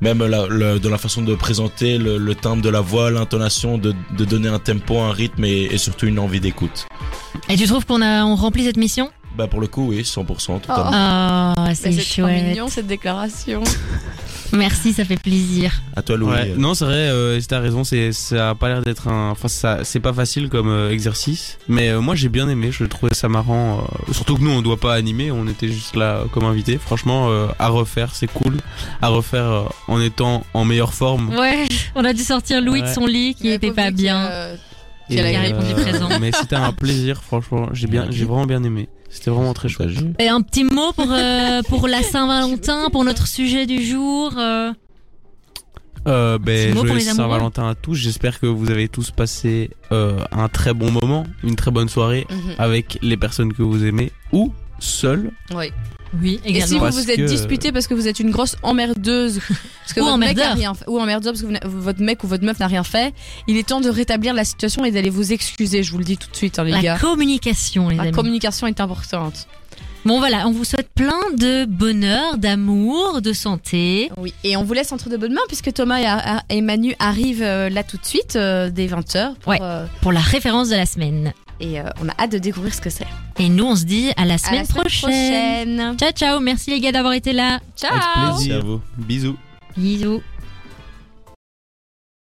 [SPEAKER 4] Même la, le- de la façon de présenter le, le timbre de la voix, l'intonation, de, de donner un tempo, un rythme et, et surtout une envie d'écoute.
[SPEAKER 2] Et tu trouves qu'on a on remplit cette mission
[SPEAKER 4] Bah, pour le coup, oui, 100%, totalement.
[SPEAKER 2] Oh,
[SPEAKER 3] Mais
[SPEAKER 2] c'est
[SPEAKER 3] Oh. Bah, C'est trop
[SPEAKER 2] chouette.
[SPEAKER 3] mignon cette déclaration.
[SPEAKER 2] Merci, ça fait plaisir.
[SPEAKER 4] À toi, Louis.
[SPEAKER 5] ouais.
[SPEAKER 4] Euh,
[SPEAKER 5] Non, c'est vrai, euh, Esther a raison, c'est, ça a pas l'air d'être un. Enfin, ça, c'est pas facile comme euh, exercice. Mais euh, moi, j'ai bien aimé, je trouvais ça marrant. euh, surtout que nous, on doit pas animer, on était juste là euh, comme invité. Franchement, euh, à refaire, c'est cool. À refaire euh, en étant en meilleure forme.
[SPEAKER 2] Ouais, on a dû sortir Louis de
[SPEAKER 5] Ouais.
[SPEAKER 2] son lit qui
[SPEAKER 3] Mais
[SPEAKER 2] était
[SPEAKER 3] pauvre
[SPEAKER 2] pas
[SPEAKER 3] Vic,
[SPEAKER 2] bien.
[SPEAKER 3] euh, Qui a la grippe,
[SPEAKER 2] on est présent.
[SPEAKER 5] euh, Mais c'était un plaisir, franchement. J'ai bien, j'ai vraiment bien aimé. C'était vraiment très chouette.
[SPEAKER 2] Et un petit mot pour, euh, pour la Saint-Valentin, pour notre sujet du jour. euh.
[SPEAKER 5] Euh, ben,
[SPEAKER 2] Petit mot pour
[SPEAKER 5] joyeux
[SPEAKER 2] les amoureux.
[SPEAKER 5] Saint-Valentin à tous. J'espère que vous avez tous passé euh, un très bon moment, une très bonne soirée
[SPEAKER 3] mhm,
[SPEAKER 5] avec les personnes que vous aimez ou seul.
[SPEAKER 3] ouais.
[SPEAKER 2] Oui,
[SPEAKER 3] Et si
[SPEAKER 2] également.
[SPEAKER 3] vous
[SPEAKER 5] Parce
[SPEAKER 3] vous êtes
[SPEAKER 5] que-
[SPEAKER 3] disputé parce que vous êtes une grosse emmerdeuse, parce que
[SPEAKER 2] Ou
[SPEAKER 3] votre mec
[SPEAKER 2] emmerdeur.
[SPEAKER 3] a rien fait- ou emmerdeur parce que vous n'a- votre mec ou votre meuf n'a rien fait, il est temps de rétablir la situation et d'aller vous excuser. Je vous le dis tout de suite, hein, les
[SPEAKER 2] la
[SPEAKER 3] gars.
[SPEAKER 2] communication, les
[SPEAKER 3] La
[SPEAKER 2] amis.
[SPEAKER 3] communication est importante.
[SPEAKER 2] Bon, voilà, on vous souhaite plein de bonheur, d'amour, de santé.
[SPEAKER 3] Oui. Et on vous laisse entre de bonnes mains puisque Thomas et, Ar- et Manu arrivent euh, là tout de suite euh, dès 20h.
[SPEAKER 2] Ouais. Pour la référence de la semaine.
[SPEAKER 3] euh, et euh, on a hâte de découvrir ce que c'est.
[SPEAKER 2] Et nous, on se dit à la
[SPEAKER 3] À
[SPEAKER 2] semaine,
[SPEAKER 3] la semaine
[SPEAKER 2] prochaine.
[SPEAKER 3] prochaine.
[SPEAKER 2] Ciao, ciao. Merci les gars d'avoir été là.
[SPEAKER 3] Ciao.
[SPEAKER 5] Avec plaisir.
[SPEAKER 4] Merci à vous.
[SPEAKER 5] Bisous.
[SPEAKER 2] Bisous.